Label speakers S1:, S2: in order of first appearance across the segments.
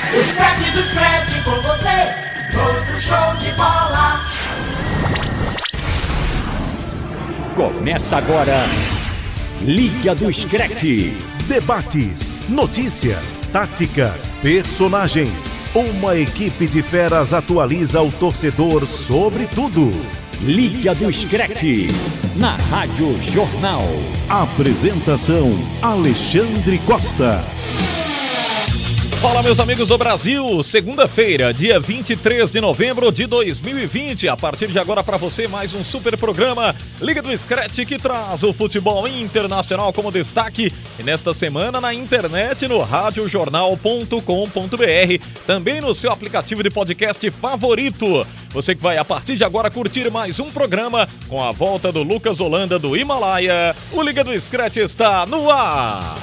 S1: Fred do Scratch com você, outro show de bola.
S2: Começa agora. Liga do Screte.
S3: Debates, notícias, táticas, personagens. Uma equipe de feras atualiza o torcedor sobre tudo.
S2: Liga do Screte. Na Rádio Jornal.
S3: Apresentação: Alexandre Costa.
S4: Fala, meus amigos do Brasil! Segunda-feira, dia 23 de novembro de 2020. A partir de agora, para você, mais um super programa Liga do Scratch que traz o futebol internacional como destaque. E nesta semana, na internet, no radiojornal.com.br, também no seu aplicativo de podcast favorito. Você que vai, a partir de agora, curtir mais um programa com a volta do Lucas Holanda do Himalaia. O Liga do Scratch está no ar!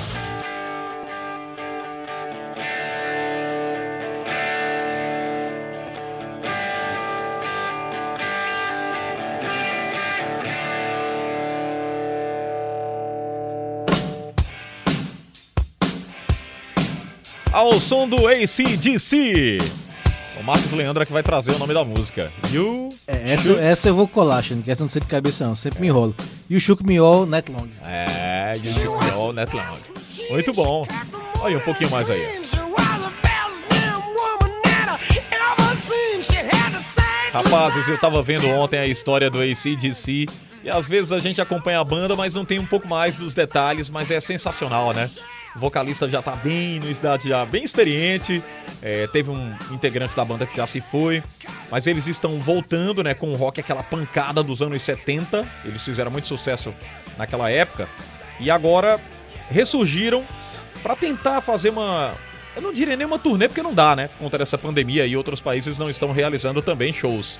S4: ao som do ACDC. O Marcos Leandro é que vai trazer o nome da música. You.
S5: É, essa, essa eu vou colar, achando que essa eu não sei de cabeça, não. Sempre me enrolo. E o Shook Me All Net Long.
S4: É, You Shook Me All Night Long. Muito bom. Olha um pouquinho mais aí. Rapazes, eu tava vendo ontem a história do ACDC. E às vezes a gente acompanha a banda, mas não tem um pouco mais dos detalhes, mas é sensacional, né? O vocalista já tá bem, no idade já bem experiente. é, teve um integrante da banda que já se foi. Mas eles estão voltando, né, com o rock, aquela pancada dos anos 70. Eles fizeram muito sucesso naquela época. E agora ressurgiram pra tentar fazer uma. Eu não diria nem uma turnê, porque não dá, né? Por conta dessa pandemia e outros países não estão realizando também shows.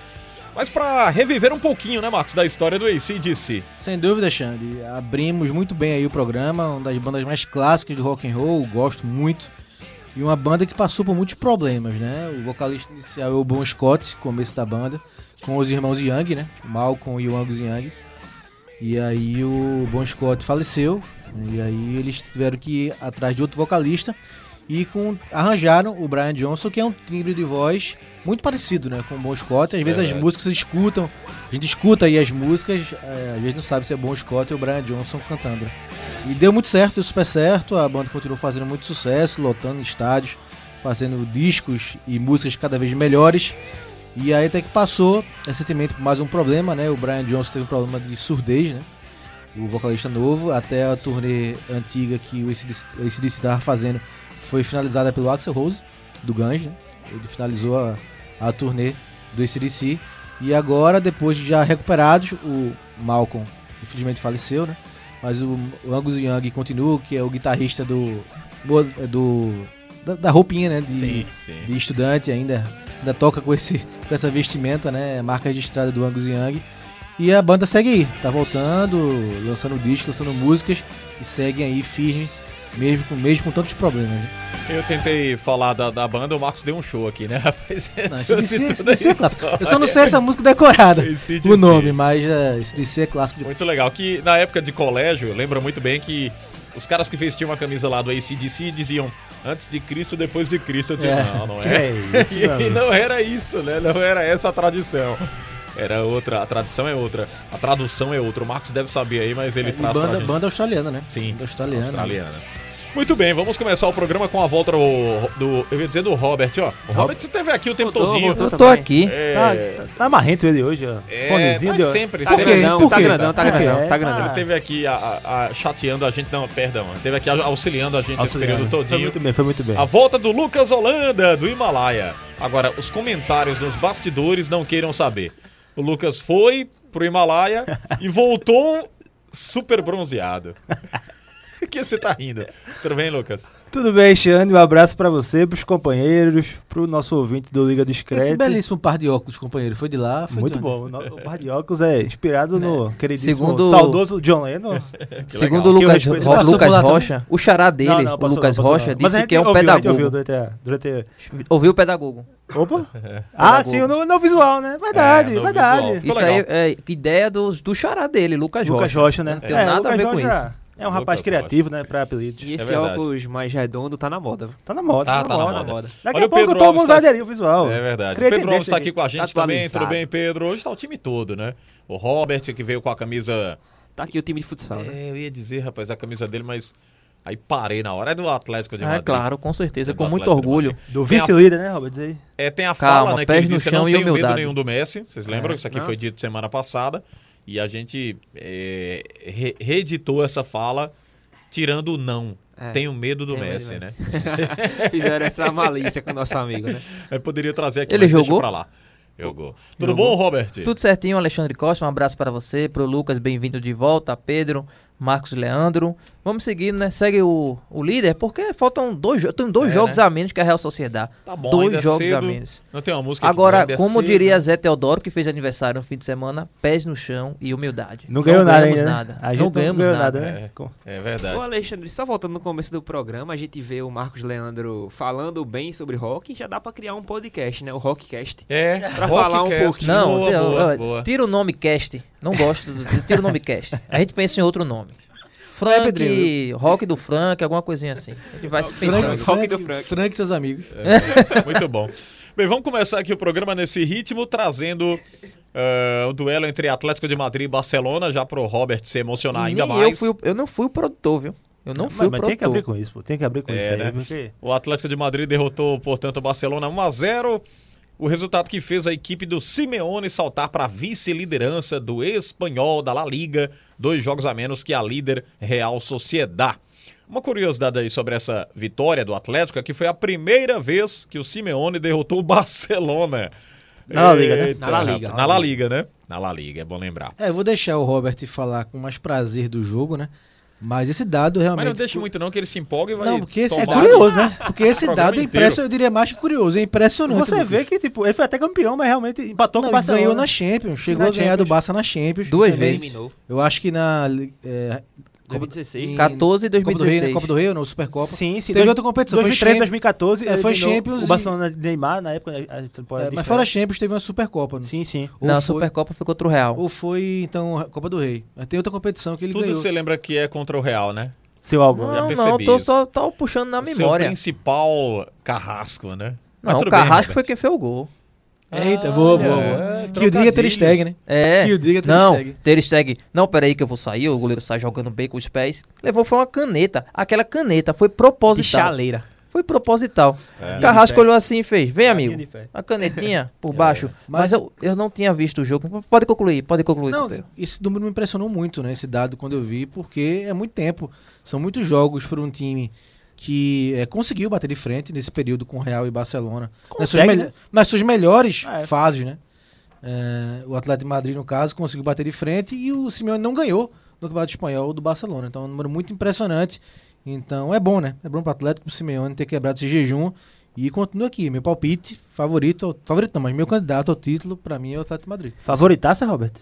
S4: Mas pra reviver um pouquinho, né, Marcos, da história do ACDC.
S5: Sem dúvida, Xande. Abrimos muito bem aí o programa, uma das bandas mais clássicas do rock and roll, gosto muito. E uma banda que passou por muitos problemas, né? O vocalista inicial é o Bon Scott, começo da banda, com os irmãos Young, né? Malcolm e o Angus Young. E aí o Bon Scott faleceu, e aí eles tiveram que ir atrás de outro vocalista. E com, arranjaram o Brian Johnson, que é um timbre de voz muito parecido né, com o Bon Scott. Às vezes as
S4: Verdade.
S5: músicas se escutam, a gente escuta aí as músicas, é, às vezes não sabe se é Bon Scott ou o Brian Johnson cantando. E deu muito certo, deu super certo, a banda continuou fazendo muito sucesso, lotando estádios, fazendo discos e músicas cada vez melhores. E aí até que passou recentemente por mais um problema, né? O Brian Johnson teve um problema de surdez, né? O vocalista novo, até a turnê antiga que o ACDC estava fazendo foi finalizada pelo Axel Rose, do Guns, né? Ele finalizou a, a turnê do ACDC. E agora, depois de já recuperados, o Malcolm infelizmente faleceu, né? Mas o, o Angus Young continua, que é o guitarrista do. do da, da roupinha, né? De,
S4: sim.
S5: de estudante ainda, ainda toca com, esse, com essa vestimenta, né? Marca registrada do Angus Young. E a banda segue aí, tá voltando, lançando disco, lançando músicas e seguem aí firme, mesmo com, mesmo com tantos problemas. Né?
S4: Eu tentei falar da, da banda, o Marcos deu um show aqui, né, rapaz?
S5: Não,
S4: Trouxe
S5: esse DC,
S4: toda a
S5: é clássico. Eu só não
S4: história.
S5: sei essa música decorada,
S4: AC/DC.
S5: o nome, mas é, esse DC é clássico. de-
S4: Muito legal. Que na época de colégio, lembra muito bem que os caras que vestiam a camisa lá do ACDC diziam antes de Cristo, depois de Cristo. Eu disse,
S5: É,
S4: não, não
S5: que
S4: é.
S5: é isso, meu
S4: e
S5: amigo.
S4: não era isso, né? Não era essa a tradição. Era outra, a tradição é outra. A tradução é outra. O Marcos deve saber aí, mas ele
S5: E
S4: traz pra
S5: É, banda,
S4: gente.
S5: banda australiana, né?
S4: Sim,
S5: Banda australiana.
S4: australiana. Muito bem, vamos começar o programa com a volta do, do- eu ia dizer do Robert, ó. O Robert teve aqui o tempo todinho.
S5: Eu tô aqui.
S4: É.
S6: Tá, tá marrento ele hoje, ó.
S4: É,
S6: Fonezinho
S4: mas
S6: deu.
S4: sempre,
S6: tá
S4: sempre.
S6: grandão,
S5: Por
S6: tá
S5: quê?
S6: grandão, tá
S5: Por quê?
S6: grandão, tá
S5: Ah,
S4: Ele
S6: grandão.
S4: teve aqui a, a- a- chateando a gente, não, perdão, ele teve aqui a- auxiliando a gente esse período
S6: Foi
S4: todinho.
S6: muito bem, foi muito bem.
S4: A volta do Lucas Holanda, do Himalaia. Agora, os comentários dos bastidores não queiram saber. O Lucas foi pro Himalaia e voltou super bronzeado. O que você tá rindo? Tudo bem, Lucas?
S6: Tudo bem, Xande, um abraço pra você, pros companheiros, pro nosso ouvinte do Liga do
S5: Esse
S6: Scratch.
S5: belíssimo par de óculos, companheiro, foi de lá, foi
S6: Muito
S5: de onde?
S6: bom. O no- O par de óculos é inspirado no queridíssimo
S7: Segundo-
S6: saudoso John Lennon.
S4: Que
S7: Segundo
S4: legal.
S7: o
S6: Que eu
S7: Lucas,
S6: respeito.
S7: Ro-
S5: Passou
S7: Lucas
S5: por lá
S7: Rocha, o xará dele,
S6: Não, não,
S7: o
S6: passou,
S7: Lucas
S6: passou,
S7: Rocha,
S6: não. Mas a
S7: disse
S6: gente
S7: que é um
S6: ouviu, a gente
S7: pedagogo.
S6: ouviu durante a- durante a-
S7: Ouviu o pedagogo.
S6: Opa! ah, sim, no, no visual, né? Verdade,
S4: É, no
S6: verdade.
S4: visual. Ficou
S7: Isso
S4: legal.
S7: aí é ideia do, do xará dele, Lucas Rocha.
S6: Lucas Rocha, né?
S7: Não tem nada a ver com isso.
S6: É um rapaz
S4: Lucas
S6: criativo, né? Pra apelidos.
S8: E esse
S4: verdade.
S8: óculos mais redondo tá na moda.
S6: Tá na moda.
S4: Tá, tá na
S8: Tá na
S4: moda.
S8: moda.
S6: Daqui
S4: Olha
S6: a
S4: o
S6: pouco
S4: Pedro
S6: todo
S4: Alves
S6: mundo
S4: tá-
S6: vai aderir o visual.
S4: É verdade. O
S6: Cria
S4: Pedro Alves
S6: tendência
S4: tá aqui
S6: aí.
S4: com a gente
S8: Tá
S4: também. Tudo
S8: atualizado.
S4: bem, Pedro? Hoje tá o time todo, né? O Robert, que veio com a camisa.
S8: Tá aqui o time de futsal,
S7: Ah,
S8: né?
S4: É, eu ia dizer, rapaz, a camisa dele, mas. Aí parei na hora. É do Atlético de
S8: Ah,
S4: Madrid.
S8: é claro, com certeza,
S4: Do
S8: com muito
S4: Atlético de
S8: orgulho.
S4: Madrid.
S6: Do
S4: Tem a-
S6: vice-líder, né, Robert? Diz aí.
S4: É, tem a
S8: Calma,
S4: fala, né, que
S8: pés
S4: ele
S8: no
S4: disse, eu não
S8: chão e
S4: tenho medo
S8: humildade.
S4: nenhum do Messi. Vocês lembram?
S8: É,
S4: Isso aqui
S8: não.
S4: foi dito semana passada. E a gente é, re- reeditou essa fala tirando o não.
S8: É.
S4: Tenho medo do
S8: Tenho medo
S4: Messi,
S8: do
S4: né?
S8: Fizeram essa malícia com o nosso amigo, né?
S4: Eu poderia trazer aqui,
S7: Ele
S4: mas deixa
S7: jogou?
S4: pra lá. Jogou. Tudo bom, Robert?
S7: Tudo certinho, Alexandre Costa. Um abraço pra você, pro Lucas, bem-vindo de volta, Pedro, Marcos Leandro. Vamos seguindo, né? Segue o, o líder, porque faltam dois, jo- tem dois
S4: É,
S7: jogos
S4: né?
S7: a menos que a Real Sociedade.
S4: Tá bom,
S7: dois
S4: ainda é
S7: jogos a
S4: cedo.
S7: menos.
S4: Não tem uma música aqui,
S7: Agora,
S4: ainda é
S7: como
S4: cedo.
S7: diria Zé Teodoro, que fez aniversário no fim de semana, pés no chão e humildade.
S6: Não ganhou nada
S7: ganhamos
S6: ainda. né?
S7: nada.
S6: A gente
S7: Não ganhamos
S6: ganhou
S7: nada.
S6: né?
S4: É.
S6: Com-
S4: É verdade.
S8: Ô Alexandre, só voltando no começo do programa, a gente vê o Marcos Leandro falando bem sobre rock e já dá pra criar um podcast, né? O Rockcast.
S4: É,
S8: Pra
S4: Rock
S8: falar um
S4: Cast.
S8: pouquinho.
S7: Não,
S4: boa,
S7: tira,
S4: boa,
S7: ó,
S4: boa.
S7: tira o nome cast. Não gosto do. Tira o nome cast. A gente pensa em outro nome. Frank, rock do Frank, alguma coisinha assim. Ele vai se pensando.
S8: Frank- Rock do Frank.
S5: e seus amigos.
S4: Muito bom. Bem, vamos começar aqui o programa nesse ritmo, trazendo eh, o duelo entre Atlético de Madrid e Barcelona, já pro Robert se emocionar ainda
S7: Nem
S4: mais.
S7: Eu, fui o- eu não fui o produtor, viu? Eu não
S6: Mas,
S7: fui o
S6: mas
S7: produtor.
S6: tem que abrir com isso, pô. Tem que abrir com
S4: É,
S6: isso aí,
S4: né?
S6: porque...
S4: O Atlético de Madrid derrotou, portanto, o Barcelona 1 a 0 O resultado que fez a equipe do Simeone saltar para a vice-liderança do espanhol da La Liga, dois jogos a menos que a líder Real Sociedad. Uma curiosidade aí sobre essa vitória do Atlético é que foi a primeira vez que o Simeone derrotou o Barcelona.
S6: Na La Liga, né?
S4: Eita,
S8: Na La
S4: rapaz.
S8: Liga.
S4: Na La Liga, né? Na La Liga, é bom lembrar.
S5: É, eu vou deixar o Robert falar com mais prazer do jogo, né? Mas esse dado realmente.
S4: Mas não deixa muito não que ele se empolga e vai
S5: Não, porque esse é
S4: tomar-
S5: curioso, né? Porque esse
S4: Programa
S5: dado é
S4: inteiro.
S5: impressionante, eu diria mais que curioso, é impressionante.
S6: Você
S5: Lucas.
S6: vê que, tipo, ele foi até campeão, mas realmente empatou
S5: Não,
S6: com
S5: ele
S6: o Barcelona.
S5: ganhou na Champions, chegou
S6: na
S5: a ganhar do
S6: Champions.
S5: Barça na Champions.
S7: Duas
S5: Também.
S7: vezes.
S8: Eliminou.
S5: Eu acho que na é, Copa-
S8: 2016.
S5: em-
S7: 14
S5: Copa do Rei,
S7: e 2016.
S5: né? Copa do Rei, ou não, Supercopa.
S6: Sim, sim.
S5: Teve
S6: dois-
S5: outra competição, foi
S6: 2013,
S5: Champions.
S6: 2014.
S5: É, foi
S6: eliminou
S5: Champions
S6: O
S5: e-
S6: Barcelona de Neymar, na época, né? a
S5: É,
S6: temporada de
S5: mas
S6: estreia.
S5: fora a Champions teve uma Supercopa. Não?
S6: Sim, sim.
S5: Ou
S7: Não, a
S5: foi-
S7: Supercopa foi contra o Real.
S5: Ou foi, então, a Copa do Rei. Mas tem outra competição que ele
S4: Tudo
S5: ganhou.
S4: você lembra que é contra o Real, né?
S6: Seu álbum.
S4: já
S7: Não, não,
S4: percebi
S7: tô
S4: isso.
S7: só tô puxando na
S4: O seu
S7: memória.
S4: principal carrasco, né? Mas
S7: Não,
S4: tudo
S7: o
S4: bem,
S7: Carrasco
S4: Roberto.
S7: foi quem fez o gol.
S5: Eita, boa, boa,
S4: é,
S5: boa. que o diga Ter Stegen, né?
S7: É.
S5: Que o diga Ter
S7: não,
S5: Stegen.
S7: Ter Stegen. Não, peraí que eu vou sair. O goleiro sai jogando bem com os pés. Levou foi uma caneta. Aquela caneta foi
S8: De
S7: proposital.
S8: chaleira.
S7: Foi proposital. Carrasco olhou assim e fez: Vem, amigo. A canetinha por baixo.
S5: Mas-
S7: Mas, eu, eu não tinha visto o jogo. Pode concluir, pode concluir.
S5: Não,
S7: Tadeu.
S5: esse número me impressionou muito, né? Esse dado quando eu vi, porque é muito tempo. São muitos jogos para um time que eh, conseguiu bater de frente nesse período com Real e Barcelona. nas, suas
S6: Consegue, né?
S5: melho- nas suas melhores
S6: Ah, é.
S5: fases, né? Eh, o Atlético de Madrid, no caso, conseguiu bater de frente e o Simeone não ganhou no Campeonato Espanhol do Barcelona. Então é um número muito impressionante. Então é bom, né? É bom para o Atlético pro Simeone ter quebrado esse jejum. E continua aqui, meu palpite favorito, favorito não, mas meu candidato ao título, para mim, é o Atlético de Madrid.
S6: Favoritaça, Robert?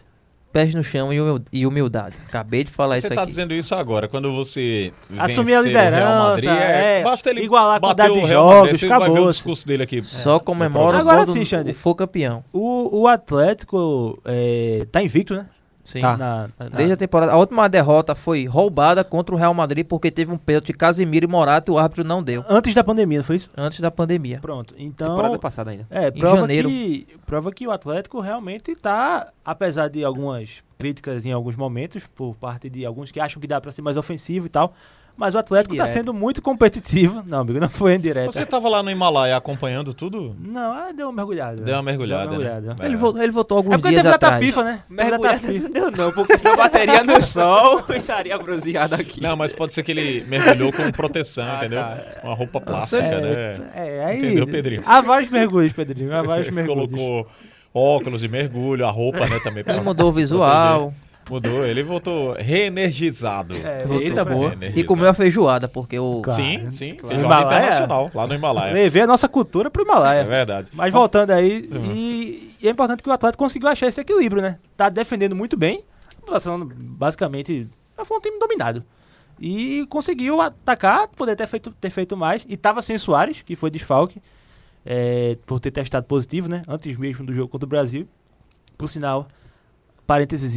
S7: Pés no chão e humil- e humildade. Acabei de falar
S4: Você
S7: isso
S4: tá
S7: aqui.
S4: dizendo isso agora, quando você
S6: É Assumir a
S4: vencer o Real Madrid,
S6: liderança,
S4: é,
S6: é,
S4: basta ele
S6: igualar a
S4: bater
S6: quantidade
S4: o
S6: de
S4: Real Madrid,
S6: jogos,
S4: você vai ver o
S6: acabou-se.
S4: discurso dele aqui. É,
S7: Só comemora
S6: Agora
S7: quando
S6: sim, Xande.
S7: for campeão.
S6: O, o Atlético é, tá invicto, né?
S7: Sim.
S6: Na- na-
S7: Desde a temporada. A última derrota foi roubada contra o Real Madrid porque teve um pênalti de Casimiro e Morata e o árbitro não deu.
S6: Antes da pandemia, não foi isso?
S7: Antes da pandemia.
S6: Pronto. Então.
S8: Temporada passada ainda.
S6: É,
S7: Em
S6: prova
S7: janeiro.
S6: que, prova que o Atlético realmente tá, apesar de algumas críticas em alguns momentos, por parte de alguns que acham que dá pra ser mais ofensivo e tal, mas o Atlético tá
S8: Indireto.
S6: sendo muito competitivo. Não, amigo, não foi indireto.
S4: Você tava lá no Himalaia acompanhando tudo?
S6: Não, ah, deu uma mergulhada.
S4: Deu uma mergulhada,
S6: Deu uma
S4: né?
S6: mergulhada.
S4: É.
S7: Ele, voltou, ele voltou
S6: É
S7: alguns
S6: porque
S7: dias
S6: teve data
S7: atrás.
S6: FIFA, né? Teve data
S8: Mergulhada
S6: FIFA.
S8: não deu não, porque senão bateria no sol e estaria bronzeado aqui.
S4: Não, mas pode ser que ele mergulhou com proteção, entendeu? Uma roupa plástica, né?
S6: Ah, É, aí.
S4: Entendeu, Pedrinho?
S6: Há vários mergulhos, Pedrinho. Há vários
S4: Ele
S6: mergulhos.
S4: colocou óculos de mergulho, a roupa, né, também. pra
S7: Ele mudou o visual
S4: proteger. Mudou, ele voltou reenergizado.
S6: É,
S5: Eita, boa.
S7: e comeu a feijoada, porque o.
S6: Claro.
S4: Sim, sim.
S6: Claro.
S4: Feijoada
S6: Himalaia.
S4: internacional, lá no Himalaia.
S6: Levei a nossa cultura pro Himalaia.
S4: É verdade.
S6: Mas voltando aí, e, e é importante que o Atlético conseguiu achar esse equilíbrio, né? Tá defendendo muito bem. O Barcelona, basicamente, foi um time dominado. E conseguiu atacar, poder ter feito, ter feito mais. E tava sem Soares, que foi desfalque, é, por ter testado positivo, né? Antes mesmo do jogo contra o Brasil. Por sinal, parênteses,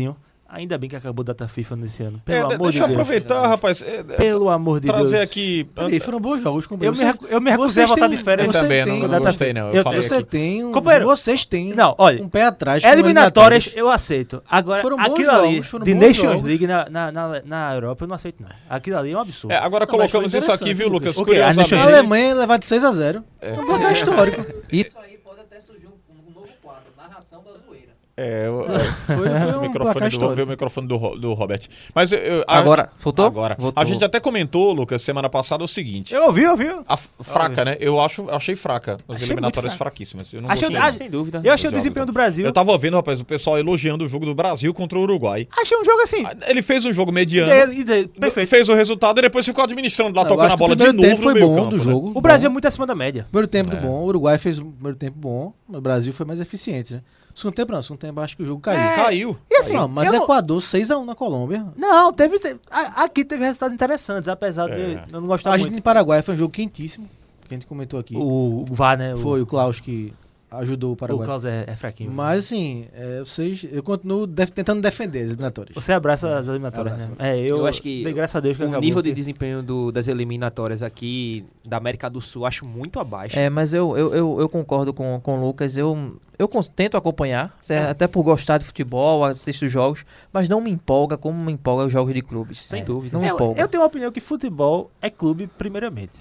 S6: Ainda bem que acabou a data FIFA nesse ano.
S4: É,
S6: Pelo
S4: de-
S6: amor de
S4: deixa eu
S6: Deus.
S4: aproveitar, rapaz. é, é,
S6: Pelo amor de
S4: trazer
S6: Deus.
S4: aqui.
S5: Peraí, foram bons jogos com o
S6: Eu me,
S5: Brasil.
S6: recu- eu me recusei a
S5: vocês
S6: voltar
S5: têm-
S6: de férias.
S4: Eu
S5: você
S4: também
S5: tem-
S4: não, não
S6: data-
S4: gostei, não. Eu,
S6: eu-
S4: falei
S5: Você
S4: aqui.
S5: tem um.
S6: Companheiro,
S5: vocês têm.
S6: não, olha,
S5: Um pé atrás. com
S6: Eliminatórias eu aceito. Agora,
S5: Foram bons
S6: aquilo ali
S5: jogos, foram
S6: de
S5: bons
S6: Nations
S5: jogos.
S6: League na, na, na, na Europa eu não aceito, não. Aquilo ali é um absurdo.
S4: É, agora
S5: Não, mas foi
S4: colocamos isso aqui,
S5: interessante,
S4: viu, Lucas?
S6: Lucas. Ok, a
S5: A
S6: Champions
S4: Curiosamente.
S6: League-
S5: Alemanha ia levar de 6 a 0 É um placar histórico.
S7: Isso aí pode até surgir um, um novo quadro, narração da zoeira.
S4: É, eu-
S5: Foi, foi
S4: o
S5: um
S4: microfone
S5: placar
S4: do, veio o
S5: histórico.
S4: microfone do, Ro- do Robert. Mas eu- eu- a-
S7: Agora, voltou?
S4: Agora.
S7: Voltou.
S4: A gente tá até comentou, Lucas, semana passada o seguinte.
S6: Eu ouvi, eu ouvi.
S4: A f- fraca, né? Eu acho, achei fraca. As
S6: Achei
S4: eliminatórias
S6: muito
S4: fraquíssimas. Eu não
S6: Achei,
S4: gostei.
S6: ah,
S8: Sem dúvida.
S6: eu achei o
S4: Jogos,
S6: desempenho
S4: né?
S6: do Brasil.
S4: Eu tava ouvindo, rapaz, o pessoal elogiando o jogo do Brasil contra o Uruguai.
S6: Achei um jogo assim.
S4: Ele fez um jogo mediano,
S6: ide- ide- perfeito.
S4: fez o resultado e depois ficou administrando lá,
S5: Eu
S4: tocando
S5: acho
S4: a
S5: que o
S4: bola de
S5: primeiro
S4: novo
S5: tempo
S4: no
S5: foi
S4: meio
S5: bom
S4: campo.
S5: do
S4: né?
S5: jogo.
S6: O Brasil é
S5: bom.
S6: muito acima da média.
S5: Primeiro tempo
S4: É.
S5: do bom. O Uruguai fez um primeiro tempo bom. O Brasil foi mais eficiente, né? Segundo tempo não. Segundo tempo acho que o jogo caiu.
S4: É, Caiu.
S6: E assim,
S5: não, mas
S6: eu não-
S5: Equador 6x1 na Colômbia.
S6: Não, teve, teve- a- aqui teve resultados interessantes, apesar
S4: É.
S6: de eu não gostar
S5: A gente
S6: Tá muito.
S5: em Paraguai foi um jogo quentíssimo. Que a gente comentou aqui.
S6: O, o VAR, né?
S5: Foi
S6: o,
S5: o Klaus que ajudou o
S6: o
S5: Paraguai.
S6: Klaus é, é fraquinho.
S5: Mas assim, é, vocês, eu continuo def- tentando defender as eliminatórias.
S6: Você abraça as eliminatórias,
S5: Abraço,
S6: né? É, eu,
S8: Eu acho que
S6: dei graças a Deus que
S8: O
S6: acabou,
S8: nível de
S6: porque-
S8: desempenho do- das eliminatórias aqui da América do Sul acho muito abaixo.
S7: É, mas eu, eu, eu, eu concordo com, com o Lucas. Eu, eu cons- tento acompanhar, cê- até por gostar de futebol, assisto jogos, mas não me empolga como me empolga os jogos de clubes.
S8: Sem
S7: É,
S8: dúvida.
S7: Não me
S6: Eu-
S7: empolga.
S6: Eu tenho a opinião que futebol é clube, primeiramente.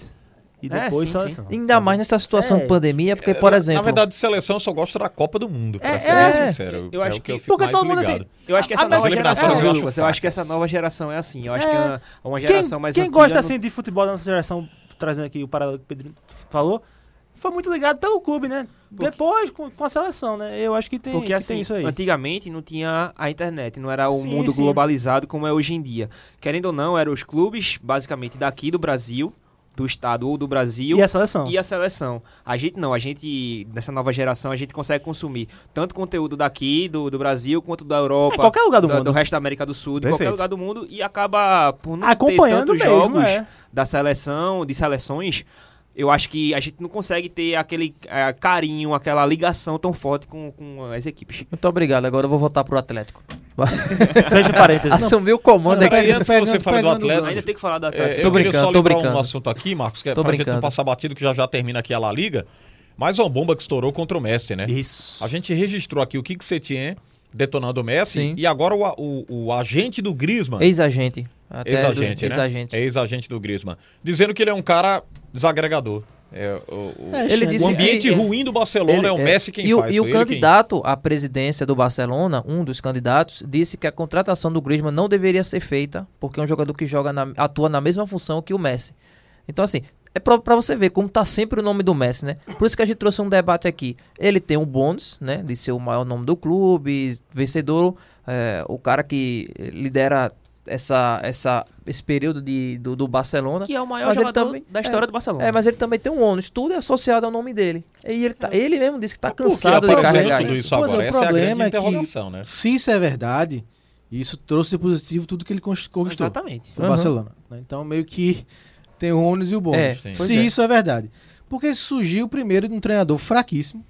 S6: E
S8: É,
S6: depois
S8: sim,
S6: só assim.
S8: sim.
S6: seleção.
S7: Ainda mais nessa situação
S6: É.
S7: de pandemia, porque, por
S4: Na-
S7: exemplo.
S4: Na verdade, seleção eu só gosto da Copa do Mundo, pra
S6: É,
S4: ser
S6: é.
S4: bem sincero.
S8: Eu
S4: é
S8: acho
S4: o que eu
S8: que-
S4: fico
S6: porque
S4: mais
S6: todo mundo,
S4: ligado.
S6: assim,
S8: Eu acho que
S6: Ah,
S8: essa
S6: mas
S8: nova
S4: as eliminatórias
S8: geração,
S4: eu
S8: eu,
S4: acho
S8: Lucas, eu acho que
S4: fracas.
S8: essa nova geração é assim. Eu acho
S6: É.
S8: que é uma
S6: quem,
S8: geração mais
S6: quem
S8: antiga
S6: gosta
S8: não-
S6: assim de futebol da nossa geração, trazendo aqui o paralelo que o Pedrinho falou, foi muito ligado pelo clube, né? Depois com, com a seleção, né? Eu acho que tem, que
S8: Porque
S6: tem
S8: assim,
S6: isso aí.
S8: antigamente não tinha a internet, não era o
S6: Sim,
S8: mundo
S6: sim.
S8: globalizado como é hoje em dia. Querendo ou não, eram os clubes, basicamente daqui do Brasil, do estado ou do Brasil.
S6: E a seleção. É,
S8: e a seleção. A gente não, a gente, nessa nova geração, a gente consegue consumir tanto conteúdo daqui, do, do Brasil, quanto da Europa.
S6: É, qualquer lugar do
S8: da-
S6: mundo.
S8: resto da América do Sul, de qualquer
S6: Perfeito.
S8: lugar do mundo, e acaba por não
S6: Acompanhando
S8: ter tantos
S6: mesmo,
S8: jogos
S6: é.
S8: da seleção, de seleções. Eu acho que a gente não consegue ter aquele eh, carinho, aquela ligação tão forte com, com as equipes.
S7: Muito obrigado. Agora eu vou voltar pro Atlético.
S6: Fecha parênteses.
S7: Assumiu o comando aqui.
S4: antes que você fale do Atlético,
S8: Ainda tem que falar da Atlético.
S4: É, eu queria
S7: brincando,
S4: só
S7: tô
S4: lembrar
S7: brincando.
S4: um assunto aqui, Marcos, que é
S7: Tô
S4: pra gente não
S7: brincando.
S4: passar batido, que já já termina aqui a La Liga. Mais uma bomba que estourou contra o Messi, né?
S6: Isso.
S4: A gente registrou aqui o que você tinha detonando o Messi
S7: Sim.
S4: e agora o, a- o- o agente do Griezmann,
S7: Ex-agente. Até
S4: ex-agente,
S7: do-
S4: né?
S7: é, Ex-agente.
S4: Ex-agente do Griezmann, dizendo que ele é um cara desagregador. É, o, o-
S5: É,
S7: Ele
S5: O
S7: disse
S4: o ambiente
S7: é- é-
S4: ruim do Barcelona
S7: Ele-
S4: é o
S7: é.
S4: Messi quem
S7: e o,
S4: faz.
S7: E
S4: foi
S7: o
S4: ele quem-
S7: candidato à presidência do Barcelona, um dos candidatos, disse que a contratação do Griezmann não deveria ser feita, porque é um jogador que joga na- atua na mesma função que o Messi. Então, assim, é pra, pra você ver como tá sempre o nome do Messi, né? Por isso que a gente trouxe um debate aqui. Ele tem o bônus, né, de ser o maior nome do clube, vencedor, é, o cara que lidera essa, essa, esse período de, do, do Barcelona.
S8: Que é o maior
S7: Mas ele
S8: jogador
S7: também-
S8: da
S7: é.
S8: história do Barcelona.
S7: É, mas ele também tem um ônus, tudo é associado ao nome dele. E ele, tá- ele mesmo disse que tá
S4: Mas por que
S7: cansado de
S4: apareceu
S7: carregar
S4: tudo
S7: isso.
S4: isso
S5: Pois é,
S4: agora?
S5: o
S4: Essa é a grande
S5: problema é que-
S4: interrogação, né?
S5: Se isso é verdade, isso trouxe de positivo tudo que ele cons- conquistou
S8: Exatamente.
S5: pro
S7: Aham.
S5: Barcelona. né? Então meio que tem o ônus e o bônus.
S7: É,
S4: sim.
S5: se
S7: pois é.
S5: isso é verdade. Porque surgiu primeiro de um treinador fraquíssimo,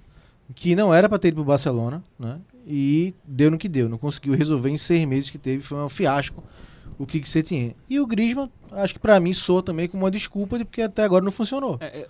S5: que não era para ter ido pro Barcelona, né? E deu no que deu, não conseguiu resolver em seis meses que teve, foi um fiasco o que você tinha. E o Griezmann, acho que para mim soa também como uma desculpa de porque até agora não funcionou.
S7: É,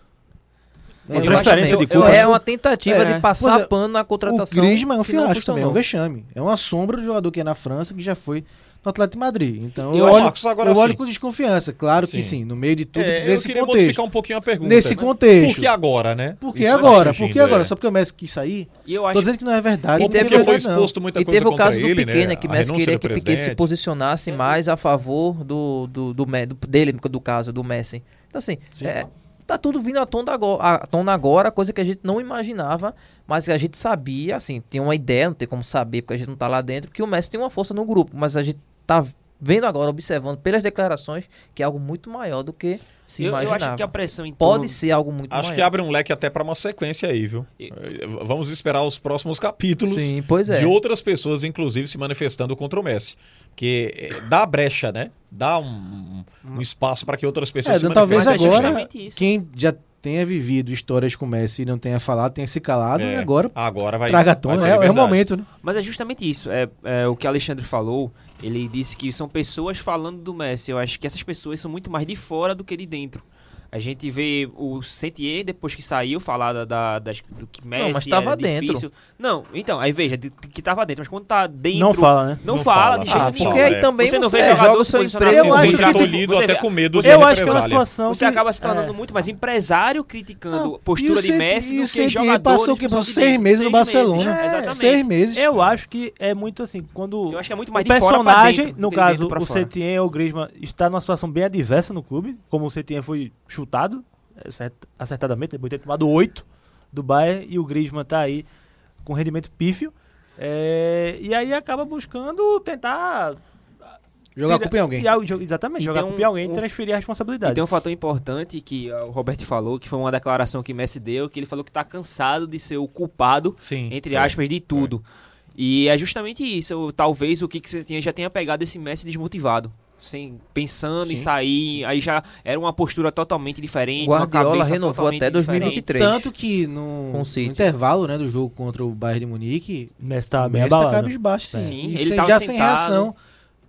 S7: Eu acho
S6: transferência
S7: também.
S6: de culpa.
S7: É uma tentativa
S8: É, né?
S7: de passar
S5: Pois é,
S7: pano na contratação.
S5: O Griezmann é um
S7: que não
S5: fiasco também, é um
S7: funcionou.
S5: vexame. É uma sombra do jogador que é na França, que já foi no Atlético de Madrid. Então
S4: E
S5: eu,
S4: o
S5: olho,
S4: Marcos, agora
S5: eu olho
S4: sim.
S5: com desconfiança. Claro que
S4: Sim.
S5: sim, no meio de tudo,
S4: É, eu
S5: nesse
S4: queria modificar
S5: contexto.
S4: um pouquinho a pergunta.
S5: Nesse
S4: né?
S5: contexto.
S4: Por que agora, né?
S5: Por que
S4: Isso vai
S5: agora?
S4: surgindo,
S5: Por que agora?
S4: é.
S5: Só porque o Messi quis sair?
S8: E eu
S5: Tô
S8: acho
S5: dizendo que não é verdade.
S4: Ou
S7: E
S5: não é
S7: teve- um
S4: porque foi
S5: verdade, não.
S4: exposto muita
S7: E
S4: coisa
S7: teve o
S4: contra
S7: caso do
S4: ele,
S7: Piquet,
S4: né?
S7: né? Que
S4: A
S7: Messi
S4: renúncia
S7: queria
S4: do
S7: que o Piquet se
S4: presidente.
S8: Uhum.
S7: posicionasse mais a favor do, do, do, Me- do- dele, do caso, do Messi. Então, assim, é, tá tudo vindo à tona, agora, à tona agora, coisa que a gente não imaginava, mas que a gente sabia, assim, tinha uma ideia, não tem como saber, porque a gente não tá lá dentro, que o Messi tem uma força no grupo, mas a gente tá vendo agora, observando pelas declarações, que é algo muito maior do que se
S8: eu, eu
S7: imaginava.
S8: acho que a pressão em torno-
S7: Pode ser algo muito
S4: Acho
S7: maior.
S4: que abre um leque até pra uma sequência aí, viu? Eh, Vamos esperar os próximos capítulos
S7: Sim, pois é.
S4: de outras pessoas, inclusive, se manifestando contra o Messi. Porque eh, dá brecha, né? Dá um, um espaço pra que outras pessoas
S5: É,
S4: se
S5: Dan, talvez
S4: manifestem.
S8: Mas é
S5: agora
S8: justamente isso.
S5: quem já tenha vivido histórias com o Messi e não tenha falado, tenha se calado, e agora
S4: É. agora vai.
S5: traga à
S4: vai
S5: tona.
S4: ter
S5: É- É, o
S4: liberdade.
S5: momento, né?
S8: Mas é justamente isso. É, é o que Alexandre falou. Ele disse que são pessoas falando do Messi. Eu acho que essas pessoas são muito mais de
S2: É.
S8: fora do que de dentro. A gente vê o Sentier, depois que saiu, falar da, da- das- do que Messi
S7: mas tava
S8: era
S7: dentro.
S8: difícil. Não, então, aí veja, de- que tava dentro. Mas quando tá dentro...
S6: Não fala, né?
S8: Não,
S4: Não
S8: fala,
S4: fala.
S8: de jeito nenhum.
S4: Ah,
S7: Porque
S4: Fala,
S7: aí
S4: é.
S7: também
S8: Você
S7: você,
S8: não vê
S7: joga
S8: jogador
S7: o seu
S8: com
S7: emprego.
S8: posicionamento
S6: Eu acho
S4: Se assim.
S6: que
S4: sente
S6: tem-
S4: tolhido
S8: você
S4: até
S8: vê-
S4: com medo de
S6: Eu acho que é uma
S4: represália.
S6: situação
S8: Você
S6: que-
S8: acaba se tornando
S6: é.
S8: muito mais empresário criticando
S5: Não,
S8: postura
S5: Ah, e o
S8: de
S5: Senti-
S8: Messi
S5: e
S8: do
S5: o
S8: que
S5: Senti
S8: jogadores.
S5: passou que
S8: que são
S5: por
S8: de
S5: seis
S8: dentro.
S5: meses no
S8: Seis
S5: Barcelona.
S8: meses,
S5: É,
S8: exatamente.
S5: Seis meses.
S6: Eu acho que é muito assim, quando
S8: Eu acho que é muito mais
S6: o
S8: de fora pra
S6: personagem,
S8: dentro do
S6: no
S8: que de
S6: caso,
S8: dentro pra
S6: o
S8: fora.
S6: Setien ou o Griezmann, está numa situação bem adversa no clube, como o Setien foi chutado, é, acert- acertadamente, depois de ter tomado oito do Bayern, e o Griezmann está aí com rendimento pífio, é, e aí acaba buscando tentar...
S5: Jogar a
S6: tirar-
S5: culpa em alguém.
S6: e al- jo- exatamente,
S8: E
S6: jogar a
S8: tem
S6: culpa em
S8: um-
S6: alguém e
S8: um-
S6: transferir a
S8: E
S6: responsabilidade.
S8: tem um fator importante que ah, o Roberto falou, que foi uma declaração que Messi deu, que ele falou que tá cansado de ser o culpado,
S4: Sim,
S8: entre
S4: foi,
S8: aspas, de tudo. E é justamente isso. Talvez o que você tinha já tenha pegado esse Messi desmotivado. Sem, pensando em
S4: Sim,
S8: sair, aí já era uma postura totalmente diferente. uma
S7: Guardiola
S8: cabeça
S7: renovou
S8: totalmente
S7: até 2023.
S8: diferente.
S5: Tanto que no,
S7: Com o
S5: no
S7: City.
S5: intervalo né, do jogo contra o Bayern de Munique,
S8: um
S6: O Messi está
S5: o
S6: bem
S5: Messi tá
S6: abalado. É.
S5: cabisbaixo, sim.
S8: Sim,
S5: e
S8: ele
S5: sem-
S8: tava
S5: já sem
S8: sentado,
S5: reação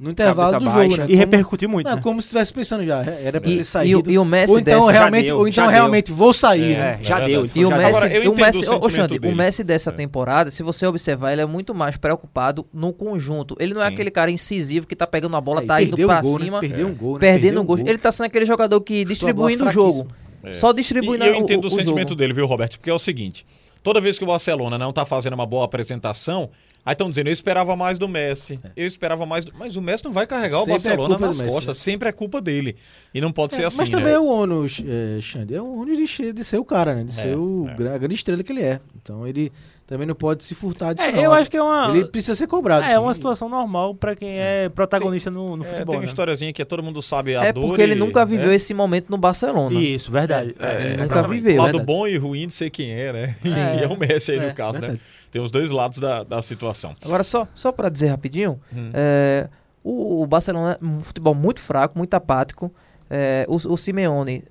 S5: no intervalo do
S8: cabeça
S5: jogo,
S8: baixa.
S5: né?
S6: E
S5: Como-
S6: repercutiu muito,
S5: não,
S6: né?
S5: como se estivesse pensando já. é, Era pra
S7: E-
S5: ter
S7: e o-
S5: saído.
S7: e o Messi
S5: ou então
S7: dessa-
S5: realmente,
S8: Já deu,
S5: ou então
S8: já deu.
S5: realmente vou sair, né?
S8: É, já
S4: É
S8: deu. ele
S4: verdade.
S8: foi
S7: E o
S8: já
S7: Messi,
S8: deu.
S4: Agora, eu
S7: e o
S4: entendo
S7: Messi,
S4: o
S7: ô, ô,
S4: sentimento
S7: Xande,
S4: dele.
S7: o Messi dessa
S4: É.
S7: temporada, se você observar, ele é muito mais preocupado no conjunto. Ele não é
S4: Sim.
S7: aquele cara incisivo que tá pegando a bola,
S5: É, e
S7: tá indo
S5: perdeu
S7: pra
S5: um gol, né?
S7: cima,
S5: Perdeu um gol, né?
S7: perdendo
S5: Perdeu
S7: o gol. Ele tá sendo aquele jogador que
S5: Chutou a bola
S7: distribuindo o jogo.
S5: fraquíssima.
S4: É.
S7: Só
S4: E
S7: distribuindo
S4: eu
S7: o-
S4: entendo o, sentimento
S7: jogo.
S4: dele, viu, Roberto? Porque é o seguinte: toda vez que o Barcelona não tá fazendo uma boa apresentação, aí estão dizendo, eu esperava mais do Messi, eu esperava mais do... Mas o Messi não vai carregar
S5: Sempre é
S4: o Barcelona
S5: culpa do
S4: nas
S5: Messi,
S4: costas, sempre é culpa dele. E não pode ser
S5: É,
S4: assim,
S5: mas também
S4: né?
S5: é o ônus, é, Xande, é o ônus de, che- de ser o cara, né? De ser o, gra- a grande estrela que ele é. Então ele também não pode se furtar disso.
S6: É,
S5: não,
S6: eu
S5: né?
S6: acho que é uma...
S5: Ele precisa ser cobrado.
S6: É, é
S5: sim.
S6: uma situação normal pra quem é protagonista no, no
S4: É,
S6: futebol.
S4: tem uma
S6: né?
S4: historiazinha que todo mundo sabe a
S7: É
S4: dor
S7: porque ele
S4: e-
S7: nunca viveu
S4: né?
S7: esse momento no Barcelona.
S6: Isso, verdade.
S7: ele
S4: é,
S7: nunca
S4: exatamente.
S7: viveu,
S4: O lado
S7: verdade.
S4: bom e ruim de ser quem é, né? E é o Messi aí no caso, né?
S5: verdade.
S4: Tem os dois lados da, da situação.
S7: Agora, só, só para dizer rapidinho,
S4: Hum.
S7: é, o, o Barcelona é um futebol muito fraco, muito apático. É, o, o Simeone,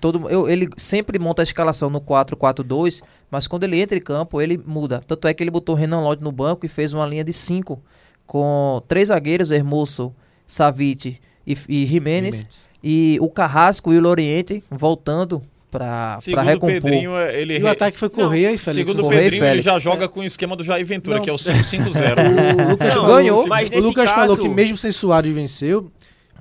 S7: todo, eu- ele sempre monta a escalação no 4-4-2, mas quando ele entra em campo, ele muda. Tanto é que ele botou o Renan Lodge no banco e fez uma linha de 5, com três zagueiros, Hermoso, Savic e, e Jimenez, e o Carrasco e o Loriente voltando para
S4: Segundo o
S7: recompor.
S4: Pedrinho, é, ele...
S5: E o
S4: re-
S5: ataque foi Correia e Félix.
S4: Segundo o
S7: Correia e
S4: Pedrinho, ele
S7: Félix.
S4: já joga com o esquema do Jair Ventura, que é o 5-5-0.
S7: O Lucas
S8: Não,
S7: ganhou.
S8: mas
S5: o
S8: nesse
S5: Lucas
S8: caso-
S5: falou que mesmo sem Soares venceu,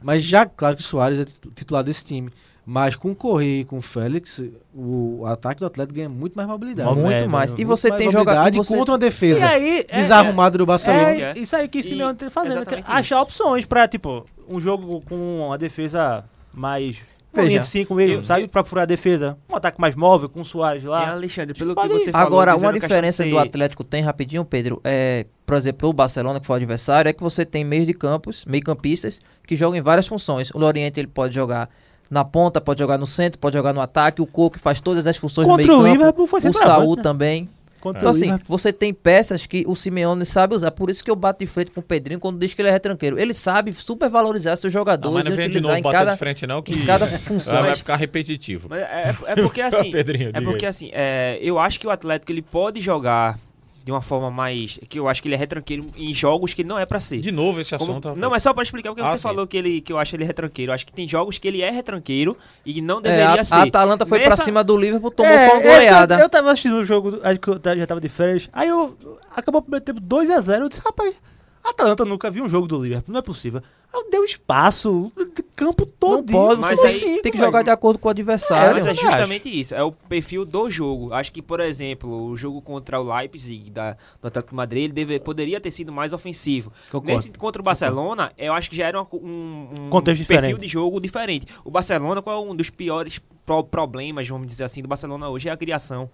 S5: mas já, claro que Soares é titu- titular desse time. Mas com o Correia e com o Félix, o ataque do Atlético ganha muito mais mobilidade.
S6: Muito
S7: Muito
S6: É,
S7: mais.
S6: meu,
S7: E você
S5: mais
S7: tem jogador.
S5: mobilidade
S7: Você...
S5: contra uma defesa
S6: E aí, é-
S5: desarrumada do Barcelona.
S6: É isso aí que o Simeone tem fazendo, que é
S8: exatamente
S6: achar
S8: isso.
S6: opções pra, tipo, um jogo com uma defesa mais... Uma
S7: Veja.
S6: linha de 5 mesmo, sabe? Pra furar a defesa. Um ataque mais móvel, com o Soares
S8: E,
S6: lá. Tipo,
S8: Alexandre, pelo que
S6: Pode ir.
S8: você falou...
S7: Agora,
S8: dizendo
S7: uma
S8: que a
S7: diferença
S8: chance-
S7: do Atlético tem rapidinho, Pedro, é, por exemplo, o Barcelona, que foi o adversário, é que você tem meios de campos, meio-campistas, que jogam em várias funções. O Loriente ele pode jogar na ponta, pode jogar no centro, pode jogar no ataque, o Coco faz todas as funções
S6: Contra
S7: do
S6: o
S7: meio campo.
S6: Liverpool foi
S7: o
S6: centroavante,
S7: Saúl
S6: né?
S7: também.
S6: Contra
S7: Então,
S6: o
S7: assim,
S6: Liverpool.
S7: você tem peças que o Simeone sabe usar. Por isso que eu bato de frente com o Pedrinho quando diz que ele é retranqueiro. Ele sabe supervalorizar seus
S4: Não, Ah, mas
S7: jogadores
S4: não
S7: e
S4: vem de
S7: utilizar
S4: novo
S7: em
S4: bater
S7: cada,
S4: de frente, não, que
S7: em cada função.
S4: vai
S8: Mas-
S4: ficar repetitivo.
S8: Mas é, é porque assim.
S4: Pedrinho, diga
S8: é
S4: aí.
S8: porque assim, é, eu acho que o Atlético ele pode jogar de uma forma mais. Que eu acho que ele é retranqueiro em jogos que ele não é pra ser.
S4: De novo esse
S8: Como-
S4: assunto. rapaz.
S8: não, mas só pra explicar porque
S4: Ah,
S8: você
S4: sim.
S8: falou que, ele, que eu acho ele retranqueiro. Eu acho que tem jogos que ele é retranqueiro e não
S7: É,
S8: deveria
S7: a,
S8: ser.
S7: a Atalanta foi pra
S8: Nessa-
S7: cima do Liverpool, tomou
S6: É,
S7: só uma
S6: eu-
S7: goleada.
S6: Eu, tava assistindo o jogo, do- acho que eu ta- já tava de férias. Aí eu. Acabou o primeiro tempo 2x0. Eu disse, rapaz, a Atalanta nunca viu um jogo do Liverpool, não é possível. Aí deu espaço, de campo
S7: Não
S6: todo.
S7: pode,
S8: mas
S7: você
S8: aí
S7: tem, tem que jogar de acordo com o
S8: É,
S7: adversário.
S8: mas é
S6: acho.
S8: justamente isso, é o perfil do jogo. Acho que, por exemplo, o jogo contra o Leipzig da, do Atlético de Madrid ele deve- poderia ter sido mais ofensivo.
S5: Concordo.
S8: Nesse contra o Barcelona, eu acho que já era uma co- um, um
S6: Contexto
S8: perfil
S6: diferente.
S8: de jogo diferente. O Barcelona, qual é um dos piores pro- problemas, vamos dizer assim, do Barcelona hoje? É a criação.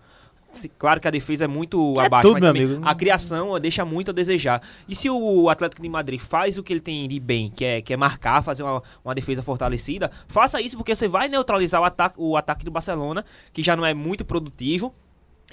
S8: Se- Claro que a defesa é muito
S6: É
S8: abaixo,
S6: tudo,
S8: mas
S6: meu
S8: também
S6: amigo.
S8: a criação deixa muito a desejar. E se o Atlético de Madrid faz o que ele tem de bem, que é, que é marcar, fazer uma, uma defesa fortalecida, faça isso porque você vai neutralizar o ataque, o ataque do Barcelona, que já não é muito produtivo.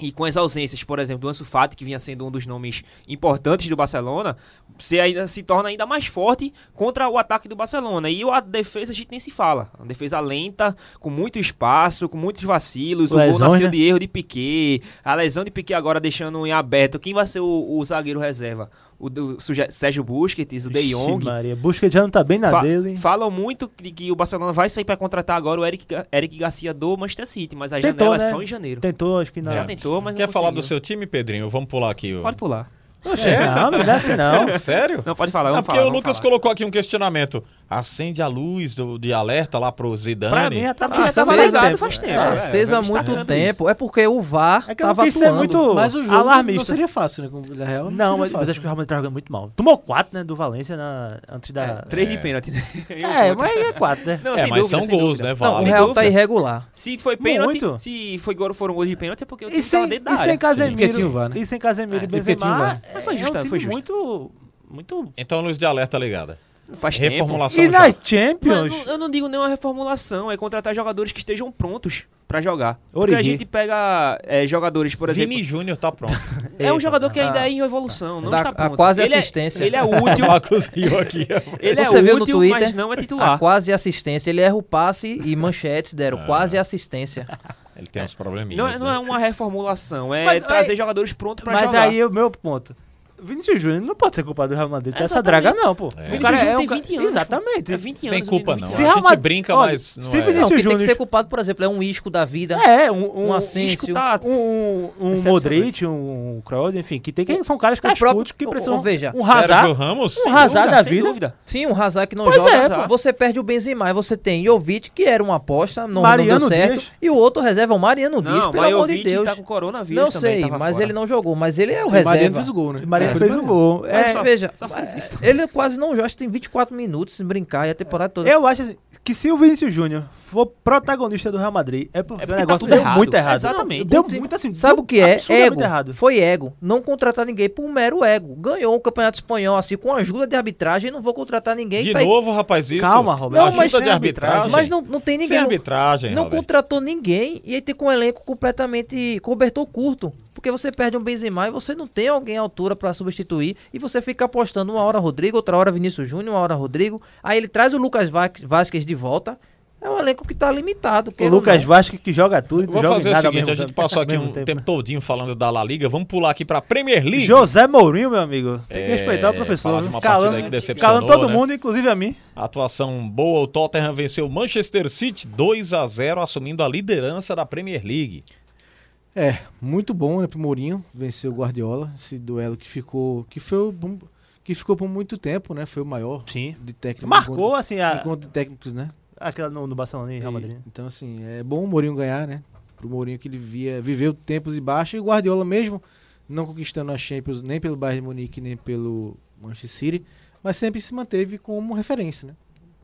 S8: E com as ausências, por exemplo, do Ansu Fati, que vinha sendo um dos nomes importantes do Barcelona, você ainda se torna ainda mais forte contra o ataque do Barcelona. E a defesa a gente nem se fala. Uma defesa lenta, com muito espaço, com muitos vacilos. o gol
S5: Lesões,
S8: nasceu
S5: né?
S8: de erro de Piquet. A lesão de Piquet agora deixando em aberto. Quem vai ser o, o zagueiro reserva? O, do Suje- Sérgio Busquets, o De
S6: Ixi,
S8: Jong.
S6: Maria, Busca já não tá bem na
S8: Fa-
S6: dele.
S8: Falam muito de que o Barcelona vai sair para contratar agora o Eric, Ga- Eric Garcia do Manchester City, mas a
S6: Tentou,
S8: janela é
S6: né?
S8: só em janeiro.
S6: Tentou, acho que não.
S8: Já tentou, mas
S4: Quer
S8: não
S4: falar do
S8: conseguiu.
S4: seu time, Pedrinho? Vamos pular aqui. ó.
S8: Pode pular.
S6: Não, não dá assim não.
S4: Sério?
S8: Não, pode falar,
S4: Ah,
S8: vamos
S4: porque
S8: falar,
S4: o
S8: vamos
S4: Lucas
S8: falar.
S4: colocou aqui um questionamento. Acende a luz do- de alerta lá pro Zidane.
S6: Pra mim já tá
S8: Ah,
S6: já tava
S7: seis-
S6: mais
S8: ligado
S6: tempo.
S8: faz tempo.
S7: Ah,
S8: é,
S7: acesa há
S8: vamos
S7: muito
S8: destacando
S7: tempo. É porque o VAR
S6: É que eu não
S7: tava
S6: quis ser
S7: atuando.
S6: muito
S5: Mas o jogo
S6: alarmista.
S5: não seria fácil, né? Com o Real, não,
S6: Não,
S5: seria
S6: mas, mas
S5: fácil. né?
S6: acho que o Real Madrid tá jogando muito mal. Tomou 4, né, do Valência na, antes da...
S8: É, três de pênalti, né?
S6: É, mas é 4, né?
S8: Não,
S4: É,
S8: sem
S4: mas
S8: dúvida,
S4: são
S8: sem
S4: gols,
S8: dúvida.
S4: né?
S7: Não, o
S4: Válido.
S7: Real tá irregular.
S8: Se foi pênalti,
S6: Muito.
S8: se foi gol, foram gols de pênalti, é porque o time
S6: E
S8: tava
S6: sem,
S8: dentro
S6: e
S8: da área.
S6: sem Casemiro,
S5: Piquetinho vá, né?
S6: e sem Casemiro e
S5: É, Piquetinho
S6: Benzema,
S5: vá.
S6: é,
S8: Foi justo,
S6: é um time
S8: foi justo.
S6: muito... muito...
S4: Então, luz de alerta ligada.
S8: Faz tempo.
S4: Reformulação.
S6: E
S4: já.
S6: nas
S8: um Mas
S6: Champions...
S8: não- eu não digo nenhuma reformulação, é contratar jogadores que estejam prontos pra jogar. Porque
S6: Origi.
S8: a gente pega é, jogadores, por exemplo...
S4: Vini Júnior tá pronto.
S8: É um jogador que ainda
S7: Ah.
S8: é em evolução, não
S7: Dá
S8: está
S7: a
S8: pronto.
S7: quase
S8: Ele é-
S7: assistência.
S8: ele é útil,
S4: Marcos Rio aqui.
S8: ele é
S7: Você viu no
S8: útil,
S7: Twitter? Ah,
S8: mas não é
S7: A
S8: titular. É.
S7: quase assistência. Ele erra o passe e manchetes deram quase assistência.
S4: Ele tem uns probleminhas.
S8: Não, é- não
S4: né?
S8: é uma reformulação, é
S6: Mas,
S8: trazer
S6: é-
S8: jogadores prontos pra
S6: Mas
S8: jogar.
S6: aí é o meu ponto. Vinicius Júnior não pode ser culpado do Real Madrid. Tá essa
S8: Exatamente.
S6: draga, não, pô.
S4: É.
S6: O
S8: Vinícius
S6: cara
S8: Júnior
S6: é
S8: tem
S6: um ca-
S8: 20 anos.
S6: Exatamente.
S8: É 20 anos.
S4: Tem
S8: o
S4: culpa,
S8: menino
S4: não.
S8: tem
S6: Se
S4: A
S6: Real
S4: gente
S6: Madrid-
S4: brinca,
S6: olha,
S4: mas não
S6: se
S4: é.
S7: Não,
S6: Vinícius
S7: que tem que
S6: Júnior-
S7: ser culpado, por exemplo, é um isco da vida.
S6: É, um, um,
S7: Um
S8: O
S7: Asensio.
S8: Isco tá-
S6: um, um
S8: Excepcionalmente.
S6: Modric, um Kroos, enfim, que tem que são caras
S7: próprio-
S6: cascudos que precisam
S7: o- veja,
S6: um
S4: Sérgio
S6: Hazard,
S4: Ramos?
S6: um Hazard da
S8: sem
S6: vida.
S8: dúvida.
S7: Sim, um Hazard que não
S6: Pois
S7: joga.
S6: é,
S7: Hazard.
S6: pô.
S7: você perde o Benzema e você tem Jovic, que era uma aposta, não, não deu
S6: Mariano
S7: certo.
S6: Dias.
S7: E o outro reserva é o Mariano Dias,
S8: Não,
S7: pelo
S8: mas
S7: amor
S8: o
S7: de Deus.
S8: tá com coronavírus
S7: não
S8: também,
S7: sei,
S8: tava
S7: mas
S8: fora.
S7: ele não jogou, mas ele é o
S5: O Mariano
S7: reserva.
S5: fez o gol, né?
S6: E Maria
S5: É,
S6: fez o gol. É,
S7: Mas veja,
S8: só faz isso.
S7: ele quase não joga, acho que tem 24 minutos se brincar e a temporada toda.
S6: eu acho assim, que se o Vinícius Júnior for protagonista do Real Madrid, é porque,
S8: É porque
S6: o
S8: tá
S6: negócio
S8: tudo
S6: deu
S8: errado.
S6: muito errado.
S8: Exatamente.
S6: Deu
S7: O time-
S6: muito assim.
S7: Sabe
S6: deu
S7: o que é?
S6: absurdamente
S7: Ego.
S6: errado.
S7: Foi ego. Não contratar ninguém por mero ego. Ganhou o campeonato espanhol assim com ajuda de arbitragem, não vou contratar ninguém.
S4: De
S7: tá aí.
S4: novo, rapaz, isso.
S6: Calma, Roberto.
S4: Não,
S7: Não, mas
S4: ajuda de
S6: sem
S4: arbitragem.
S6: arbitragem.
S7: Mas não, não tem
S4: Sem
S7: ninguém. não-
S4: arbitragem,
S7: Não
S4: Roberto.
S7: contratou ninguém e aí tem com um elenco completamente cobertor curto. Porque você perde um Benzema e você não tem alguém à altura pra substituir. E você fica apostando uma hora Rodrigo, outra hora Vinícius Júnior, uma hora Rodrigo. Aí ele traz o Lucas Va- Vasquez de volta. É um elenco que tá limitado.
S6: O
S7: queira ou
S6: Lucas
S7: não.
S6: Vasco que joga tudo e não
S4: Vamos
S6: joga
S4: fazer o
S6: nada ao
S4: seguinte,
S6: mesmo
S4: a gente
S6: tempo.
S4: passou aqui
S6: Ao
S4: um
S6: mesmo
S4: tempo todinho falando da La Liga, vamos pular aqui pra Premier League.
S6: José Mourinho, meu amigo. Tem que
S4: É,
S6: respeitar o
S4: falar
S6: professor.
S4: de
S6: né?
S4: uma partida aí que
S6: Calando,
S4: decepcionou,
S6: calando todo
S4: né?
S6: mundo, inclusive a mim.
S4: Atuação boa, o Tottenham venceu o Manchester City 2 a 0 assumindo a liderança da Premier League.
S5: É, muito bom, né, pro Mourinho vencer o Guardiola, esse duelo que ficou, que foi o- que ficou por muito tempo, né? Foi o maior
S6: Sim.
S5: de técnico
S6: Marcou,
S5: enquanto,
S6: assim, a,
S5: enquanto técnicos, né?
S6: Ah, aquela no, no Barcelona e Real Madrid. né?
S5: Então assim, é bom o Mourinho ganhar, né? Pro Mourinho que ele via viveu tempos e baixos e o Guardiola mesmo não conquistando a Champions nem pelo Bayern de Munique nem pelo Manchester City, mas sempre se manteve como referência, né?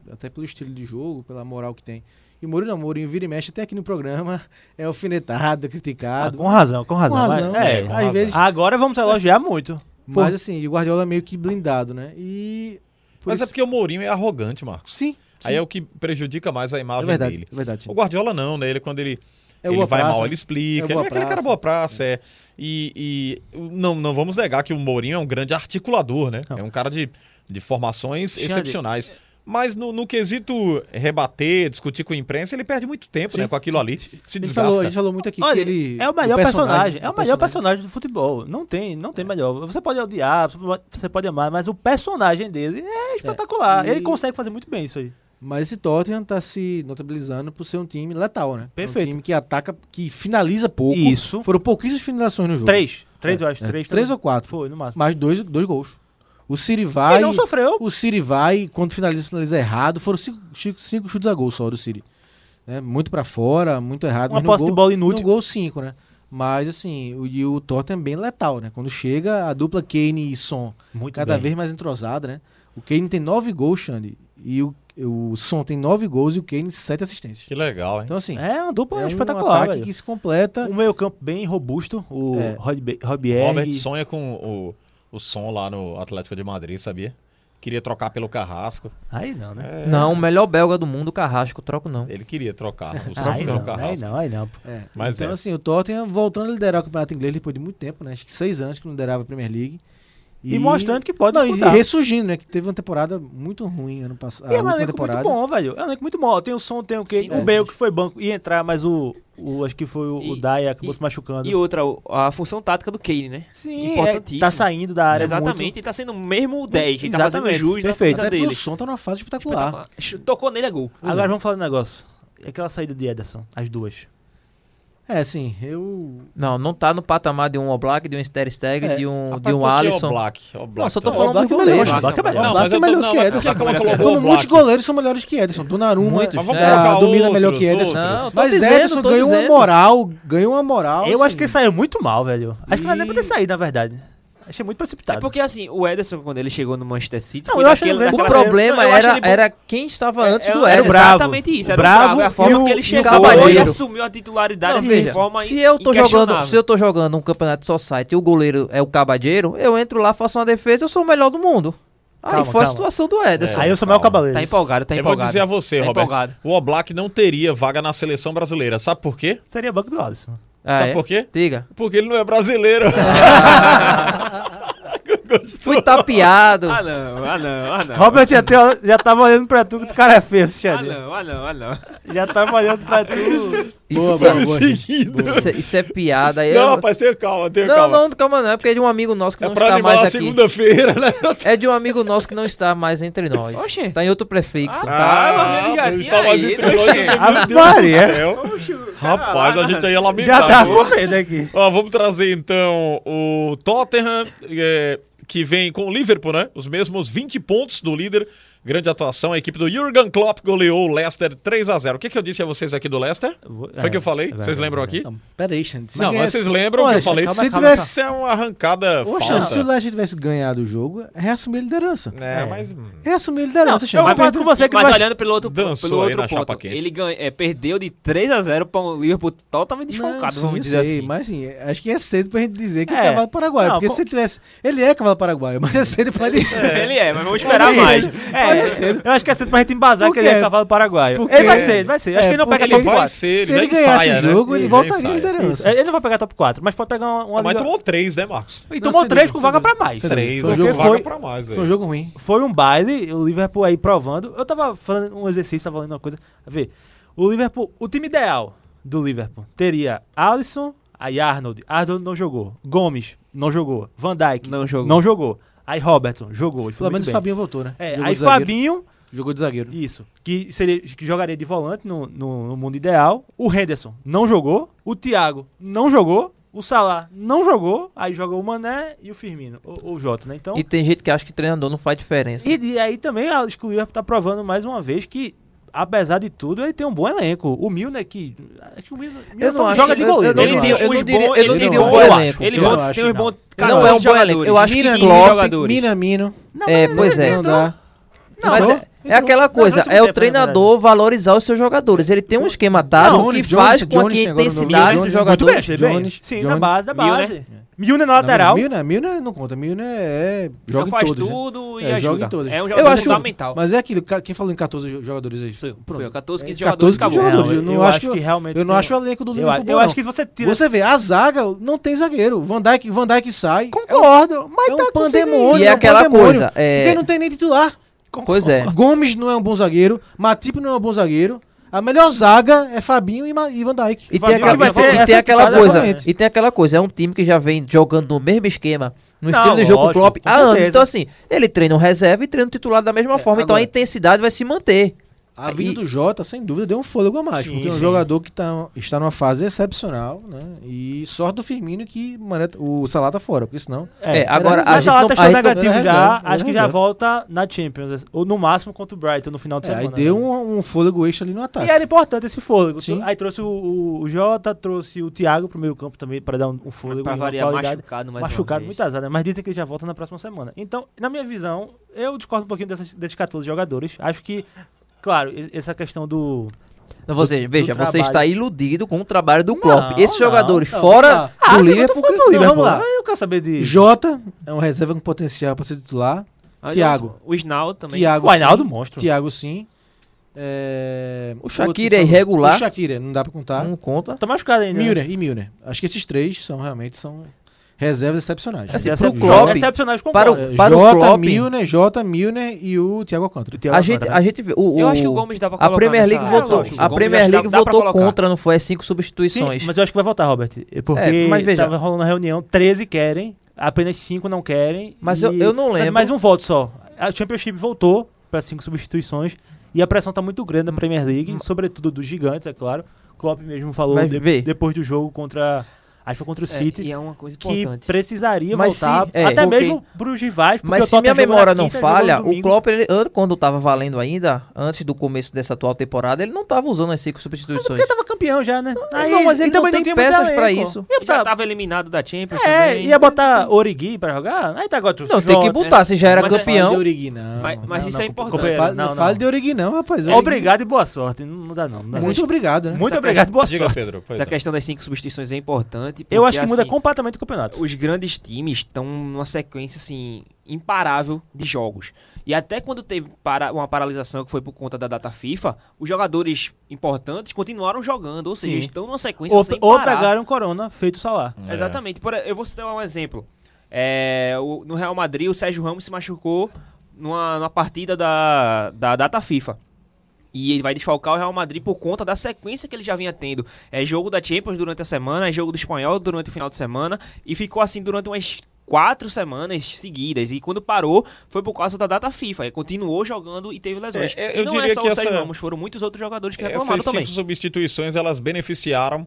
S5: Até pelo estilo de jogo, pela moral que tem. E o Mourinho não, o Mourinho vira e mexe até aqui no programa, é alfinetado, é
S6: Ah,
S5: criticado. né?
S6: com razão, com razão. mas- é.
S4: É, com
S5: às
S4: razão.
S5: vezes
S6: Agora vamos elogiar muito.
S5: Mas assim, o Guardiola é meio que blindado, né? E. por
S4: Mas é
S5: isso-
S4: porque o Mourinho é arrogante, Marcos.
S5: Sim. sim,
S4: Aí é o que prejudica mais a
S5: é
S4: imagem
S5: verdade.
S4: dele.
S5: É verdade.
S4: O Guardiola não, né? Ele quando ele
S5: É
S4: ele
S5: boa
S4: vai
S5: praça,
S4: mal,
S5: né?
S4: ele explica.
S5: É
S4: ele é
S5: boa
S4: aquele cara
S5: praça.
S4: boa praça, é. E, e não, não vamos negar que o Mourinho é um grande articulador, né?
S6: Não.
S4: É um cara de, de formações
S6: Xande.
S4: excepcionais. Mas no, no quesito rebater, discutir com a imprensa, ele perde muito tempo, né? Com aquilo ali. Se
S5: A gente,
S4: desgasta.
S5: falou, a gente falou muito aqui
S6: Olha,
S5: que ele.
S6: é o melhor
S5: do
S6: personagem, É o
S5: do
S6: melhor personagem do futebol. Não tem, não tem melhor. Você pode odiar, você pode- você pode amar, mas o personagem dele é espetacular.
S5: E-
S6: Ele consegue fazer muito bem isso aí.
S5: Mas esse Tottenham tá se notabilizando por ser um time letal, né?
S6: Perfeito.
S5: Um time que ataca, que finaliza pouco.
S6: Isso.
S5: Foram pouquíssimas finalizações no jogo.
S6: Três. Três, eu acho.
S5: É,
S6: Três,
S5: três ou quatro.
S6: Foi, no máximo.
S5: Mais dois, dois gols. O Siri vai.
S6: Ele não sofreu.
S5: O Siri vai, quando finaliza, finaliza errado. Foram cinco, cinco- cinco chutes a gol só do Siri. Né? Muito pra fora, muito errado.
S6: Uma
S5: mas no
S6: posse de
S5: gol-
S6: bola inútil.
S5: No gol, cinco, né? Mas assim, o, e o Tottenham é bem letal, né? Quando chega, a dupla Kane e Son,
S6: Muito
S5: cada
S6: bem.
S5: vez mais entrosada, né? O Kane tem nove gols, Xande. E o, o Son tem nove gols e o Kane sete assistências.
S4: Que legal, hein?
S5: Então assim,
S6: É uma dupla
S5: é um
S6: espetacular.
S5: ataque
S6: velho.
S5: que se completa.
S6: Um meio campo bem robusto. O
S5: É.
S6: Rob-
S4: Robert
S6: Robier.
S4: sonha com o, o som lá no Atlético de Madrid, sabia? Queria trocar pelo Carrasco.
S6: Aí não, né?
S7: Não, o melhor belga do mundo, Carrasco, troco não.
S4: Ele queria trocar. O
S6: Aí,
S4: Santos pelo
S6: não aí
S4: Carrasco.
S6: não, aí não. pô.
S4: Mas
S5: então,
S4: é.
S5: assim, o Tottenham voltando a liderar o campeonato inglês depois de muito tempo, né? Acho que seis anos que não liderava a Premier League.
S6: E mostrando que pode
S5: Não, e
S6: disputar.
S5: ressurgindo, né? Que teve uma temporada muito ruim ano passado.
S6: E é
S5: a
S6: um
S5: última
S6: elenco
S5: temporada.
S6: muito bom, velho. É um elenco muito bom. Tem o som, tem o quê?
S8: Sim,
S6: o
S8: né?
S6: Bale que foi banco ia entrar, mas o, o acho que foi o, o
S8: E-
S6: Daya acabou
S8: e-
S6: se machucando.
S8: E outra, o- a função tática do Kane, né?
S6: Sim, é,
S8: importantíssimo.
S6: tá saindo da área
S8: Exatamente,
S6: muito.
S8: ele tá sendo mesmo o 10, ele tá
S6: Exatamente,
S8: fazendo jus
S6: perfeito.
S8: na presença
S5: Até porque
S8: dele.
S5: o som tá numa fase espetacular.
S8: Espetacular. Tocou nele é gol.
S6: Agora vamos falar do negócio. É Aquela saída de Ederson, as duas.
S5: É, sim, eu.
S7: Não, não tá no patamar de um Oblak, de um Ter Stegen,
S5: É.
S7: de um,
S4: Rapaz,
S7: de
S4: por
S7: um
S4: que o
S7: Alisson.
S4: Black? O Black
S7: Não, só tô
S4: tá-
S5: O
S7: falando
S5: Oblak
S7: do
S5: é melhor.
S7: goleiro.
S5: O
S6: Oblak é melhor.
S4: Não,
S5: Oblak
S4: mas
S5: é
S4: eu tô-
S5: melhor
S4: não,
S5: que
S4: mas
S5: Ederson.
S4: só que ela
S5: Quando
S4: colocou o
S5: muitos
S4: Oblak.
S5: goleiros são melhores que Ederson. Donnarumma
S7: Muitos,
S4: Mas vamos
S7: né?
S4: colocar
S5: ah, domina
S4: outros,
S5: melhor que Ederson.
S4: outros.
S7: Não, tô
S5: Mas
S7: dizendo,
S5: Ederson
S7: tô
S5: ganhou uma
S7: dizendo.
S5: moral. Ganhou uma moral.
S6: Eu acho que ele
S5: assim.
S6: saiu muito mal, velho. Acho que não era nem pra ter
S5: E-
S6: saído, na verdade. Achei muito precipitado.
S8: É porque assim, o Ederson, quando ele chegou no Manchester City,
S6: Não,
S8: foi
S6: eu acho
S8: daquele-
S6: ele um
S7: O
S8: daquela-
S6: Aquela-
S7: problema
S8: Não, eu acho
S7: era,
S8: ele bom-
S7: era quem estava antes
S8: é-
S7: do
S8: era
S7: Ederson.
S6: bravo.
S8: Exatamente isso, era o
S6: Bravo
S8: bravo, é a
S6: e
S8: forma
S6: o-
S8: que ele
S6: e o
S8: chegou
S7: Cavaleiro.
S8: e assumiu a titularidade
S7: Não,
S8: dessa
S7: veja,
S8: forma
S7: se eu tô
S8: inquestionável.
S7: jogando, se eu tô jogando um campeonato só site e o goleiro é o cabadeiro, eu entro lá, faço uma defesa, eu sou o melhor do mundo. Aí
S6: Calma,
S7: foi a
S6: calma. É.
S7: situação do Ederson.
S6: Aí o Samuel
S4: Calma.
S6: Cavaleiro.
S8: Tá empolgado, tá
S4: Eu vou
S8: empolgado.
S4: dizer a você,
S8: Tá
S4: Roberto.
S8: empolgado.
S4: O Oblak não teria vaga na seleção brasileira. Sabe por quê?
S6: Seria banco do Alisson.
S7: Ah,
S4: Sabe
S7: é?
S4: por quê?
S7: Diga.
S4: Porque ele não é brasileiro.
S7: Fui tapeado.
S8: Ah não, ah não, ah não.
S6: Robert já, tem, já tava olhando pra tu que o cara é feio,
S8: Ah
S6: Xande.
S8: não, ah não, ah não.
S6: Já tava olhando pra tu.
S7: Isso,
S5: boa,
S7: é-
S5: boa.
S4: Seguindo.
S7: isso é, isso é piada. Eu-
S4: Não, rapaz, tenha calma, tenha
S7: não,
S4: calma.
S7: não, calma, não. É porque é de um amigo nosso que
S4: É
S7: não
S4: pra
S7: está
S4: animar
S7: mais
S4: a
S7: aqui.
S4: segunda-feira, né?
S7: É de um amigo nosso que não está mais entre nós.
S8: Oxê.
S7: Tá em outro
S4: Ah,
S7: prefixo.
S8: tá, mas ele já
S4: ele
S8: tinha
S4: tá mais
S8: ido,
S4: entre nós.
S8: oxê.
S4: Meu Deus do
S6: Ah, Maria.
S4: céu. Rapaz, a gente aí é ia lamentar.
S6: Já tá
S4: viu?
S6: com medo aqui.
S4: Ó, vamos trazer então o Tottenham, é, que vem com o Liverpool, né? Os mesmos 20 pontos do líder. Grande atuação. A equipe do Jurgen Klopp goleou o Leicester 3 a 0 O que, que eu disse a vocês aqui do Leicester? Foi o que eu falei? Vocês lembram aqui?
S5: Não, peraí, Xande. se
S4: Não, mas
S5: ganhasse-
S4: vocês lembram que
S5: Olha,
S4: eu falei?
S5: Se
S4: Se
S5: tivesse.
S4: tivesse uma arrancada
S5: Poxa, se o
S4: falsa.
S5: Leicester tivesse ganhado o jogo, é reassumir a liderança.
S4: É, mas.
S5: Reassumir a liderança,
S6: Eu
S5: Xande.
S6: concordo com você que
S8: Mas
S6: vai...
S8: olhando pelo outro,
S4: Dançou
S8: pelo
S4: aí
S8: outro
S4: na chapa
S8: ponto,
S4: quente.
S8: ele ganha, é, perdeu de 3x0 para um Liverpool totalmente desfalcado,
S5: Não, sim,
S8: vamos
S5: eu
S8: dizer
S5: sei,
S8: assim.
S5: Mas assim, é- acho que é cedo pra gente dizer que é,
S6: É.
S5: cavalo paraguaio.
S6: Não,
S5: porque
S6: com-
S5: se tivesse. Ele é cavalo paraguaio, mas é cedo pra dizer.
S8: Ele é, mas vamos esperar mais.
S5: Olha
S6: É,
S5: cedo.
S6: eu acho que é cedo pra gente embasar
S5: Por
S6: que ele é
S5: quê?
S6: cavalo paraguaio.
S5: Por
S6: Ele
S5: quê?
S6: vai ser, ele vai ser. Acho
S5: É,
S6: que ele não pega
S5: porque
S6: top
S4: Ele vai
S6: 4.
S4: ser, ele
S5: se
S4: nem
S5: ele ganhasse
S4: saia,
S5: o jogo,
S4: né?
S5: ele
S4: nem
S5: voltaria à
S4: saia.
S5: liderança.
S6: Ele não vai pegar top 4, mas pode pegar uma, uma
S4: Mas
S6: liga-
S4: tomou 3, né, Marcos?
S6: E tomou
S5: Ah, Não,
S6: 3
S5: sem
S6: com
S5: dúvida,
S6: vaga
S5: sem
S6: pra
S5: dúvida.
S6: mais. tá
S5: Sem
S4: Três,
S5: Foi um
S4: um
S5: jogo-
S4: jogo
S6: foi-
S4: vaga pra mais.
S5: Foi
S4: aí.
S5: um jogo ruim.
S6: Foi um baile, o Liverpool aí provando. Eu tava falando um exercício, tava falando uma coisa. A ver, o Liverpool, o time ideal do Liverpool teria Alisson, aí Arnold. Arnold não jogou. Gomes, não jogou. Van Dijk,
S8: Não jogou.
S6: Não jogou. Aí Robertson, jogou. ele foi
S5: Pelo
S6: muito
S5: menos o
S6: bem.
S5: Fabinho voltou, né?
S6: É,
S5: Jogou
S6: aí
S5: de zagueiro.
S6: Fabinho,
S5: Jogou de zagueiro.
S6: isso, que, seria, que jogaria de volante no, no- no mundo ideal. O Henderson não jogou. O Thiago não jogou. O Salah não jogou. Aí joga o Mané e o Firmino, ou o Jota, né? Então,
S7: E tem gente que acha que treinador não faz diferença.
S6: e, de- aí também a Excluir tá provando mais uma vez que, apesar de tudo, ele tem um bom elenco. O Milner, que. Acho que o Milner, Milner
S7: não
S6: não
S7: acho-
S6: joga de
S7: eu- eu
S6: goleiro.
S7: não
S6: Ele
S8: Ele
S7: acho.
S6: tem-
S8: tem
S7: eu
S8: uns
S7: não diria-
S8: bons,
S7: eu não
S8: ele tem
S7: diria um
S8: um
S7: bom
S8: bom
S7: elenco.
S8: elenco. Ele
S5: é Eu
S8: bom-
S5: não
S8: tem
S5: acho,
S8: uns bons
S7: não.
S8: cara,
S7: Não é um
S8: bons
S7: bom
S8: jogadores.
S7: elenco. Eu acho que
S8: 15
S7: Klopp,
S8: jogadores.
S5: Minamino.
S7: é, pois é.
S5: Não dá.
S7: Mas
S5: Não,
S7: é, é aquela coisa,
S6: último
S7: é o
S6: tempo,
S7: treinador valorizar os seus jogadores. Ele tem um esquema dado
S5: Não,
S7: que
S5: Jones,
S7: faz com
S5: Jones
S7: que a
S5: chegou no
S7: intensidade
S5: Milner,
S7: dos
S5: Jones.
S6: Muito bem,
S7: jogadores.
S6: achei bem.
S5: Jones,
S6: Sim,
S5: Jones.
S6: na base, da
S8: Milner.
S6: base. Milner na lateral.
S5: Milner, Milner não conta. Milner é.
S8: Então
S5: Joga em
S8: faz
S5: todos, né?
S8: tudo e
S5: É, joga em
S8: ajuda.
S5: todos.
S8: É um
S7: Eu
S8: jogador
S7: acho-
S8: fundamental.
S5: Mas é aquilo, ca- quem falou em 14 jo- jogadores aí?
S8: Sou eu. Foi,
S5: Pronto.
S8: 14, 15
S5: É,
S8: jogadores,
S5: 14
S8: acabou.
S5: jogadores. eu não acho que-
S6: realmente.
S5: Eu não
S6: tem- um-
S5: acho o elenco do
S6: eu,
S5: Liverpool.
S6: a- eu
S5: bom,
S6: acho
S5: não.
S6: que você tira. assim,
S5: Você vê, a zaga não tem zagueiro. Van Dijk, Van Dijk sai.
S6: Concordo, mas
S5: é um
S6: tá
S5: pandemônio.
S7: E é
S5: um
S7: aquela
S5: pandemônio,
S7: coisa, é-
S5: Porque não tem nem titular.
S7: Pois é.
S5: Gomes não é um bom zagueiro. Matip não é um bom zagueiro. A melhor zaga é Fabinho e, Ma- e Van Dijk.
S7: E
S6: Vai
S7: tem,
S6: ver
S7: aquela,
S6: que vai ser
S7: e tem
S6: essa
S7: aquela
S5: fase
S7: coisa,
S5: atualmente.
S7: e tem aquela coisa, é um time que já vem jogando no mesmo esquema, no
S6: Não,
S7: estilo de jogo
S6: lógico,
S7: Klopp
S6: com
S7: há anos.
S6: certeza.
S7: Então assim, ele treina o reserva e treina o titular da mesma forma, então a
S5: agora-
S7: intensidade vai se manter.
S5: A
S7: E-
S5: vinda do Jota, sem dúvida, deu um fôlego a mais, porque é um jogador que tá, está numa fase excepcional, né? E sorte do Firmino que mano, o Salah tá fora, porque senão.
S7: É, agora a
S6: Mas
S7: gente
S6: a lá
S7: não é
S6: testou
S7: a gente-
S6: negativo
S5: era
S6: já.
S5: reserva, era
S6: acho que já
S5: reserva.
S6: volta na Champions. Ou no máximo contra o Brighton no final de
S5: É, aí
S6: semana. né?
S5: deu um, um fôlego extra ali no
S8: É.
S6: E
S5: ataque.
S6: era importante esse fôlego.
S5: Sim.
S6: Aí trouxe o, o, o Jota, trouxe o Thiago pro meio campo também para dar um, um fôlego.
S8: Pra
S6: uma
S8: variar,
S6: qualidade.
S8: machucado mais uma
S6: Machucado,
S8: vez.
S6: muito azar, né? Mas dizem que ele já volta na próxima semana. Então, na minha visão, eu discordo um pouquinho dessas, desses 14 jogadores. Acho que, claro, e- essa questão do.
S7: Então, você, veja, você
S6: trabalho.
S7: está iludido com o trabalho do Klopp. Esses
S6: não, Ah,
S7: jogadores
S5: não, não
S7: fora
S5: tá.
S7: do
S6: você
S7: Liverpool,
S6: botou fã do
S5: Não,
S6: Liverpool.
S5: vamos lá.
S6: Eu quero saber de.
S5: Jota é um reserva com potencial para ser titular.
S8: Anderson,
S5: Thiago.
S8: O Snaldo também.
S5: Thiago
S6: O Ainaldo,
S5: sim.
S6: monstro.
S5: Thiago sim. É,
S7: O Shakira
S5: outro que
S7: é
S5: falou-
S7: irregular.
S5: O Shakira, não dá pra contar.
S7: Não conta.
S6: Tá machucado ainda. né?
S5: Milner e Milner. Acho que esses três são realmente são reservas excepcionais.
S7: Assim,
S5: É,
S7: pro
S6: Excepcionais-
S7: Klopp-
S6: Excepcionais com
S7: para o-
S5: Jota,
S7: para Klopp-
S5: Milner, Jota, Milner e o Thiago Alcântara.
S7: A gente, a gente vê. O,
S8: Eu
S7: o-
S8: acho que o Gomes dá pra
S7: A
S8: colocar
S7: Premier
S8: nessa-
S7: League
S8: É,
S7: votou.
S8: lógico, o
S7: A
S8: Gomes
S7: Premier
S8: acho que
S7: League
S8: dá- dá pra
S7: votou
S8: colocar.
S7: contra, não foi? As cinco substituições.
S6: mas eu acho que vai voltar, Robert. É Porque
S7: É, mas veja-
S6: tava rolando a reunião, 13 querem, apenas 5 não querem.
S7: Mas eu- eu não lembro.
S6: Mas um voto só. A Championship voltou para cinco substituições e a pressão tá muito grande na Premier
S7: Hum.
S6: League, sobretudo dos gigantes, é claro. Klopp mesmo falou
S7: Mas
S6: de-
S7: vê.
S6: depois do jogo contra. Acho que foi contra
S8: É,
S6: o City.
S8: e é uma coisa
S6: que
S8: importante.
S6: precisaria
S7: Mas se-
S6: voltar,
S7: é,
S6: até
S7: ok.
S6: mesmo pros rivais. Porque
S7: Mas
S6: o
S7: se
S6: Tottenham
S7: minha
S6: jogou na
S7: memória não
S6: quinta, jogou no
S7: falha, o
S6: domingo.
S7: Klopp, ele, an- quando tava valendo ainda, antes do começo dessa atual temporada, ele não tava usando as cinco substituições.
S6: Porque tava campeão já, né?
S7: não, mas ele não
S6: também
S7: tem
S6: muito
S7: peças pra
S6: elenco.
S7: isso.
S6: Ia
S8: Ele já
S6: botar-
S8: tava eliminado da Champions
S6: É,
S8: também.
S6: ia botar Origi pra jogar? Aí tá agora tu
S7: Não, tem que botar, se já era
S8: Mas é-
S5: Fale de
S7: campeão.
S5: Origi, não.
S8: Mas- mas isso é importante.
S5: Não, fale,
S6: Não,
S5: não
S6: não.
S5: fale de Origi, não, rapaz. Origi-
S6: Obrigado e boa sorte. Não, não dá não. não dá
S5: Muito
S6: não.
S5: obrigado, né?
S6: Muito
S8: Essa
S6: obrigado, boa
S4: Diga,
S6: sorte.
S4: Pedro. pois
S8: Essa
S4: não.
S8: questão das cinco substituições é importante.
S6: é. Eu acho que
S8: porque,
S6: muda
S8: assim,
S6: completamente o campeonato.
S8: Os grandes times estão numa sequência assim imparável de jogos. E até quando teve para uma paralisação que foi por conta da data FIFA, os jogadores importantes continuaram jogando, ou seja,
S6: Sim.
S8: estão numa sequência
S6: Ou,
S8: sem
S6: ou
S8: parar.
S6: pegaram um corona, feito salar.
S4: É.
S8: Exatamente. Por, eu vou citar um exemplo. É, o- no Real Madrid, o Sérgio Ramos se machucou numa, numa partida da, da data FIFA. E ele vai desfalcar o Real Madrid por conta da sequência que ele já vinha tendo. É jogo da Champions durante a semana, é jogo do Espanhol durante o final de semana. E ficou assim durante umas quatro semanas seguidas. E quando parou, foi por causa da data FIFA. E continuou jogando e teve lesões.
S4: É, é, eu
S8: Não é
S4: diria
S8: só
S4: que
S8: o Sérgio
S4: essa- É,
S8: Ramos, foram muitos outros jogadores que
S4: Essas
S8: reclamaram
S4: cinco
S8: também.
S4: substituições, elas beneficiaram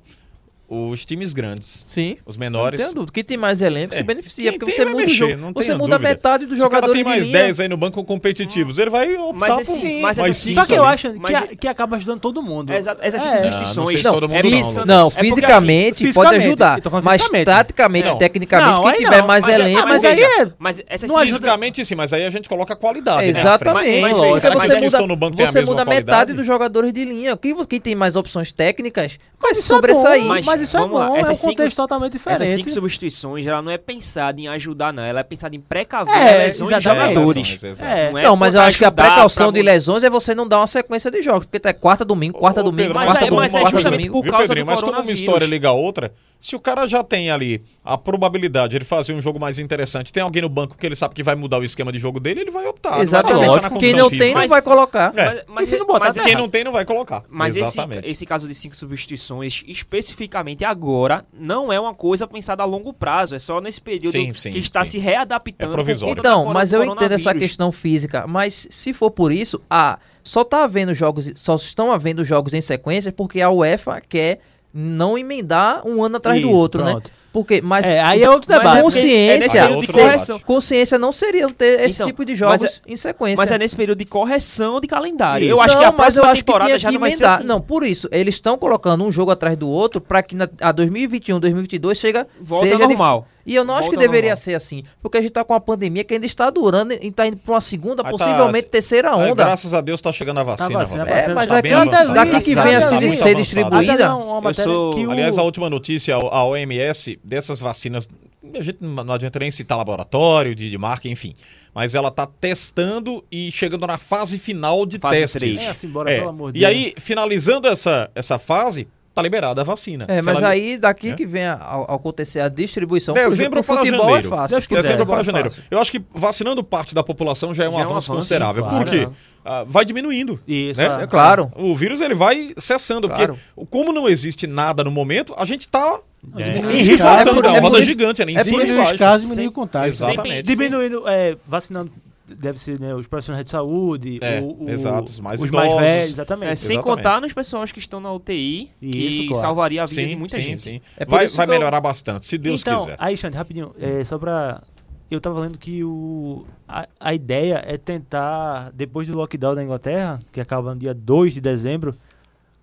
S4: os times grandes.
S7: Sim.
S4: Os
S7: Não
S4: menores...
S7: tem dúvida. Quem tem mais elenco
S4: É.
S7: se beneficia,
S4: Quem
S7: porque
S4: tem
S7: você
S4: vai
S7: muda o
S4: mexer,
S7: jogo.
S4: não
S7: Você
S4: tenha
S7: muda
S4: dúvida.
S7: metade dos
S4: Se o cara
S7: jogadores
S4: tem mais
S7: de linha.
S4: 10 aí no banco competitivos, ele vai optar
S8: Mas
S4: por um
S8: esse- mas
S4: mais
S8: essa-
S4: cinco
S6: Só que eu
S4: ali.
S6: acho que,
S8: Mas-
S6: a- que acaba ajudando todo mundo.
S8: É, Exato, essas cinco
S6: É.
S4: Ah, não sei
S8: substituições.
S4: se todo mundo
S8: é
S4: não,
S8: fis-
S4: né?
S7: Não,
S8: é porque,
S7: fisicamente,
S6: assim,
S7: pode
S6: fisicamente,
S7: ajudar.
S6: eu tô falando
S7: Mas
S6: fisicamente.
S7: taticamente,
S4: Não.
S7: tecnicamente,
S6: Não,
S7: quem
S6: aí
S7: tiver
S6: não,
S7: mais
S8: mas é-
S5: ah,
S7: elenco.
S6: mas aí é-
S8: Mas essas
S6: Não
S8: cinco-
S6: ajuda-
S4: Fisicamente sim, mas aí a gente coloca a qualidade. né, à frente.
S7: é Exatamente.
S8: Mas- mas-
S7: Porque
S8: mas- mas-
S7: você
S8: mas-
S4: estão no banco,
S7: muda,
S4: tem a
S7: você
S4: mesma
S7: muda
S4: qualidade?
S7: metade dos jogadores de linha. Quem, quem tem mais opções técnicas vai
S6: Isso é
S7: sobressair.
S6: bom,
S8: Mas-
S6: mas isso é
S8: vamos lá,
S6: bom, é um
S8: essas
S6: contexto
S8: cinco-
S6: totalmente
S8: Essas cinco
S6: diferente.
S8: substituições, ela não é pensada em ajudar, não. Ela é pensada em precaver
S6: É,
S8: lesões de
S6: exatamente.
S8: jogadores.
S4: É, exato.
S6: É.
S8: é
S7: não, mas eu
S8: pra
S7: acho que a
S8: ajudar,
S7: precaução
S8: pra
S7: de lesões é você não dar uma sequência de jogos, porque tá quarta domingo, quarta
S4: Ô,
S7: domingo,
S4: Pedro,
S8: mas
S7: quarta
S8: é-
S4: como-
S7: domingo,
S8: mas é
S7: quarta
S8: justamente
S7: domingo.
S8: por
S4: Viu,
S8: causa
S4: Pedrinho?
S8: do
S4: Mas como uma
S8: coronavírus.
S4: história liga a outra, se o cara já tem ali a probabilidade de ele fazer um jogo mais interessante, tem alguém no banco que ele sabe que vai mudar o esquema de jogo dele, ele vai optar.
S7: Exatamente.
S4: Não vai pensar na
S7: Lógico, quem
S4: condição
S7: não tem
S4: física.
S7: não
S8: Mas-
S7: vai colocar.
S4: É.
S8: Mas, mas,
S6: E se não botar,
S8: mas
S6: tá
S4: Quem
S8: essa-
S4: não tem não vai colocar.
S8: mas esse,
S4: Exatamente.
S8: esse caso de cinco substituições, especificamente agora, não é uma coisa pensada a longo prazo. É só nesse período
S4: Sim, sim,
S8: que está
S4: sim.
S8: se readaptando.
S4: É provisório.
S8: por conta da
S7: Então,
S8: corona-
S7: mas eu entendo essa
S8: coronavírus.
S7: questão física, mas se for por isso, ah, só tá havendo jogos, só estão havendo jogos em sequência porque a UEFA quer não emendar um ano atrás do
S6: Isso,
S7: outro,
S6: pronto.
S7: né? Porque, mas
S6: É, aí é outro
S7: mas
S6: debate.
S7: consciência,
S4: É nesse período de
S7: ser-
S4: correção.
S7: consciência não seria ter esse
S8: Então,
S7: tipo de
S8: mas
S7: jogos em
S8: Mas
S7: sequência.
S8: é nesse período de correção de calendário. Eu
S7: Não,
S8: acho que a
S7: mas eu
S8: próxima
S7: acho que
S8: temporada
S7: tinha
S8: já
S7: que
S8: não vai ser
S7: emendar.
S8: assim.
S7: Não, por isso, eles estão colocando um jogo atrás do outro para que na, a 2021, 2022 chega,
S8: Volta
S7: seja de-
S8: normal.
S7: E eu não acho que
S8: Volta
S7: deveria
S8: normal.
S7: ser assim, porque a gente tá com uma pandemia que ainda está durando e tá indo para uma segunda,
S4: Aí tá-
S7: possivelmente terceira
S4: É,
S7: onda.
S4: graças a Deus tá chegando a vacina.
S6: Tá vacina,
S4: Roberto.
S6: a vacina
S7: mas
S4: tá
S7: é
S4: bem
S7: que-
S4: avançada,
S7: daqui que vem a
S4: tá
S7: se-
S4: muito
S7: ser
S4: avançada.
S7: distribuída,
S6: Até não, é uma matéria
S8: sou-
S6: que o-
S4: Aliás, a última notícia, a a OMS, dessas vacinas, a gente não não adianta nem citar laboratório, de, de marca, enfim. Mas ela está testando e chegando na fase final de
S8: Fase
S4: testes.
S8: três.
S6: É, simbora, pelo amor de
S4: e
S6: Deus.
S4: aí, finalizando essa, essa fase, tá liberada a vacina.
S7: É,
S4: Se
S7: mas
S4: ela-
S7: aí então, daqui
S4: É?
S7: que vem a, a- a acontecer a distribuição.
S4: Dezembro
S7: Pro
S4: para
S7: futebol
S4: janeiro.
S7: é fácil.
S6: Deus quiser.
S4: Dezembro
S7: Futebol
S4: para
S7: é
S4: janeiro.
S7: fácil.
S4: Eu acho que vacinando parte da população já é um,
S8: Já é um
S4: avanço,
S8: avanço,
S4: considerável.
S8: claro.
S4: Por quê? Ah, vai diminuindo.
S6: Isso,
S4: né?
S6: é.
S7: É claro.
S4: O vírus ele vai cessando,
S7: Claro.
S4: porque como não existe nada no momento, a gente tá
S5: Diminui
S4: E
S5: os
S4: rifotando,
S5: casos,
S7: é por-
S4: a
S7: é
S4: roda
S7: por-
S4: gigante, né? Em
S5: É
S4: cima
S5: por
S4: de
S5: isso os
S4: baixo.
S5: casos diminuem o contágio.
S4: Exatamente.
S6: Diminuindo, é, vacinando, deve ser né, os profissionais de saúde,
S4: É,
S6: o, o-
S4: exato, os mais idosos.
S6: velhos,
S8: É,
S6: exatamente.
S8: sem
S4: Exatamente.
S8: contar nos pessoas que estão na UTI,
S6: Isso,
S8: que
S6: claro.
S8: salvaria a vida
S4: Sim,
S8: de muita
S4: sim,
S8: gente.
S4: sim.
S7: É por
S4: vai
S7: isso
S4: vai
S7: que eu-
S4: melhorar bastante, se Deus
S6: então,
S4: quiser.
S6: aí, Xande, rapidinho, é, só pra. Eu tava lendo que o, a, a ideia é tentar, depois do lockdown da Inglaterra, que acaba no dia 2 de dezembro,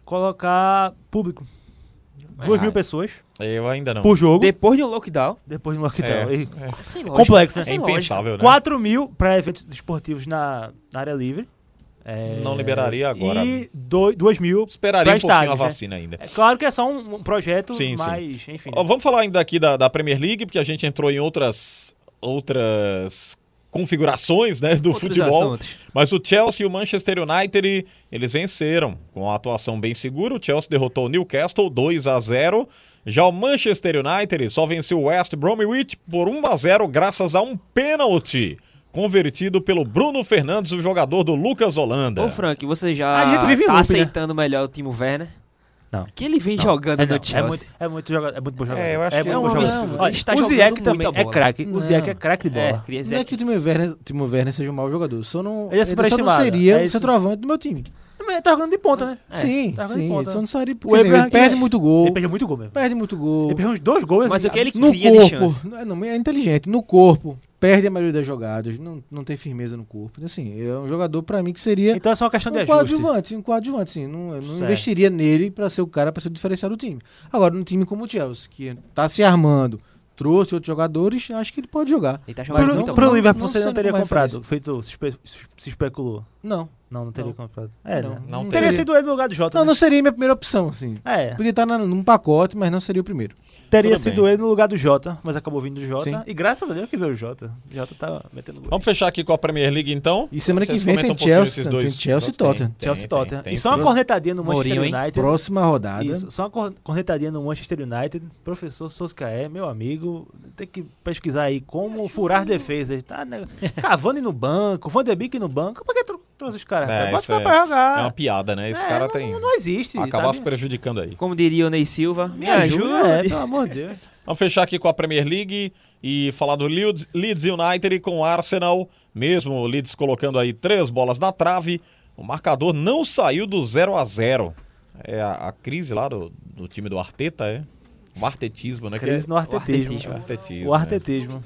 S6: colocar público. Duas mil pessoas
S4: Eu ainda não.
S6: por jogo,
S8: Depois de um lockdown,
S6: depois do lockdown.
S4: É,
S6: E-
S7: Tá
S8: assim,
S6: Complexo, né?
S4: é impensável, né?
S6: 4 mil pra eventos esportivos na, na área livre. É,
S4: Não liberaria agora.
S6: E 2 mil.
S4: Esperaria
S6: pra
S4: um pouquinho a
S6: estádios, né?
S4: vacina ainda.
S6: É claro que é só um, um projeto,
S4: Sim, sim.
S6: mas enfim.
S4: Ó, vamos falar ainda aqui da, da Premier League, porque a gente entrou em outras outras configurações né, do
S8: Outros
S4: futebol.
S8: assuntos.
S4: Mas o Chelsea e o Manchester United, eles venceram. Com uma atuação bem segura, o Chelsea derrotou o Newcastle 2 a 0. Já o Manchester United só venceu o West Bromwich por 1 a 0 graças a um pênalti convertido pelo Bruno Fernandes, o jogador do Lucas Holanda.
S8: Ô, Frank, você já
S6: A gente vive em
S8: tá
S6: loop, né?
S8: aceitando melhor o Timo Werner?
S6: Não.
S8: Que ele vem jogando
S6: É, não,
S8: no
S6: é
S8: Chelsea.
S6: muito, é muito jogador, é muito bom jogador.
S4: É, eu acho que
S6: muito
S4: é um
S6: bom jogador.
S8: absurdo.
S6: Olha,
S8: Ele está
S6: o
S8: jogando
S6: Ziyech também
S8: muita
S6: é
S8: bola.
S6: craque. O
S5: Não.
S6: Ziyech é craque de
S8: É,
S6: bola.
S8: queria
S5: Não é
S8: dizer
S5: que o Timo Werner, Timo Werner seja um mau jogador. Só não,
S6: Ele é
S5: só não
S6: superestimado.
S5: seria
S6: É
S5: o
S6: isso.
S5: centroavante do meu time.
S6: Mas ele tá jogando de ponta, né?
S5: sim,
S6: tá jogando de
S5: sim.
S6: ponta.
S5: Ele só não seria.
S6: O
S5: Porque assim,
S6: Abraham
S5: ele perde
S6: é-
S5: muito gol.
S6: Ele perdeu muito gol mesmo.
S5: Perde muito
S6: Ele
S5: gol.
S6: perdeu uns dois gols.
S8: Mas
S6: assim,
S8: o que ele
S5: no
S8: cria de chance.
S5: corpo. Não, é- não, é inteligente. No corpo. Perde a maioria das jogadas. Não, não tem firmeza no corpo. Assim, é um jogador pra mim que seria
S6: Então é só uma questão de
S5: um
S6: ajuste.
S5: coadjuvante. Um coadjuvante, sim. Não, eu não
S6: Certo.
S5: investiria nele pra ser o cara, pra ser o diferencial do time. Agora, num time como o Chelsea, que tá se armando, trouxe outros jogadores, acho que ele pode jogar.
S8: Ele tá jogando
S5: Mas
S6: Pro,
S8: muito
S5: não-
S6: pro
S5: não-
S6: Liverpool
S5: não
S6: você não
S5: sendo
S6: teria
S5: uma
S6: comprado, feito se, espe- se especulou.
S5: Não.
S6: Não, não teria
S5: Não.
S6: comprado. É,
S5: não,
S6: né?
S4: não
S5: não
S4: teria.
S6: Teria
S5: seria.
S6: sido ele no lugar do Jota.
S5: Não,
S6: né?
S5: não seria a minha primeira opção, assim.
S6: É.
S5: Podia estar na- num pacote, mas não seria o primeiro.
S6: Teria
S4: Tudo
S6: sido
S4: bem.
S6: ele no lugar do Jota, mas acabou vindo do Jota.
S5: Sim.
S6: E graças a Deus que veio o Jota. O Jota tá metendo gol.
S4: Vamos fechar aqui com a Premier League então.
S5: E semana que
S4: Vocês
S5: vem
S4: comentam
S5: tem
S4: um pouquinho
S5: Chelsea, então
S4: esses
S5: tem
S4: dois.
S5: Chelsea e
S4: Tem,
S5: Tottenham.
S4: tem,
S6: Chelsea e
S4: tem,
S6: Tottenham.
S4: tem
S6: E só uma
S4: sim.
S6: cornetadinha no Manchester
S8: Mourinho, hein?
S6: United.
S5: Próxima rodada.
S6: Isso, só uma cor- cornetadinha no Manchester United. Professor Soscaé, meu amigo, tem que pesquisar aí como furar
S7: é.
S6: defesas. Tá, né? Cavani no banco, Van de Beek no banco. Por que tro- trouxe os caras?
S4: É,
S6: Bota
S4: isso
S6: pra
S4: é-
S6: pra
S4: É
S6: jogar.
S4: uma piada, né? Esse
S6: É,
S4: cara
S6: não,
S4: tem.
S6: Não existe.
S4: acabar
S6: sabe?
S4: se prejudicando aí.
S8: Como diria o Ney Silva, me, ajuda.
S6: É, pelo amor de Deus.
S4: Vamos fechar aqui com a Premier League e falar do Leeds, Leeds United com o Arsenal. Mesmo o Leeds colocando aí três bolas na trave, o marcador não saiu do 0 a 0 É a, a crise lá do, do time do Arteta, é? O artetismo, né? que
S6: Crise
S4: é-
S6: no artetismo.
S4: O artetismo. né?
S6: O artetismo.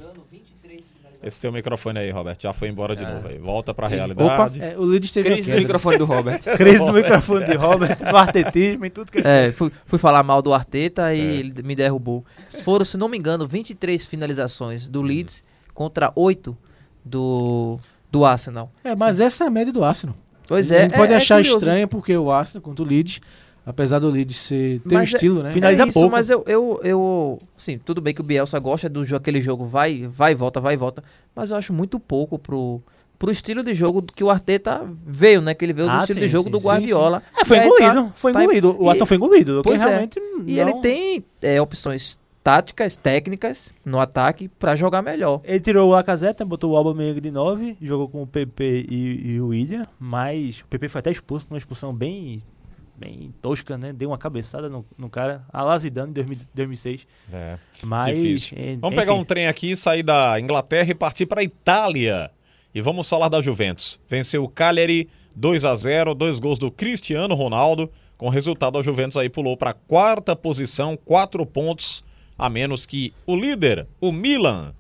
S4: é. Esse teu microfone aí, Roberto, já foi embora
S6: É.
S4: de novo aí. Volta pra
S5: Opa,
S4: realidade.
S5: é, o Leeds teve uma
S8: Crise no
S5: queda.
S8: microfone do Robert.
S6: Crise no microfone de Robert, no artetismo e tudo que
S7: É, fui, fui falar mal do Arteta e
S6: É.
S7: ele me derrubou. Foram, se não me engano, 23 finalizações do Leeds contra 8 do, do Arsenal.
S5: É, mas essa é a média do Arsenal.
S7: Pois
S5: A
S7: é.
S5: gente pode
S7: é- é
S5: achar
S7: curioso.
S5: estranho porque o Arsenal contra o Leeds, apesar do Leeds ser, ter um
S7: Mas é-
S5: estilo, né?
S6: Finaliza
S7: é isso,
S6: pouco.
S7: mas eu, eu, eu. Sim, tudo bem que o Bielsa gosta do jogo, aquele jogo vai, vai e volta, vai e volta. Mas eu acho muito pouco pro, pro estilo de jogo que o Arteta veio, né? Que ele veio do
S6: Ah,
S7: estilo
S6: sim,
S7: de jogo
S6: sim,
S7: do
S6: sim,
S7: Guardiola.
S6: É, foi
S7: E aí
S6: engolido. Foi
S7: tá-
S6: engolido. O
S7: e-
S6: Aston foi engolido.
S7: Pois
S6: que
S7: é.
S6: realmente
S7: E
S6: não-
S7: ele tem é, opções táticas, técnicas no ataque pra jogar melhor.
S6: Ele tirou o Lacazette, né, botou o Aubameyang de 9, jogou com o PP e, e o William, mas o PP foi até expulso, uma expulsão bem bem tosca, né? Deu uma cabeçada no, no cara, a la Zidane em 2000 2006,
S4: É.
S6: mas...
S4: Difícil.
S6: é,
S4: Vamos
S6: enfim.
S4: pegar um trem aqui, sair da Inglaterra e partir para Itália. E vamos falar da Juventus. Venceu o Cagliari 2 a 0, dois gols do Cristiano Ronaldo. Com resultado, a Juventus aí pulou para a quarta posição, quatro pontos a menos que o líder, o Milan.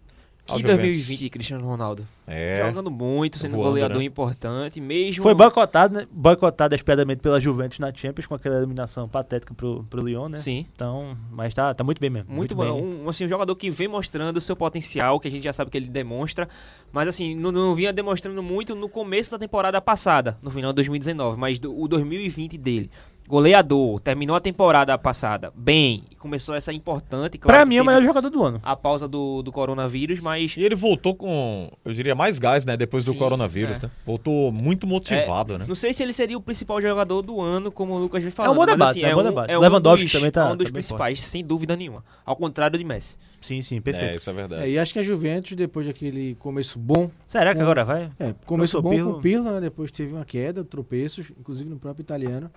S4: A
S8: Que
S4: Juventus-
S8: 2020 de Cristiano Ronaldo.
S4: É.
S8: Jogando muito, sendo um
S4: Voando,
S8: goleador
S4: né?
S8: importante, mesmo.
S2: um-
S6: Foi boicotado, né? boicotado espiadamente pela Juventus na Champions, com aquela eliminação patética pro, pro Lyon, né?
S8: Sim.
S6: Então, mas tá, tá muito bem mesmo.
S8: Muito,
S6: bem.
S8: bom. Um, assim, um jogador que vem mostrando o seu potencial, que a gente já sabe que ele demonstra, mas assim, não, não vinha demonstrando muito no começo da temporada passada, no final de 2019, mas do- o 2020 dele. Goleador, terminou a temporada passada bem, e começou essa importante. Claro
S6: pra
S8: que
S6: mim é o
S8: teve
S6: melhor jogador do ano.
S8: A pausa do, do coronavírus, mas.
S4: E ele voltou com, eu diria, mais gás, né? Depois do
S8: Sim,
S4: coronavírus,
S8: é.
S4: né? Voltou muito motivado, né?
S8: Não sei se ele seria o principal jogador do ano, como o Lucas vem falando.
S6: É um bom
S8: mas,
S6: debate,
S8: assim,
S6: é um bom
S8: um-
S6: debate.
S8: um
S6: Lewandowski
S8: dos-
S6: também tá-
S8: É um dos
S6: tá bem
S8: principais, sem dúvida nenhuma. Ao contrário de Messi.
S6: Sim, sim,
S4: É,
S6: perfeito.
S4: isso é verdade.
S5: É, e acho que a Juventus, depois daquele começo bom,
S6: Será que
S5: Um-
S6: agora vai?
S5: é, começo
S6: Professor
S5: bom
S6: Pirlo.
S5: com o Pirlo, né? Depois teve uma queda, tropeços, inclusive no próprio italiano,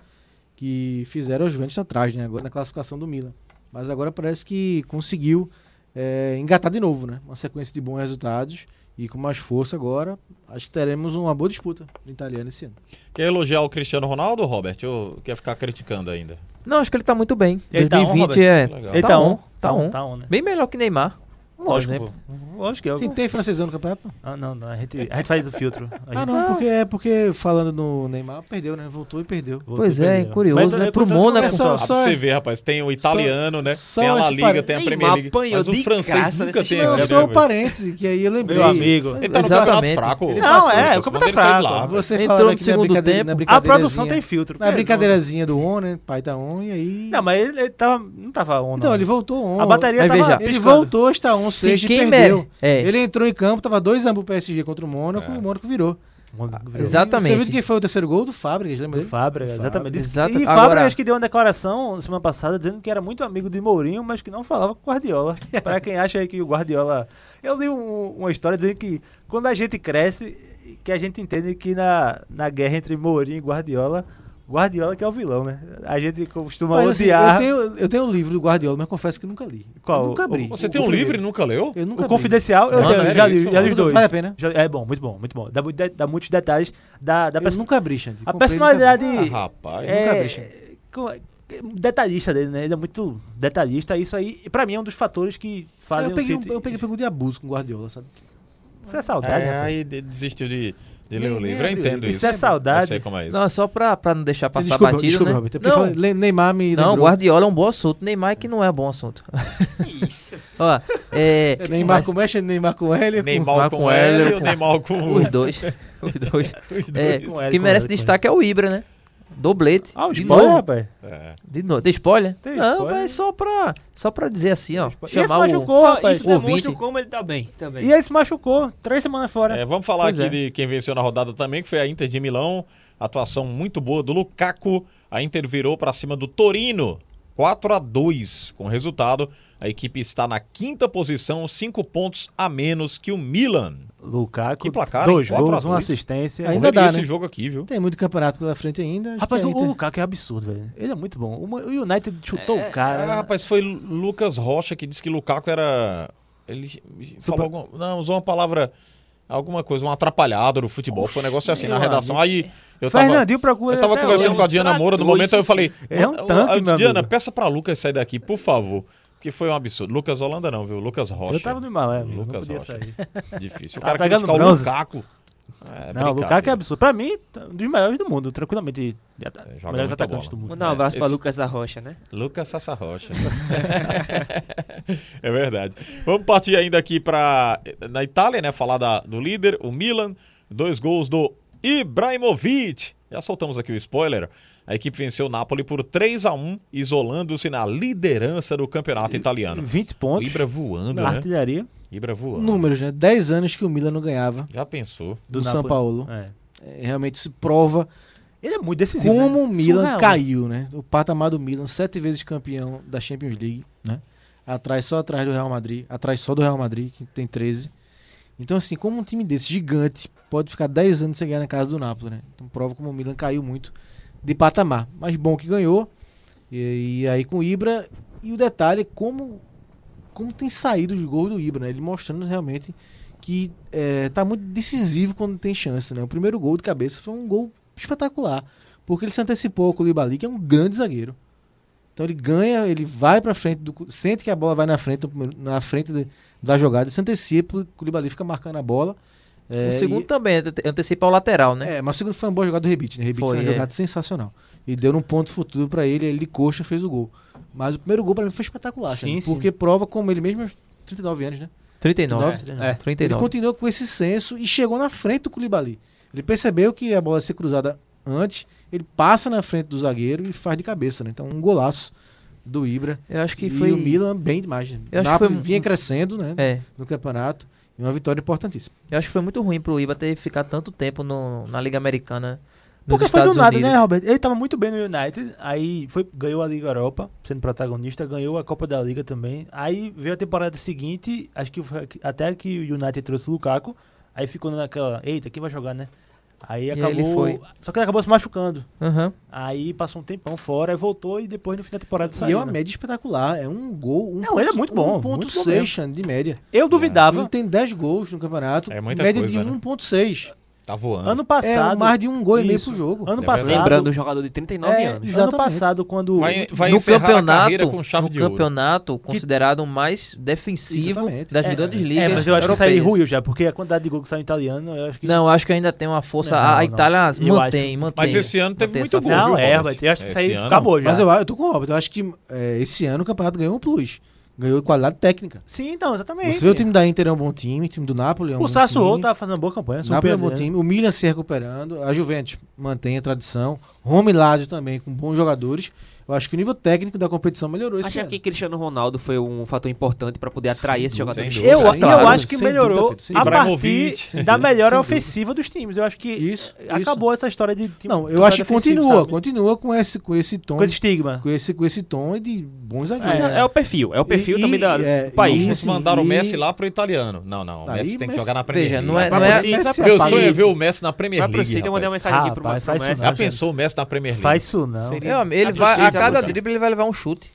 S5: que fizeram a Juventus atrás, né? Agora na classificação do Milan. Mas agora parece que conseguiu é, engatar de novo, né? Uma sequência de bons resultados e com mais força agora, acho que teremos uma boa disputa no italiano esse ano.
S4: Quer elogiar o Cristiano Ronaldo, Robert? Ou quer ficar criticando ainda?
S7: Não, acho que ele tá muito bem.
S6: Ele tá on,
S7: 2020
S6: Robert?
S7: é.
S4: Legal.
S6: Ele tá on.
S7: Tá on.
S6: Tá on, né?
S7: Bem melhor que Neymar.
S6: Lógico,
S7: exemplo.
S6: pô. Lógico que é.
S5: Tem, tem francesão no campeonato?
S6: Ah, não, não. A gente, a gente faz o filtro. A gente
S5: Ah, não, porque é porque falando no Neymar, perdeu, né? Voltou e perdeu.
S6: voltou
S7: Pois
S6: e
S7: é,
S6: perdeu.
S7: curioso,
S6: Mas
S7: né?
S6: eu-
S7: Pro
S6: eu-
S7: Mônaco.
S6: eu-
S5: Só-
S4: Ah,
S5: só-
S4: pra você ver, rapaz, tem o italiano, né?
S5: só
S4: Tem a La
S5: esse
S4: Liga,
S5: parênteses.
S4: tem a Premier
S8: Neymar
S4: League.
S8: apanhou
S4: Mas o
S8: de
S4: francês
S8: graça
S4: nunca
S8: nesse
S4: tem.
S5: Não,
S4: né,
S5: só um
S4: velho?
S5: parêntese, que aí eu lembrei.
S6: Meu amigo.
S4: Ele tá no campeonato
S7: Exatamente.
S4: fraco.
S6: Não, é, o
S4: campeonato
S6: campeonato é fraco.
S4: Lá, velho.
S5: Você
S7: Entrou
S5: falando
S7: no
S5: aqui
S7: segundo
S5: na brincadeira,
S7: tempo.
S5: na
S6: A produção tá tem
S5: brincadeirazinha-
S6: filtro.
S5: Na É, brincadeirazinha do On, né? Pai tá On, e aí.
S6: É, Não, mas ele, ele tava, não tava on,
S5: Então,
S6: não.
S5: ele voltou on.
S6: A bateria
S7: Aí
S6: tava
S7: veja,
S5: Ele
S6: piscando.
S5: voltou, está on um
S7: tá Se
S5: sexto e
S7: quem
S5: perdeu.
S7: mere- é.
S5: Ele entrou em campo, tava 2x1 pro PSG contra o Mônaco, o Mônaco virou. Você viu
S7: Exatamente.
S5: quem foi o terceiro gol do Fábricas, lembra dele?
S6: Fábio, exatamente. Diz-
S7: Exata-
S6: E
S7: Agora-
S6: Fábio acho que deu uma declaração semana passada dizendo que era muito amigo de Mourinho, mas que não falava com o Guardiola. Para quem acha aí que o Guardiola. Eu li um- uma história dizendo que quando a gente cresce, que a gente entende que na, na guerra entre Mourinho e Guardiola, Guardiola que é o vilão, né? A gente costuma
S5: Mas, assim,
S6: odiar.
S5: eu, tenho, eu tenho o livro do Guardiola, mas confesso que nunca li.
S6: Qual?
S5: Eu nunca abri.
S4: Você
S5: O-
S4: tem
S5: o
S4: um livro e
S5: primeiro.
S4: nunca leu?
S5: Eu nunca
S6: O
S5: abri.
S6: confidencial, eu
S4: Não,
S6: tenho,
S4: sério
S6: já li,
S4: isso?
S6: já li os
S5: Vale
S6: dois.
S5: a pena?
S6: Já- é bom, muito bom, muito bom. Dá, mu- dá- dá muitos detalhes da, da
S5: Eu
S6: perso-
S5: nunca abri, Xande.
S6: A
S5: Comprei,
S6: personalidade
S5: nunca abri.
S4: Ah, rapaz.
S5: nunca
S6: é,
S5: deixa.
S6: co- é detalhista dele, né? Ele é muito detalhista. Isso aí, pra mim, é um dos fatores que fazem
S5: eu
S6: o
S5: peguei, um,
S6: City.
S5: eu peguei um pouco de abuso com o Guardiola, sabe?
S6: Isso é saudade,
S4: É,
S6: rapaz.
S4: aí de- desistiu de, de ler
S5: Nem-
S4: o
S5: nem
S4: livro. Eu
S5: abriu.
S4: entendo isso.
S6: Isso é saudade.
S4: Eu sei como é isso.
S7: Não, é só pra, pra não deixar passar
S5: desculpa,
S7: batido,
S5: desculpa,
S7: né?
S5: Robert. é porque
S7: não,
S5: fala- Le- Neymar me
S7: não,
S5: lembrou.
S7: Guardiola é um bom assunto. Neymar é que não é bom assunto.
S8: Isso.
S7: Ó, é,
S5: É Neymar com Mesh, Neymar com Hélio.
S4: Nem
S5: com-
S4: mal com
S7: com
S4: L,
S7: L,
S4: nem mal com
S7: Os dois. Os dois. É,
S6: Com L,
S7: quem
S6: com
S7: merece
S6: L, com
S7: destaque é o Ibra, né? Doblete.
S6: Ah, o
S7: de
S6: spoiler,
S7: novo.
S6: rapaz.
S4: É.
S7: De novo. Tem spoiler?
S6: Tem
S7: não,
S6: spoiler.
S7: mas só pra, só pra dizer assim, ó.
S6: E esse
S7: Chamar
S6: machucou,
S7: o.
S8: Só,
S6: rapaz.
S8: isso demonstra
S7: ouvinte.
S8: o como ele tá bem também.
S6: E ele se machucou, três semanas fora.
S4: É, vamos falar
S6: Pois
S4: aqui
S6: é.
S4: de quem venceu na rodada também, que foi a Inter de Milão. Atuação muito boa do Lukaku. A Inter virou para cima do Torino. 4 a 2 com resultado. A equipe está na quinta posição, cinco pontos a menos que o Milan.
S6: Lukaku,
S4: Que placar, hein?
S6: dois
S4: Quatro a
S6: gols, uma
S4: dois.
S6: assistência.
S5: Ainda
S4: Eu veria
S5: dá,
S4: esse
S5: né?
S4: jogo aqui, viu?
S5: Tem muito campeonato pela frente ainda. acho
S6: Rapaz,
S5: que
S6: o,
S5: a Inter-
S6: o Lukaku é absurdo, velho. Ele é muito bom. O Ma- o United chutou o
S4: Ah,
S6: cara.
S4: rapaz, foi Lucas Rocha que disse que Lukaku era. Ele falou alguma- Não, usou uma palavra. Alguma coisa, um atrapalhado do futebol. foi um negócio assim
S6: meu
S4: na redação. Aí eu tava.
S6: Fernandinho procura.
S4: Eu tava
S6: até
S4: conversando
S6: hoje.
S4: com a Diana Moura no
S8: tratou
S4: momento, aí eu
S8: isso,
S4: falei.
S6: É um
S4: "Ah,
S6: tanque,
S4: ah,
S6: meu
S4: Diana,
S6: amigo."
S4: peça pra Lucas sair daqui, por favor. Porque foi um absurdo. Lucas Holanda não, viu? Lucas Rocha.
S6: Eu tava no Himalaya, amigo, não
S4: Lucas
S6: podia
S4: Rocha.
S6: sair.
S4: Difícil. O cara
S6: Tava
S4: queria
S6: pegando
S4: ficar o
S6: bronze.
S4: Lukaku. É,
S6: Não, o Lukaku é absurdo. Pra mim, tá um dos melhores do mundo, tranquilamente.
S4: É, joga
S6: melhores
S4: muita
S6: atacantes
S4: bola.
S6: do mundo.
S8: Mandar um abraço
S4: É,
S8: pra
S4: esse-
S8: Lucas Arrocha, né?
S4: Lucas Sassa Rocha. é verdade. Vamos partir ainda aqui para na Itália, né? Falar da- do líder, o Milan. Dois gols do Ibrahimovic. Já soltamos aqui o spoiler. A equipe venceu o Napoli por 3 a 1 isolando-se na liderança do campeonato italiano.
S6: 20
S4: O
S6: pontos.
S4: Ibra voando, né?
S6: artilharia
S4: Ibra voando.
S5: Números, né? 10 anos que o Milan não ganhava
S4: Já pensou?
S5: do,
S6: Napoli.
S5: São Paulo.
S6: É.
S5: É, realmente se prova
S6: Ele é muito decisivo.
S5: como o
S6: né?
S5: Milan
S6: Surreal.
S5: caiu, né? O patamar do Milan, sete vezes campeão da Champions League, né? Atrás, só atrás do Real Madrid, atrás só do Real Madrid, que tem 13. Então, assim, como um time desse gigante pode ficar 10 anos sem ganhar na casa do Napoli, né? Então prova como o Milan caiu muito de patamar. Mas bom que ganhou. E, e aí com o Ibra. E o detalhe é como, como tem saído os gols do Ibra, né? Ele mostrando realmente que é, tá muito decisivo quando tem chance, né? O primeiro gol de cabeça foi um gol espetacular. Porque ele se antecipou ao Koulibaly, que é um grande zagueiro. Então ele ganha, ele vai pra frente, do, Cou- sente que a bola vai na frente, no primeiro- na frente de- da jogada, e se antecipa, o Koulibaly fica marcando a bola. É,
S7: O segundo
S5: e-
S7: também, ante- antecipa o lateral, né?
S5: é, mas o segundo foi uma boa jogada do Rebite, né? Rebite foi
S7: Foi,
S5: uma
S7: é.
S5: jogada sensacional. E deu num ponto futuro pra ele, ele de coxa fez o gol. Mas o primeiro gol pra mim foi espetacular,
S6: Sim,
S5: sabe?
S6: sim.
S5: porque prova como ele mesmo aos 39 anos, né?
S7: 39.
S6: 39.
S7: É,
S5: Ele
S7: 39.
S5: continuou com esse senso e chegou na frente do Koulibaly. Ele percebeu que a bola ia ser cruzada antes, ele passa na frente do zagueiro e faz de cabeça, né? Então, um golaço do Ibra.
S7: Eu acho que
S5: e
S7: foi.
S5: o Milan bem demais. né?
S7: Eu acho que
S5: Napoli
S7: foi um-
S5: vinha crescendo, né?
S7: É.
S5: No campeonato. E uma vitória importantíssima.
S7: Eu acho que foi muito ruim pro Iba ter ficado tanto tempo no- na Liga Americana. né? Nos
S6: Porque foi do
S7: Estados
S6: nada,
S7: Unidos.
S6: né, Robert? Ele tava muito bem no United, aí foi, ganhou a Liga Europa, sendo protagonista, ganhou a Copa da Liga também. Aí veio a temporada seguinte, acho que foi aqui- até que o United trouxe o Lukaku, aí ficou naquela, eita, quem vai jogar, né? Aí
S7: aí ele
S6: acabou.
S7: foi.
S6: Só que ele acabou se machucando.
S7: Aham.
S6: Aí passou um tempão fora, aí voltou e depois no fim da temporada saiu.
S5: e é uma
S6: né?
S5: média espetacular. É um gol. Um
S6: Não, ele é muito bom, muito bom
S5: 1.6
S6: mesmo.
S5: Xande, de média.
S6: Eu duvidava.
S5: Ele tem 10 gols no campeonato.
S4: É muita
S5: média
S4: coisa,
S5: de
S4: né?
S5: 1.6
S4: Tá
S7: Ah,
S4: voando.
S6: Ano passado.
S5: É mais de um gol e meio
S6: Isso.
S5: por jogo.
S6: Ano
S4: É
S6: passado.
S4: verdade.
S8: Lembrando, um jogador de 39
S6: é,
S8: anos.
S5: Exatamente.
S6: Ano passado, quando. É,
S4: Vai, vai
S7: no
S4: encerrar a
S7: campeonato,
S4: carreira com chave
S7: no
S4: de ouro.
S7: campeonato considerado o mais defensivo
S5: Exatamente.
S7: das
S6: É,
S7: grandes
S6: é,
S7: ligas.
S6: É, mas eu acho que isso aí
S7: europeias.
S6: ruiu já, porque a quantidade de gol que saiu em italiano, eu acho que.
S7: Não, acho que ainda tem uma força.
S6: Não,
S7: a-
S6: não.
S7: a Itália
S6: Eu
S7: mantém, mantém.
S4: Mas esse ano teve
S7: mantém
S4: muito
S7: essa
S4: gol.
S7: força.
S6: Não,
S4: viu,
S6: é,
S4: Robert?
S6: Robert, eu acho que isso aí
S4: Esse ano-
S6: acabou já.
S5: Mas eu, eu tô com o Robert. Eu acho que é, esse ano o campeonato ganhou um plus. Ganhou qualidade técnica.
S6: Sim, então, exatamente.
S5: Você vê o time da Inter é um bom time, o time do Napoli é um
S6: O
S5: bom
S6: Sassuolo
S5: time.
S6: tá fazendo uma boa campanha.
S5: O Napoli é um bom
S6: surpreendendo.
S5: time, o Milan se recuperando, a Juventus mantém a tradição, Roma e Lazio também com bons jogadores. Eu acho que o nível técnico da competição melhorou esse
S8: Acha
S5: ano.
S6: é.
S8: que Cristiano Ronaldo foi um fator importante pra poder atrair esses jogadores?
S4: sem
S6: Eu,
S4: dúvida.
S6: e
S5: Claro,
S6: eu acho que
S5: sem
S6: melhorou
S5: dúvida, Pedro, sem
S6: a
S4: dúvida.
S6: partir
S4: Ibrahimovic,
S6: da melhora
S5: dúvida.
S6: ofensiva dos times. Eu acho que
S5: Isso,
S6: acabou essa história de time
S5: Não, eu
S6: todo
S5: acho que
S6: um defensivo,
S5: continua,
S6: sabe?
S5: continua com esse, com esse tom,
S6: Com esse
S5: de-
S6: estigma.
S5: com esse, com esse tom de bons zagueiros.
S8: É, é o perfil, é o perfil
S5: E-
S8: também da,
S5: é,
S8: do país.
S5: e-
S8: né?
S4: Eles mandaram o
S5: e-
S4: Messi lá pro italiano. Não, não. O
S5: Aí,
S4: Messi tem que
S5: Messi-
S4: jogar na Premier
S7: Veja,
S4: League.
S7: não é.
S5: Pra
S7: Não é
S5: você- Messi é
S4: Meu
S5: favorito.
S4: sonho é ver o Messi na Premier
S8: Vai
S4: League.
S8: pro City, eu mandei uma
S4: rapaz.
S8: mensagem aqui pro,
S6: Rapaz,
S8: pro
S6: faz isso
S8: Messi.
S4: Já
S6: Não,
S4: pensou o Messi na Premier League?
S6: Faz isso não.
S7: Meu amigo, É, ele
S8: A
S7: vai, a
S8: torcida
S7: cada
S8: aguçada.
S7: drible ele vai levar um chute.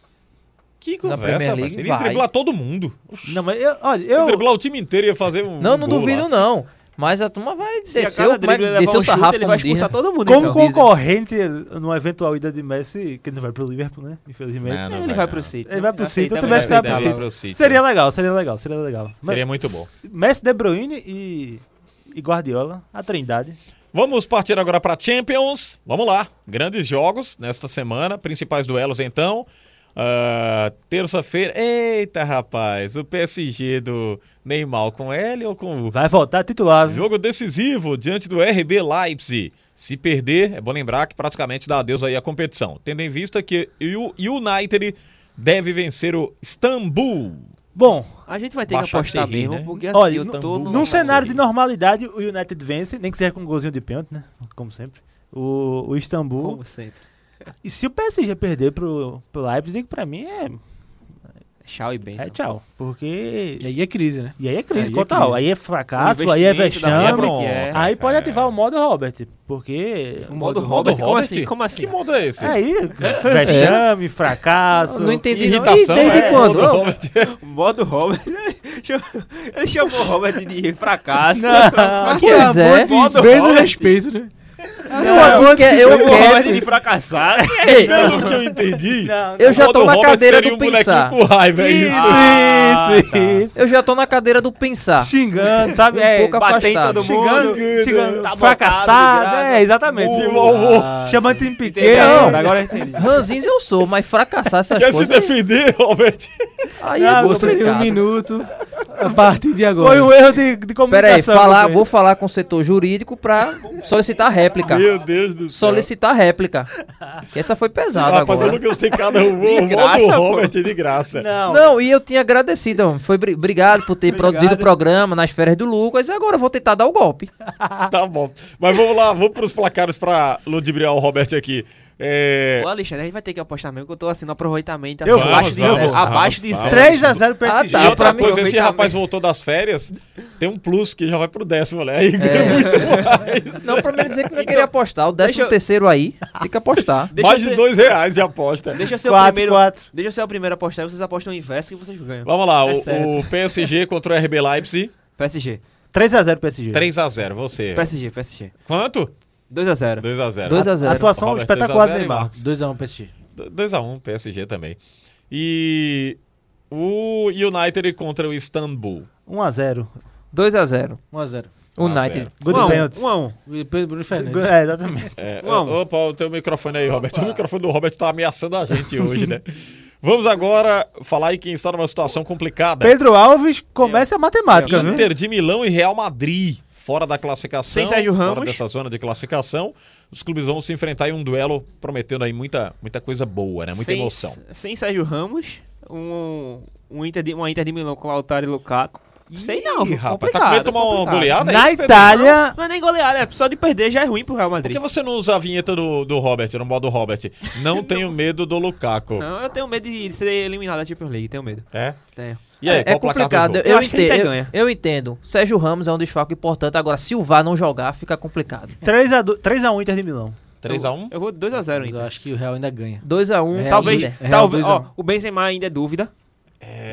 S4: Que
S7: Premier
S4: conversa,
S7: League,
S4: rapaz. Ele ia
S7: vai.
S4: driblar todo mundo.
S6: Não, mas eu, olha,
S4: Ele ia
S6: eu,
S4: driblar o time inteiro e ia fazer um
S7: Não, não
S4: golaço.
S7: duvido não. Mas a turma vai
S8: Se a
S7: descer
S8: cada
S7: o, como é
S8: drible
S7: que-
S8: levar
S7: descer
S8: um
S7: o sarrafo
S8: chute, ele
S7: como
S8: vai
S7: diz, né?
S8: expulsar todo mundo.
S6: como
S8: então.
S6: concorrente numa eventual ida de Messi, que ele não vai pro Liverpool, né? Infelizmente.
S4: É, Não, não
S8: Ele vai pro City.
S6: Ele vai pro
S8: Eu sei
S6: City, eu
S4: Ele
S8: também.
S4: vai
S6: também Messi vai pro
S4: dar
S6: City.
S4: lá pro City.
S6: Seria legal, seria legal, seria legal.
S4: Seria muito bom.
S6: Messi, De Bruyne e, e Guardiola, a trindade.
S4: Vamos partir agora para Champions. Vamos lá. Grandes jogos nesta semana, principais duelos então. Ah, Terça-feira. Eita, rapaz, o PSG do Neymar com L ou com U?
S6: Vai voltar titular, viu?
S4: Jogo decisivo diante do RB Leipzig. Se perder, é bom lembrar que praticamente dá adeus aí à competição. Tendo em vista que o United deve vencer o Istambul.
S6: Bom,
S8: A gente vai ter que
S4: Baixar
S8: apostar
S4: Thierry,
S8: mesmo,
S4: né?
S8: porque
S6: Olha,
S8: assim, eu
S6: no-
S8: tô
S4: num
S6: num
S4: Vamos
S6: cenário de
S4: aí.
S6: normalidade, o United vence, nem que seja com um golzinho de pênalti, né? Como sempre. O, o Istambul.
S8: Como sempre.
S6: E se o PSG perder pro, pro Leipzig, pra mim é,
S8: Tchau e benção.
S6: é tchau. Porque.
S5: E aí é crise, né?
S6: E aí é crise
S5: Aí é
S6: total.
S5: crise.
S6: Aí é fracasso,
S8: O
S6: aí é
S8: investimento da
S6: vexame.
S8: Febron, que é.
S6: Aí pode
S4: É.
S6: ativar o modo Robert, porque.
S8: O modo Robert, como assim? Como assim?
S4: Que modo é esse?
S6: Aí, vexame, fracasso.
S7: Não entendi não. E
S4: Irritação,
S7: desde
S4: é,
S7: quando?
S4: modo Robert.
S8: O modo Robert. Ele chamou o Robert de fracasso.
S6: Não.
S7: Pois é.
S5: Pelo amor de Deus, eu respeito, né?
S7: Eu quero, eu
S8: Chamou o Robert de
S7: quero.
S8: fracassado.
S7: Ei,
S4: Pelo que eu entendi,
S6: Não,
S7: Eu já
S4: modo
S7: tô na
S4: Robert
S7: cadeira
S4: seria
S7: do
S4: um molequinho
S7: pensar.
S4: com raiva, é isso.
S6: Isso, isso, isso.
S7: Eu já tô na cadeira do pensar.
S6: Xingando, sabe?
S7: Um
S6: é,
S7: pouco afastado.
S8: todo mundo.
S6: Xingando, xingando,
S8: Tá botado,
S6: fracassado,
S8: virado.
S6: é, exatamente.
S4: Uou,
S6: Ah, Chamando time pequeno.
S8: Entendeu?
S6: Não,
S8: Agora eu entendi.
S7: Ranzinhos eu sou, mas fracassar essas
S4: Quer se
S7: coisas.
S4: defender, Robert?
S7: Aí é
S5: Ah, você tem um
S7: complicado.
S5: minuto a partir de agora.
S6: Foi um erro de, de
S7: Pera aí,
S6: comunicação.
S7: falar,
S6: meu
S7: vou falar com o setor jurídico pra solicitar réplica.
S4: Meu Deus do céu.
S7: Solicitar réplica. Essa foi pesada
S4: Rapaz, eu
S7: agora.
S4: não gostei cada um. O modo
S8: graça, pô.
S4: Robert de graça.
S6: Não.
S7: Não, e eu tinha agradecido. ó. Foi bri- obrigado por ter produzido o programa nas férias do Lucas. E agora eu vou tentar dar o golpe.
S4: Tá bom. Mas vamos lá, vamos pros placares pra ludibriar o Robert aqui. É...
S8: Ô, Alexandre, a gente vai ter que apostar mesmo, que eu tô assim no aproveitamento.
S6: Eu
S8: assim,
S6: vou,
S8: abaixo de
S6: eu
S8: zero.
S6: vou.
S8: Abaixo de
S4: Vamos,
S8: zero.
S6: 3x0 PSG.
S7: Ah,
S4: e
S7: tá,
S4: outra
S7: pra mim,
S4: coisa, esse
S8: aproveitar
S4: rapaz voltou das férias, tem um plus que já vai pro décimo,
S8: É.
S4: né? Aí ganha muito mais.
S7: Não, pra me dizer que eu não queria apostar. O
S8: Então,
S7: décimo
S8: deixa eu-
S7: terceiro aí, tem que apostar.
S8: Deixa
S4: mais
S8: eu
S4: de
S8: ser-
S4: dois reais de aposta.
S8: Deixa eu ser o
S6: 4
S8: primeiro.
S6: 4
S8: Deixa eu ser o primeiro a apostar, vocês apostam o inverso que vocês ganham.
S4: Vamos lá,
S8: É
S4: o-
S8: certo.
S4: o, PSG contra o RB Leipzig,
S8: PSG.
S6: 3x0 PSG.
S4: 3x0, você.
S8: PSG, PSG.
S4: Quanto?
S8: 2x0.
S4: 2x0.
S7: 2x0.
S6: Atuação
S4: Robert,
S6: espetacular
S4: 2 a 0
S6: do
S4: e
S6: Neymar.
S4: Marcos.
S5: 2x1 um PSG.
S4: Ah, 2x1, PSG também. E o United contra o Istanbul.
S6: 1x0.
S7: 2x0.
S5: 1x0.
S4: Tá
S7: United.
S6: Gol de pênalti.
S5: Bruno Fernandes.
S6: É, exatamente.
S4: É,
S8: Um
S4: opa, o teu microfone aí, Robert. O microfone do Robert tá ameaçando a gente hoje, né? Vamos agora falar em quem está numa situação complicada.
S6: Pedro Alves começa a matemática, viu?
S4: Inter de Milão e Real Madrid, fora da classificação.
S8: Sem Sérgio
S4: Fora
S8: Ramos.
S4: dessa zona de classificação. Os clubes vão se enfrentar em um duelo prometendo aí muita, muita coisa boa, né? Muita
S8: Sem-
S4: emoção.
S8: Sem Sérgio Ramos, um, um Inter de, uma Inter de Milão com Lautaro e Lukaku. Sei não,
S4: Ih,
S8: viu?
S4: rapaz, tá com
S8: complicado,
S4: medo de tomar uma
S8: complicado.
S4: goleada? É
S6: Na
S4: isso, Pedro?
S6: Itália,
S8: Não é nem goleada, é só de perder já é ruim pro Real
S4: Por
S8: Madrid.
S4: que você não usa a vinheta do, do Robert, no modo Robert? Não tenho medo do Lukaku.
S8: Não, eu tenho medo de ser eliminado da Champions League, tenho medo.
S4: É?
S8: Tenho.
S4: E aí,
S7: é
S4: qual
S7: é
S4: o placar do
S7: complicado.
S4: jogo?
S7: Eu,
S8: acho que a Inter
S7: entendo, eu,
S8: ganha.
S7: eu entendo. Sérgio Ramos é um desfalque importante. Agora, se o VAR não jogar, fica complicado.
S6: 3x1 Inter de Milão.
S4: 3x1?
S8: Eu vou 2x0
S5: Mas
S8: Inter.
S5: eu acho que o Real ainda ganha.
S7: 2x1.
S5: É,
S8: Talvez,
S5: Inter. Real
S8: talvez,
S5: 2x1.
S8: ó, o Benzema ainda é dúvida.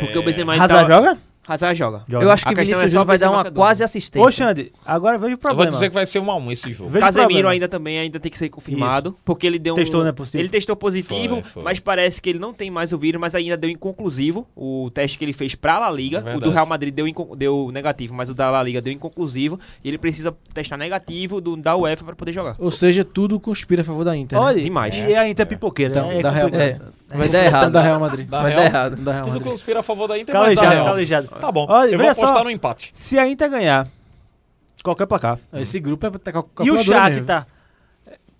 S8: Porque o Benzema ainda
S6: Hazard
S8: tava-
S6: joga?
S8: Hazard joga.
S6: Joga.
S7: Eu acho que
S8: A questão é
S7: Vinícius
S8: só
S7: Júnior vai
S8: fazer
S7: dar uma
S8: marcador.
S7: quase assistência.
S6: Ô, Xande, agora veja
S4: Eu
S6: o
S4: vou
S6: problema.
S4: dizer que vai ser 1x1 esse jogo.
S6: Veja o
S8: Casemiro
S6: problema.
S8: ainda também ainda tem que ser confirmado, porque ele deu um-
S6: Testou, né, positivo?
S8: Ele testou positivo,
S4: Foi, foi.
S8: mas parece que ele não tem mais o vírus, mas ainda deu inconclusivo. O teste que ele fez pra La Liga,
S4: É
S8: o do
S4: verdade.
S8: Real Madrid deu, incon- deu negativo, mas o da La Liga deu inconclusivo, e ele precisa testar negativo do da UEFA pra poder jogar.
S5: Ou seja, tudo conspira a favor da Inter. né?
S6: Olha,
S8: Demais.
S6: E a Inter pipoqueira.
S5: Então,
S6: é
S5: da Real-
S6: complicado.
S7: É, vai dar errado.
S5: Da Real Madrid.
S4: Da
S7: vai
S4: Real-
S7: dar errado.
S5: Da Real
S4: Tudo
S5: Madrid.
S4: conspira a favor da Inter, mas da
S6: Calejado,
S4: Real.
S6: calejado.
S4: Tá bom.
S6: Olha,
S4: eu vou
S6: veja só.
S4: apostar no empate.
S6: Se a Inter ganhar, qualquer placar.
S5: Esse grupo é pra tacar com
S6: E o
S5: calculadora mesmo.
S6: Shakhtar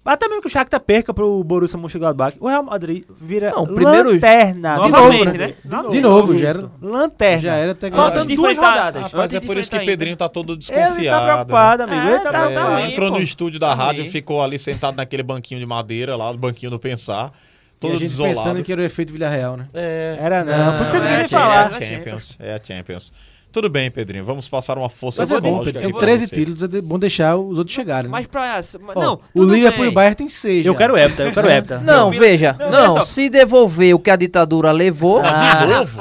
S6: Até mesmo que o Shakhtar perca pro Borussia Mönchengladbach, o Real Madrid vira
S7: Não, primeiro-
S6: lanterna. De
S8: Novamente,
S6: novo, né?
S8: né?
S5: De novo, já era.
S6: Lanterna.
S5: Já era até
S6: Faltando
S8: Antes de
S6: duas
S8: enfrentar-
S6: rodadas.
S4: Mas
S8: Antes
S4: é
S8: de
S4: por isso que
S8: enfrentar
S4: Pedrinho tá todo desconfiado.
S6: Ele tá preocupado, amigo.
S8: É,
S6: ele tá,
S8: tá-
S4: né?
S6: preocupado.
S8: tá-
S4: Ele entrou
S8: pô.
S4: no estúdio da
S8: Tá
S4: rádio,
S8: bem.
S4: ficou ali sentado naquele banquinho de madeira lá, do banquinho do pensar,
S5: E
S4: todo
S5: a gente
S4: desolado.
S5: pensando que era o efeito Villarreal, né?
S6: Era
S2: Ah,
S6: não. Por isso que
S8: Não,
S6: ele queria
S8: é
S6: nem
S8: a Champions.
S6: falar.
S4: É a Champions, é a Champions. Tudo bem, Pedrinho, vamos passar uma força
S5: Mas é bom,
S4: psicológica
S5: Pedro.
S4: aí
S5: Tem
S4: pra
S5: 13
S4: você.
S5: títulos, é de- bom deixar os outros chegarem.
S8: Mas
S5: Né?
S8: pra essa. mas-
S5: Ó,
S8: não,
S5: o
S8: tudo
S5: Liverpool e
S8: bem.
S5: o Bayern tem 6.
S6: Eu quero o Epta, eu quero o Epta.
S7: Não, veja,
S8: não,
S7: não,
S8: olha só.
S7: se devolver o que a ditadura levou,
S4: Ah, de novo?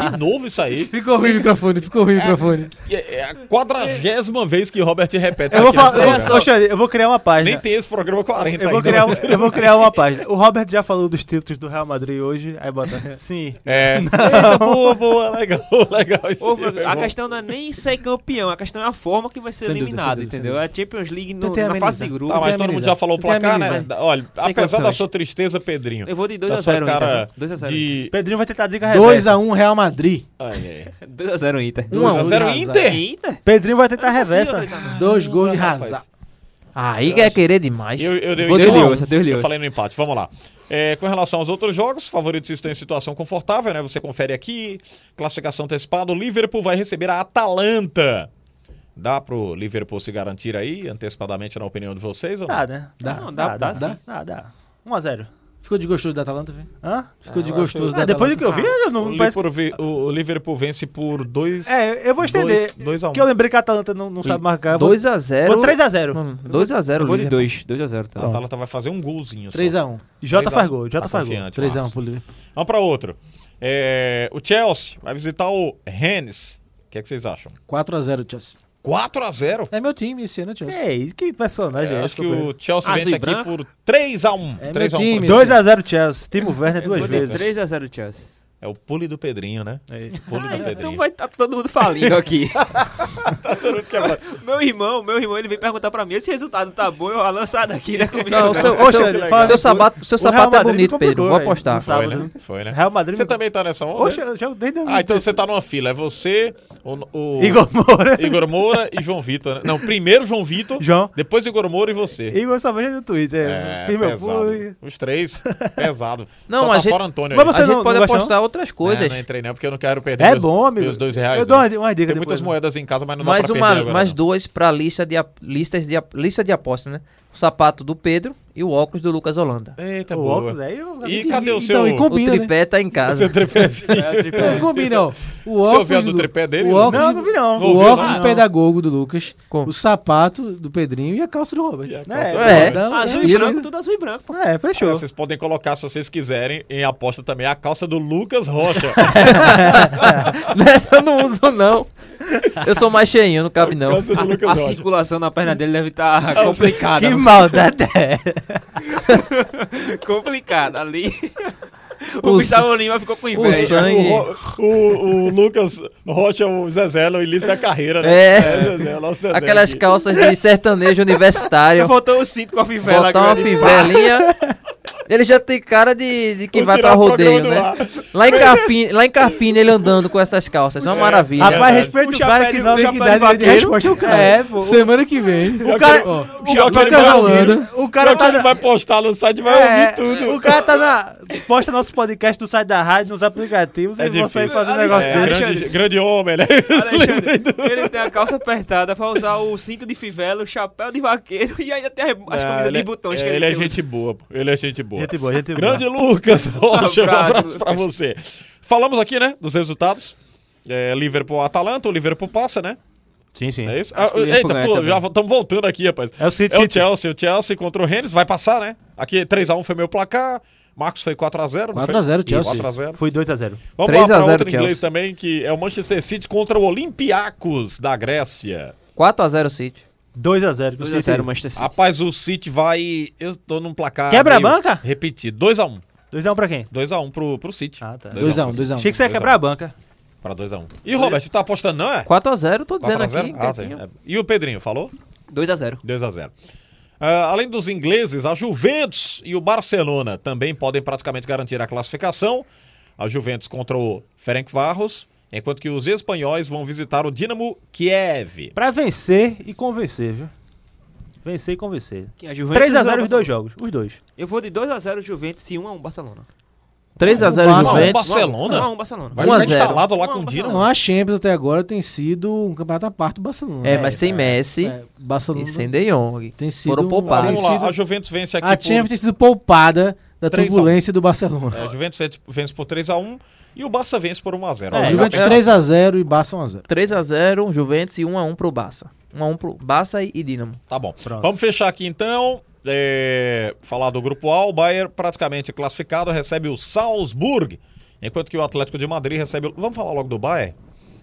S4: De novo isso aí?
S5: Ficou ruim o microfone, ficou ruim o microfone.
S4: E É é a quadragésima vez que Robert repete isso
S6: Eu vou,
S4: aqui no
S6: falar,
S4: programa.
S6: eu, Xande, eu vou criar uma página.
S4: Nem tem esse programa 40
S6: Eu vou,
S4: ainda. né?
S6: criar, um- eu vou criar uma página. O Robert já falou dos títulos do Real Madrid hoje. Aí bota. né? Sim.
S4: É. Eita, boa, boa, legal, legal. Isso
S8: Ô,
S4: aí,
S8: Bruno,
S4: meu
S8: a
S4: irmão.
S8: questão não é nem ser campeão, a questão é a forma que vai ser
S5: Sem dúvida,
S8: eliminado,
S5: sem dúvida,
S8: entendeu? A Champions League no-
S5: Tentei
S8: na fase
S5: amenizar.
S8: de grupo.
S4: Tá, mas
S5: Tentei
S4: todo mundo
S5: amenizar.
S4: já falou o
S5: Tentei
S4: placar, né?
S5: amenizar.
S4: Olha, apesar da
S5: condições.
S4: sua tristeza, Pedrinho.
S8: Eu vou de
S4: da sua
S8: 2x0
S4: cara
S8: Inter. 2x0.
S4: de.
S6: Pedrinho vai tentar zica reversa.
S5: 2x1 Real Madrid.
S4: Ai, ai.
S8: 2x0 Inter.
S7: um a um.
S4: 2x0 Inter?
S8: Inter?
S6: Pedrinho vai tentar
S8: Reversa.
S6: reversa.
S5: Dois gols de Hazard.
S7: aí quer querer demais.
S4: Eu, eu, dei-
S7: Vou
S4: eu,
S7: de
S4: dei-
S7: novo.
S8: ouça, Deus lhe
S4: eu
S8: ouça.
S4: falei no empate, vamos lá. É, com relação aos outros jogos, favoritos estão em situação confortável, né? Você confere aqui, classificação antecipada. O Liverpool vai receber a Atalanta. Dá pro Liverpool se garantir aí, antecipadamente, na opinião de vocês? Ou não?
S6: Dá, né?
S5: Dá.
S8: Não, dá, dá, sim.
S6: Dá, dá. 1x0.
S5: Ficou desgostoso da Atalanta, velho?
S6: Hã?
S5: Ficou desgostoso da
S6: Ah, depois do que
S5: Atalanta.
S6: eu vi, eu
S4: O
S6: não parece que...
S4: Liverpool, ve- o- o Liverpool vence por dois.
S6: É, eu vou
S4: Dois-
S6: estender.
S4: dois a um.
S6: Que eu lembrei que a Atalanta não, não sabe marcar.
S7: 2x0.
S6: Vou 3x0.
S7: 2x0,
S8: Eu vou de 2, 2x0.
S4: A Atalanta vai fazer um golzinho. só.
S5: 3x1.
S6: Jota
S4: Três a-
S6: faz gol,
S4: tá
S6: Jota faz gol.
S4: confiante,
S5: 3x1
S4: Marcos.
S5: pro Liverpool.
S4: Vamos pra outro. É, o Chelsea vai visitar o Rennes. O que, é que vocês acham?
S5: 4x0 Chelsea.
S4: 4 a 0
S5: É meu time esse ano, Chelsea.
S6: É isso, que personagem é
S4: acho
S6: esse?
S4: que o Chelsea
S8: Azul
S4: vence
S8: e
S4: aqui
S8: branco?
S4: por 3 a 1
S5: meu
S4: 3 a 1
S5: time.
S4: pro-
S6: 2x0 Chelsea. Timo Werner duas
S8: Vou de
S6: vezes.
S8: 3x0 Chelsea.
S4: É o pule do Pedrinho, né?
S6: É.
S4: Pule
S6: Ah,
S4: do Pedrinho.
S8: Então vai estar todo mundo falindo aqui.
S4: Todo quebrado.
S8: meu irmão, meu irmão, ele veio perguntar pra mim esse resultado tá bom, eu vou lançar daqui, né? Comigo.
S7: Não, o seu,
S6: Ô,
S7: o seu,
S6: Xande,
S7: seu
S6: fala-
S7: sabato, seu
S6: o Real
S7: sapato é
S6: Madrid me
S7: bonito, Pedro.
S6: complicou,
S7: Vou
S6: velho.
S7: apostar.
S4: Foi,
S6: Sábado.
S4: né? Foi, né?
S6: Real Madrid.
S4: Você também tá nessa onda?
S6: Oxe, eu já um desde
S4: Ah, então você tá numa fila. É você, o, o-
S6: Igor Moura.
S4: Igor Moura e João Vitor. Né? Não, primeiro João Vitor,
S6: João.
S4: depois Igor Moura e você.
S6: Igor só vejo no Twitter.
S4: É,
S6: Firme eu
S4: pesado.
S6: pulo e-
S4: Os três, pesado.
S7: Não,
S4: Só
S7: mas
S4: tá
S7: a gente-
S4: fora Antônio
S6: Mas
S4: aí.
S6: você
S7: a gente
S6: não-
S7: pode
S6: não baixou?
S7: apostar outras coisas.
S4: É, não entrei não, porque eu não quero perder
S6: É
S4: meus,
S6: bom, amigo.
S4: meus dois reais.
S6: Eu dou
S4: não.
S6: uma, uma
S4: Tem
S6: dica depois,
S4: muitas
S6: né?
S4: moedas em casa, mas não
S7: mais
S4: dá pra
S7: uma,
S4: perder agora,
S7: mais
S4: não.
S7: duas pra lista de, ap- listas de, ap- lista de apostas, né? O sapato do Pedro e o óculos do Lucas Holanda.
S4: Eita,
S6: O
S4: boa.
S6: óculos aí. eu-
S4: E cadê o seu...
S5: Então, e
S7: O
S5: combina, né?
S7: tripé tá em casa.
S4: Seu tripézinho.
S5: Não, combina, ó. O
S4: Você ouviu a
S5: óculos
S4: do tripé dele?
S5: O óculos,
S6: Não, não vi não.
S4: Não
S5: o
S4: ouviu,
S5: óculos
S4: não?
S5: do pedagogo do Lucas,
S7: Como?
S5: o sapato do Pedrinho e a calça do Robert.
S4: É,
S6: Né?
S7: É,
S4: é.
S5: Então,
S8: Azul
S5: é
S8: e
S5: isso.
S8: branco, tudo azul e branco. pô.
S6: É, fechou.
S4: Vocês podem colocar, se vocês quiserem, em aposta também, a calça do Lucas Rocha.
S7: Nessa Né? eu não uso, não. Eu sou mais cheinho, não cabe, não.
S4: calça do Lucas
S8: A
S4: Rocha.
S8: circulação na perna dele deve estar
S7: Ah,
S8: complicada.
S6: Que maldade é essa?
S8: complicado ali.
S7: O
S8: O Gustavo Lima ficou com
S7: O
S8: inveja.
S7: sangue.
S4: O, o- o Lucas Rocha, o Zezé, o início da carreira, né?
S7: É.
S4: Zezé, lá o Zezé
S7: Aquelas
S4: aqui.
S7: calças de sertanejo universitário.
S8: Faltou o cinto com a fivela
S7: Botar uma
S8: agora.
S7: fivelinha. Ele já tem cara de, de que
S4: Vou
S7: vai
S4: tirar
S7: pra
S4: o programa
S7: rodeio,
S4: do
S7: né?
S4: ar.
S7: Lá em, Carpina, lá em Carpina, ele andando com essas calças. É uma maravilha.
S6: Rapaz,
S4: verdade.
S6: respeita o,
S8: O
S6: cara
S8: chapéu-
S6: que
S8: o
S6: não
S5: Tem que dar direito de resposta ao cara.
S6: É, pô.
S5: Semana que vem.
S6: O cara,
S5: Ó,
S6: o
S4: Já que
S6: Lucas
S4: ele vai ouvir,
S6: Holanda, o cara
S4: Já que
S6: tá
S4: ele
S6: na,
S4: vai postar no site, vai
S6: é,
S4: ouvir tudo.
S6: O cara tá na posta nosso podcast no site da rádio, nos aplicativos
S4: É
S6: e vão sair
S4: difícil.
S6: fazendo
S8: É,
S6: negócio
S4: É,
S6: desse.
S4: grande, grande homem, né?
S8: Alexandre, ele tem a calça apertada pra usar o cinto de fivela, o chapéu de vaqueiro e ainda tem as, as
S4: Não,
S8: camisas
S4: ele-
S8: de botões
S4: é,
S8: que ele,
S4: ele é
S8: usa.
S4: gente boa, pô. ele é gente boa.
S6: Gente boa, gente boa.
S4: Grande Lucas Rocha, um
S8: Abraço,
S4: abraço pra você. Falamos aqui, né, dos resultados. É, Liverpool Atalanta, o Liverpool passa, né?
S6: Sim, sim.
S4: É isso?
S8: Acho que
S4: Ah,
S8: o Liverpool
S4: eita,
S8: ganha
S4: pô,
S8: também.
S4: já estamos voltando aqui, rapaz.
S6: É o City,
S4: É o
S6: City.
S4: Chelsea, o Chelsea contra o Rennes, vai passar, né? Aqui 3x1 foi meu placar, Marcos foi 4x0.
S5: 4x0 Chelsea.
S4: 4x0.
S6: Foi 2x0.
S4: Vamos lá pra
S7: 3x0
S4: outro inglês
S7: Chelsea.
S4: também, que é o Manchester City contra o Olympiacos da Grécia.
S7: 4x0 City.
S6: 2x0.
S8: 2 a 0 Manchester City.
S4: Rapaz, o City vai... Eu tô num placar...
S6: Quebra a
S4: meio-
S6: banca?
S4: Repetir, 2x1.
S6: 2x1 pra quem?
S4: 2x1 pro, pro City.
S6: Ah, tá.
S4: 2x1.
S5: 2x1, 2x1.
S6: Achei que você ia
S4: dois a
S6: quebrar
S4: um.
S6: a banca.
S4: Pra 2x1. E o Robert, tá apostando não, é?
S7: 4x0, tô dizendo
S4: 4x0?
S7: aqui.
S4: Ah,
S7: quietinho.
S4: sim. É. E o Pedrinho, falou?
S8: 2 a 0
S4: 2x0. Ah, além dos ingleses, a Juventus e o Barcelona também podem praticamente garantir a classificação. A Juventus contra o Ferencváros, enquanto que os espanhóis vão visitar o Dinamo Kiev.
S6: Pra vencer e convencer, viu? Vencer e convencer.
S8: Que a Juventus
S6: 3x0
S8: é o
S6: os dois
S8: Barcelona.
S6: jogos. Os dois.
S8: Eu vou de 2x0 Juventus e 1x1 Barcelona.
S7: 3x0
S4: Barcelona.
S7: Juventus.
S4: Barcelona?
S8: 1x1 Barcelona.
S4: Vai
S7: Um a
S4: ficar
S7: zero.
S4: instalado lá com
S8: Um
S4: o
S8: a
S4: Dino. né?
S5: Não, a Champions até agora tem sido um campeonato à parte do Barcelona.
S7: É, mas sem Messi
S5: É, Barcelona
S7: e sem De Jong.
S5: tem sido
S7: Foram poupados.
S5: tem
S4: Vamos lá,
S5: sido-
S4: a Juventus vence aqui
S5: a
S4: por...
S5: Champions tem sido poupada da
S4: 3 a 1.
S5: turbulência do Barcelona.
S4: É, a Juventus vence- vence por 3x1 e o Barça vence por 1x0.
S6: É,
S5: O
S4: Olha,
S5: Juventus
S4: já-
S5: 3x0 e Barça 1x0.
S7: 3x0 Juventus e 1x1 pro Barça. 1x1 pro Barça e e Dinamo.
S4: Tá bom. Vamos fechar aqui então. É, falar do grupo A, o Bayern praticamente classificado recebe o Salzburg, enquanto que o Atlético de Madrid recebe. o- Vamos falar logo do Bayern?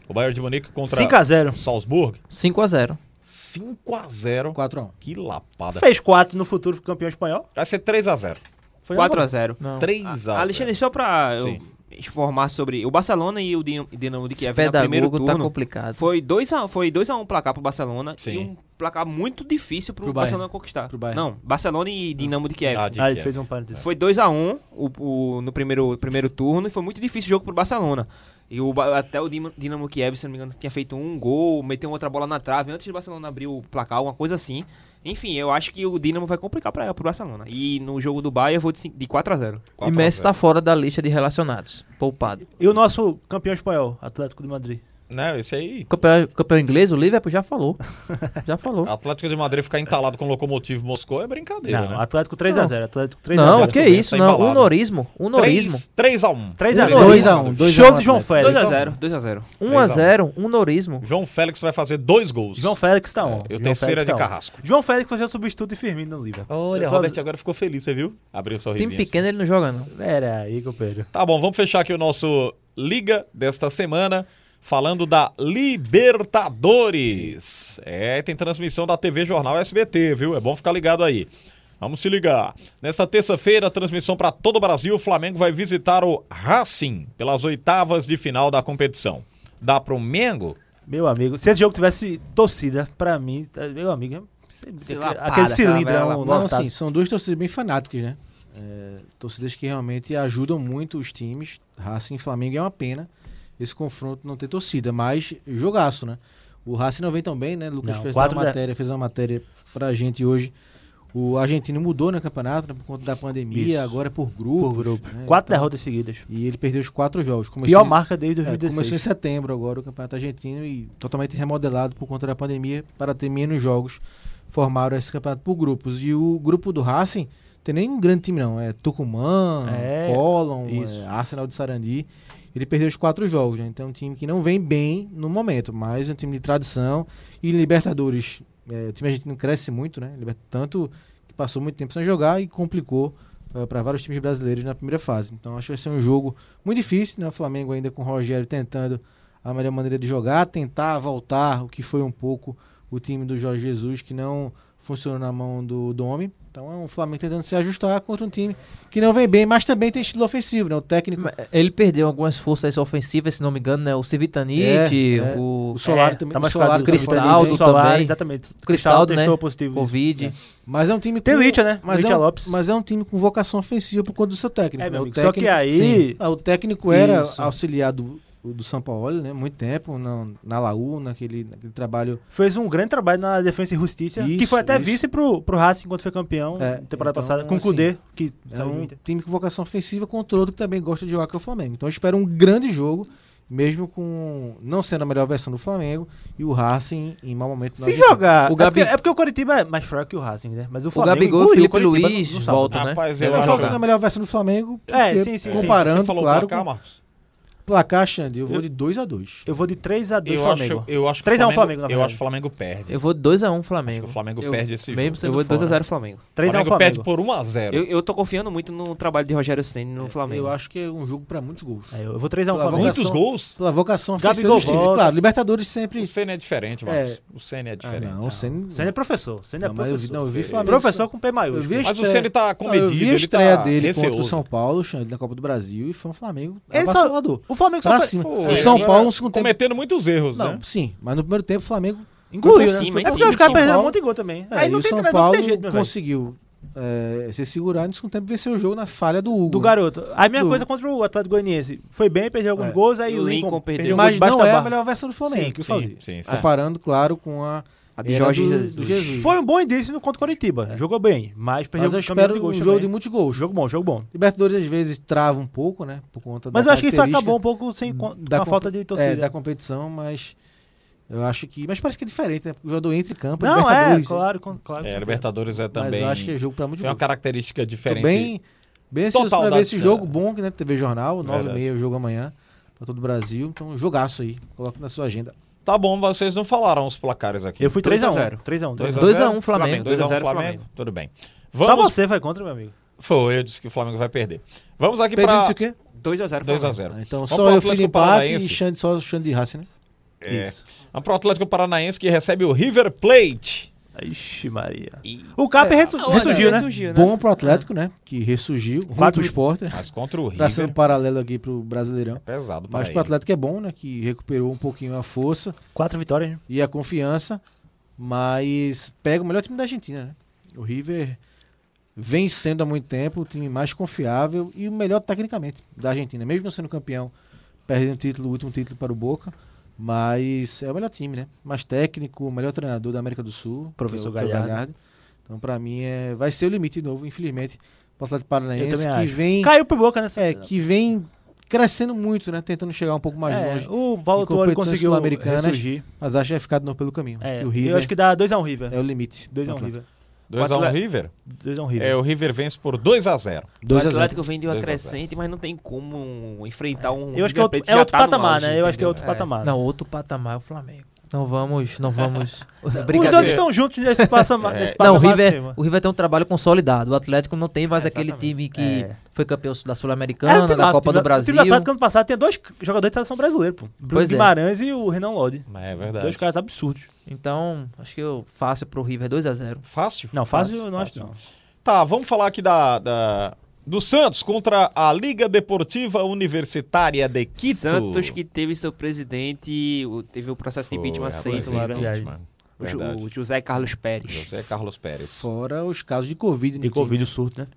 S4: O Bayern de Munique contra
S6: 5x0.
S4: o Salzburg.
S7: 5x0.
S4: 5x0.
S5: 4x1.
S4: Que lapada.
S6: Fez 4 no futuro campeão espanhol.
S4: Vai ser 3x0.
S6: Foi uma boa.
S8: 4x0.
S7: Não.
S4: 3x0.
S8: Alexandre, só pra eu
S4: Sim.
S8: informar sobre o Barcelona e o Din- Dinamo de
S7: Esse
S8: Kiev no é primeiro
S7: pedagogo tá
S8: turno.
S7: complicado.
S8: Foi 2x1 foi dois a um placar pro Barcelona
S4: Sim.
S8: e um placar muito difícil pro,
S5: Pro Bayern.
S8: Barcelona conquistar.
S5: Pro Bayern.
S8: Não, Barcelona e Dinamo de Kiev.
S4: Ah, de
S6: Ah,
S4: Kiev.
S6: ele fez um parênteses.
S8: Foi 2x1 o, o- no primeiro, primeiro turno e foi muito difícil o jogo pro Barcelona. E o, Ba- até o Dinamo- Dinamo Kiev, se não me engano, tinha feito um gol, meteu outra bola na trave antes do Barcelona abrir o placar, uma coisa assim. Enfim, eu acho que o Dinamo vai complicar para pro Barcelona. E no jogo do Bayern eu vou de, cin- de 4x0.
S4: 4
S7: E
S4: a
S7: Messi
S4: 0.
S7: tá fora da lista de relacionados. Poupado.
S6: E o nosso campeão espanhol, Atlético de Madrid.
S4: Né, esse aí.
S7: Campeão, campeão inglês, o Liverpool já falou. Já falou.
S4: Atlético de Madrid ficar entalado com o Locomotivo Moscou é brincadeira,
S6: Não,
S4: né?
S6: Atlético 3x0. Atlético 3x0.
S7: Não, que
S4: Atlético
S7: isso,
S4: tá
S7: não.
S4: embalado.
S7: Honorismo. Honorismo.
S4: 3x1.
S5: 2x1.
S6: 3x1. Show de João
S8: É,
S6: Félix.
S8: 2x0, 2x0.
S7: 1x0, honorismo.
S4: João Félix vai fazer dois gols.
S6: João Félix tá on.
S4: É, eu
S6: João
S4: terceira
S6: Félix
S4: de
S6: tá on.
S4: Carrasco.
S6: João Félix vai ser o substituto de Firmino no Liverpool.
S4: Olha,
S6: Eu tô-
S4: Robert agora ficou feliz, você viu? Abriu o sorrisinho. assim.
S7: Time pequeno ele não joga, não.
S6: Pera aí, companheiro.
S4: Tá bom, vamos fechar aqui o nosso Liga desta semana, falando da Libertadores. É, tem transmissão da TV Jornal SBT, viu? É bom ficar ligado aí. Vamos se ligar. Nesta terça-feira, transmissão para todo o Brasil, o Flamengo vai visitar o Racing pelas oitavas de final da competição. Dá pro Mengo?
S6: Meu amigo, se esse jogo tivesse torcida, pra mim, tá- meu amigo, é-
S8: lá,
S6: aquele,
S8: para,
S6: aquele
S8: cara,
S6: cilindro
S8: vai
S6: é
S8: lá,
S6: um
S5: Não,
S6: lotado.
S5: assim, são duas torcidas bem fanáticas, né? É, torcidas que realmente ajudam muito os times. Racing e Flamengo é uma pena esse confronto não ter torcida, mas jogaço, né? O Racing não vem tão bem, né? Lucas
S6: Não,
S5: fez uma
S6: quatro da-
S5: matéria, fez uma matéria pra gente hoje. O argentino mudou no campeonato né, por conta da pandemia,
S6: Isso.
S5: agora é por grupos. né?
S6: Quatro
S5: Então,
S6: derrotas seguidas.
S5: E ele perdeu os quatro jogos. Começou
S6: Pior
S5: em-
S6: marca desde
S5: é, começou em
S6: 2016.
S5: setembro agora o campeonato argentino e totalmente remodelado por conta da pandemia para ter menos jogos. Formaram esse campeonato por grupos. E o grupo do Racing tem nem um grande time, não. É Tucumã,
S6: É,
S5: Colón,
S6: isso.
S5: é, Arsenal de Sarandi. Ele perdeu os quatro jogos, né? Então é um time que não vem bem no momento, mas é um time de tradição. E Libertadores, é, o time argentino cresce muito, né? Liber- Tanto que passou muito tempo sem jogar e complicou para vários times brasileiros na primeira fase. Então acho que vai ser um jogo muito difícil, né? O Flamengo ainda com o Rogério tentando a melhor maneira de jogar, tentar voltar o que foi um pouco o time do Jorge Jesus, que não funcionou na mão do Domi. Então é um Flamengo tentando se ajustar contra um time que não vem bem, mas também tem estilo ofensivo, né? O técnico,
S7: Ele perdeu algumas forças ofensivas, se não me engano, né? O Civitanite,
S5: É, é.
S7: o
S5: o Solari também.
S6: tá
S5: o
S6: mais
S5: Solari também
S7: Cristaldo
S5: foi bem.
S7: também.
S6: Solar, exatamente.
S7: Cristaldo,
S6: testou
S7: né?
S6: positivo.
S7: Covid.
S5: Mas é um time
S6: Tem
S5: com-
S6: Licha, né?
S5: Mas
S6: Licha
S5: é, um,
S6: Lopes.
S5: mas é um time com vocação ofensiva por conta do seu técnico.
S6: É,
S5: né?
S6: meu
S5: O
S6: amigo, só
S5: técnico-
S6: que aí-
S5: Ah, o técnico era
S6: Isso.
S5: auxiliar do, do São Paulo, né? Muito tempo, na, na Laú, naquele, naquele trabalho.
S6: Fez um grande trabalho na Defesa e Justiça, que
S5: Isso,
S6: foi até
S5: isso.
S6: vice pro, pro Racing quando foi campeão
S5: É,
S6: na temporada
S5: então,
S6: passada, com o
S5: assim,
S6: Kudê, que
S5: É
S6: saiu do
S5: um
S6: Inter.
S5: time com vocação ofensiva contra outro que também gosta de jogar, que é o Flamengo. Então eu espero um grande jogo, mesmo com não sendo a melhor versão do Flamengo e o Racing em mau momento. na
S6: Se
S5: Argentina.
S6: jogar.
S7: O
S6: é
S7: Gabi-
S6: porque- é, porque, o Coritiba é mais fraco que o Racing, né? Mas o
S7: O
S6: Flamengo.
S7: Gabigol e o
S6: engoliu
S7: Felipe
S6: Coritiba
S7: Luiz
S6: no- no sábado.
S7: voltam, né?
S4: Rapaz,
S5: Eu
S4: eu
S5: não
S4: acho.
S5: falo que é a melhor versão do Flamengo.
S6: É,
S5: porque
S6: sim, sim, sim.
S5: Comparando,
S4: Você falou
S5: claro.
S4: placar,
S5: com-
S4: Marcos?
S5: placar, Xande, eu vou
S6: Eu-
S5: de 2 a 2
S6: Eu vou de 3x2
S4: Eu
S6: Flamengo.
S4: acho, eu acho que
S6: 3 a um
S4: o
S6: Flamengo, na
S4: eu
S6: verdade.
S4: acho que o Flamengo perde.
S7: Eu vou 2x1
S4: Acho que
S7: Flamengo.
S4: o Flamengo
S8: Eu-
S4: perde esse jogo.
S7: Mesmo sendo
S8: Eu vou de
S7: fora.
S8: 2x0 Flamengo.
S6: 3x1
S4: Flamengo perde
S6: Flamengo.
S4: por 1 a 0.
S8: Eu, eu tô confiando muito no trabalho de Rogério Ceni no Flamengo.
S5: Eu acho que é um jogo para muitos gols.
S6: É, eu vou 3x1
S5: Pela
S6: Flamengo.
S4: Muitos
S5: vocação-
S4: gols.
S5: Pela vocação ofensiva
S6: Gabigol
S5: dos times.
S6: volta.
S5: Claro, Libertadores sempre.
S4: O Senna é diferente, Marcos. O Senna é
S5: Ah,
S4: diferente.
S5: não, o Senna.
S6: Senna é professor. Senna é
S5: Não, mas eu vi-
S6: professor.
S5: não, eu vi
S6: Senna-
S5: Flamengo-
S6: Professor com P maiúsculo.
S5: Eu vi a
S4: Mas o
S5: estreia-
S4: Senna tá
S5: Não, eu
S4: comedido,
S5: vi a
S4: ele
S5: estreia
S4: tá
S5: dele contra o
S4: receoso.
S5: São Paulo, Xande, na Copa do Brasil, e foi um Flamengo
S6: Ele É só-
S5: avassalador.
S6: O Flamengo só
S5: Pra
S6: foi-
S5: cima.
S6: Pô,
S5: O
S4: É,
S5: São
S4: agora
S5: Paulo no segundo tempo.
S4: Cometendo muitos erros,
S5: Não,
S4: né?
S5: sim, mas no primeiro tempo o Flamengo
S6: Incluiu,
S5: Foi pra
S6: né?
S8: cima,
S6: é
S8: hein?
S6: porque os
S8: Sim,
S6: caras
S8: São
S6: perderam
S5: Paulo-
S6: muito gol também.
S5: É,
S6: Aí não
S5: e
S6: tem
S5: o São
S6: treinador, não
S5: Paulo
S6: tem jeito, meu velho.
S5: conseguiu é, se segurar e no segundo tempo venceu o jogo na falha do Hugo.
S6: Do garoto. A minha
S5: Do-
S6: coisa contra o Atlético Goianiense. Foi bem, perdeu alguns
S5: É.
S6: gols, aí
S8: E
S6: o Lincoln, perdeu
S5: mas
S6: gols um debaixo
S5: não
S6: da
S5: é a
S6: barra.
S5: melhor versão do Flamengo,
S6: Sim, é.
S5: que eu
S4: sim,
S5: falei.
S4: sim, sim.
S5: Comparando, claro, com a
S8: A de
S5: Era
S8: Jorge
S5: do-
S8: Jesus.
S5: do Jesus.
S6: Foi um bom indício no contra o Coritiba. Jogou bem, mas perdeu
S5: Mas eu
S6: o caminho
S5: espero
S6: de
S5: um
S6: gols
S5: jogo
S6: também.
S5: de muitos gols.
S6: Jogo bom, jogo bom.
S5: Libertadores às vezes trava um pouco, né? Por conta
S6: Mas
S5: da
S6: eu acho que isso
S5: característica
S6: acabou um pouco sem, con- com
S5: da
S6: a
S5: compe-
S6: falta de torcida.
S5: é, da competição, mas eu acho que. Mas parece que é diferente, né? Porque o jogador entra em campo,
S6: Não, é,
S5: Libertadores, né?
S6: claro, con- claro.
S4: É, Libertadores é
S5: Mas
S4: também.
S5: eu acho que é jogo pra muito
S4: tem uma
S5: jogo.
S4: característica
S5: Tô
S4: diferente.
S5: bem, bem ansioso
S4: Total
S5: pra
S4: da-
S5: ver esse jogo bom que né? TV Jornal,
S4: Verdade.
S5: 9h30 o jogo amanhã, pra todo o Brasil. Então, jogaço aí. Coloca na sua agenda.
S4: Tá bom, vocês não falaram os placares aqui.
S6: Eu fui
S8: 2 a
S6: 3x1.
S8: zero.
S6: 3x1.
S4: 2 a
S7: 2 a
S5: um
S4: 0?
S7: 1 Flamengo.
S4: 2 a 1
S8: 2 a 0
S4: Flamengo.
S8: Flamengo.
S4: Tudo bem.
S6: Só
S4: Vamos.
S6: você vai contra, meu amigo.
S4: Foi, eu disse que o Flamengo vai perder. Vamos aqui
S5: Perdendo
S4: para
S5: isso o quê?
S8: 2x0.
S4: 2 a 0.
S5: Ah, Então,
S4: Vamos
S5: só
S4: pro
S5: eu fui de
S4: Atlético
S5: empate e
S4: Paranaense.
S5: Xande, só o Xande de raça, né?
S4: É. Vamos pro Atlético Paranaense que recebe o River Plate.
S6: Ixi, Maria. O Cap ressu-
S8: Ah, o
S6: ressurgiu, né?
S8: Atlético ressurgiu, né?
S5: Bom pro Atlético, né? Que ressurgiu. Ruim
S6: Quatro-
S5: pro esporte, né?
S4: Mas contra o River
S5: Traçando um paralelo aqui pro Brasileirão.
S4: pesado para
S5: Mas
S4: ele.
S5: pro Atlético é bom, né? Que recuperou um pouquinho a força
S6: Quatro vitórias, né?
S5: e a confiança. Mas pega o melhor time da Argentina, né? O River vem sendo há muito tempo o time mais confiável e o melhor tecnicamente da Argentina. Mesmo não sendo campeão, perdendo o título, o último título para o Boca. Mas é o melhor time, né? Mais técnico, o melhor treinador da América do Sul.
S6: Professor
S5: que é o- que é o
S6: Galhardo.
S5: Então, pra mim, é... vai ser o limite de novo, infelizmente. O Atlético Paranaense
S6: Eu também
S5: que
S6: acho.
S5: vem.
S6: Caiu pro Boca nessa.
S5: É, que vem crescendo muito, né? Tentando chegar um pouco mais
S6: É,
S5: longe.
S6: O Paulo
S5: Em
S6: Tuori
S5: competições
S6: conseguiu
S5: sul-americanas.
S6: ressurgir.
S5: Mas acho que vai ficar de novo pelo caminho. Acho
S6: É,
S5: que o River
S6: Eu acho que dá 2x1 River.
S5: é o limite.
S6: 2x1 River.
S4: 2 a 1
S8: Atle-
S4: River.
S6: 2x1
S4: É,
S6: River.
S4: o River vence por 2 a 0.
S8: O
S5: 2 a 0.
S8: Atlético vem de
S4: Dois
S8: uma
S4: a zero.
S8: crescente, mas não tem como enfrentar um.
S6: Eu acho que é outro,
S8: River Plate
S6: é
S8: já
S6: outro
S8: tá no
S6: patamar,
S8: auge,
S6: né? Eu acho que é
S8: entendeu?
S6: outro patamar.
S7: Não, outro patamar é o Flamengo. Não vamos, não vamos.
S6: Os dois
S7: Brincadeira.
S6: estão juntos nesse patamar. nesse
S7: Não, o
S6: patamar
S7: River,
S6: acima.
S7: o River tem um trabalho consolidado. O Atlético não tem mais aquele time que
S6: É.
S7: foi campeão da
S8: É,
S6: Era É, o
S7: Sul-Americana,
S6: time
S7: da
S6: massa,
S7: Copa
S8: né?
S6: o time
S7: do
S6: da- O
S7: Brasil.
S6: time do Atlético ano passado tinha dois jogadores de seleção brasileira, pô. Bruno
S7: Pois é.
S6: Guimarães e o Renan Lodi.
S4: É
S6: Dois
S4: verdade.
S6: caras absurdos.
S7: Então, acho que eu faço pro River 2 a 0
S4: Fácil?
S6: Não, fácil eu não acho não.
S4: Tá, vamos falar aqui da, da- do Santos contra a Liga Deportiva Universitária de Quito.
S8: Santos que teve seu presidente, o- teve o processo de
S4: Foi,
S2: é
S8: impeachment
S4: rapaz,
S8: aceito
S4: sim,
S8: lá,
S6: verdade.
S8: né?
S4: impeachment.
S8: O, Ju-
S4: Verdade.
S8: o José Carlos Pérez.
S4: José Carlos Pérez.
S5: Fora os casos de Covid. no
S6: De
S5: time.
S6: Covid o surto, né?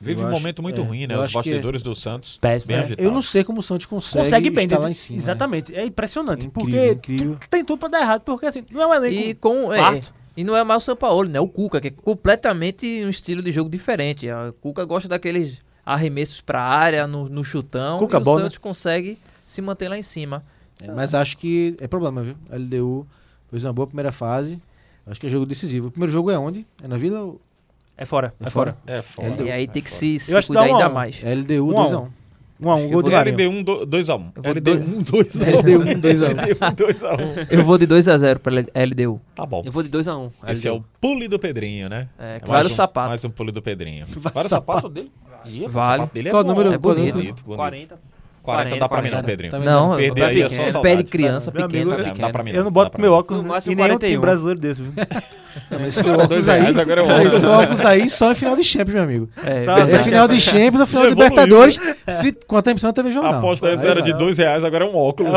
S4: Vive
S5: Eu
S4: um
S5: acho-
S4: momento muito
S5: é,
S4: ruim, né?
S5: eu
S4: Os
S5: acho que-
S4: bastidores do Santos.
S6: Péssimo,
S4: Bem
S6: né?
S4: agitado.
S5: Eu não sei como o Santos consegue,
S6: Consegue bem.
S5: estar
S6: de-
S5: lá em cima. né?
S6: exatamente. É impressionante.
S5: Incrível,
S6: porque
S5: incrível.
S6: tu- tem tudo pra dar errado. Porque assim, não é um elenco
S7: E com é,
S6: farto.
S7: e não é mais o São Paulo, né? O Cuca, que é completamente um estilo de jogo diferente. O Cuca gosta daqueles arremessos pra área, no, no chutão.
S6: Cuca
S7: e o
S6: bom, né?
S7: Santos consegue se manter lá em cima.
S5: né? É, mas acho que é problema, viu? A LDU fez uma boa primeira fase. Acho que é jogo decisivo. O primeiro jogo é onde? É na Vila? ou-
S6: É fora. É,
S5: É
S6: fora.
S5: fora.
S4: É foda.
S7: e aí tem que se, se
S6: Eu acho que dá
S7: cuidar
S6: um a
S7: ainda
S6: um.
S7: mais.
S5: É LDU
S6: Um a um.
S5: 2x1.
S6: Um a um,
S7: que
S6: gol do
S7: eu vou-
S6: Marinho.
S4: LD1 2x1.
S7: Eu vou
S4: LD1 2x1.
S5: LDU 2x1.
S4: LD1 2x1.
S7: Eu vou de 2 a 0 pra LDU.
S4: Tá bom.
S8: Eu vou de 2x1.
S4: Esse é o pule do Pedrinho, né?
S7: É, que
S4: mais
S7: vale o
S4: um-
S7: sapato.
S4: Mais um pule do Pedrinho.
S5: Vale
S4: Vale o
S5: o
S4: sapato dele?
S7: Vale.
S4: dele
S5: Qual
S4: bom,
S5: número?
S4: é
S5: Qual
S4: bonito,
S5: número? Tá
S4: bonito. 40.
S8: 40.
S4: 40 dá pra mim não, Pedrinho.
S5: Também
S7: Não,
S5: não.
S4: Perder
S7: vai-
S4: aí é só
S7: pé
S4: saudade.
S7: de criança
S6: Meu
S7: pequena.
S6: amigo,
S7: tá
S4: Não,
S7: pequeno.
S4: é, dá pra mim
S6: Eu não
S4: dá
S6: boto
S4: pra
S6: meu
S4: mim.
S6: óculos
S8: No máximo
S6: e nenhum time
S8: 41.
S6: brasileiro desse. viu?
S5: Esse óculos
S4: Dois
S5: aí.
S4: reais, agora é um.
S5: Esse óculos aí só é final de Champions, meu amigo.
S7: É,
S6: Só-
S7: verdade.
S5: É final de Champions, ou final de
S4: Evoluiu.
S5: Libertadores, se, com a transmissão da TV Jornal.
S4: A aposta antes
S5: Aí
S4: era
S5: vai.
S4: de dois reais, agora é um óculos.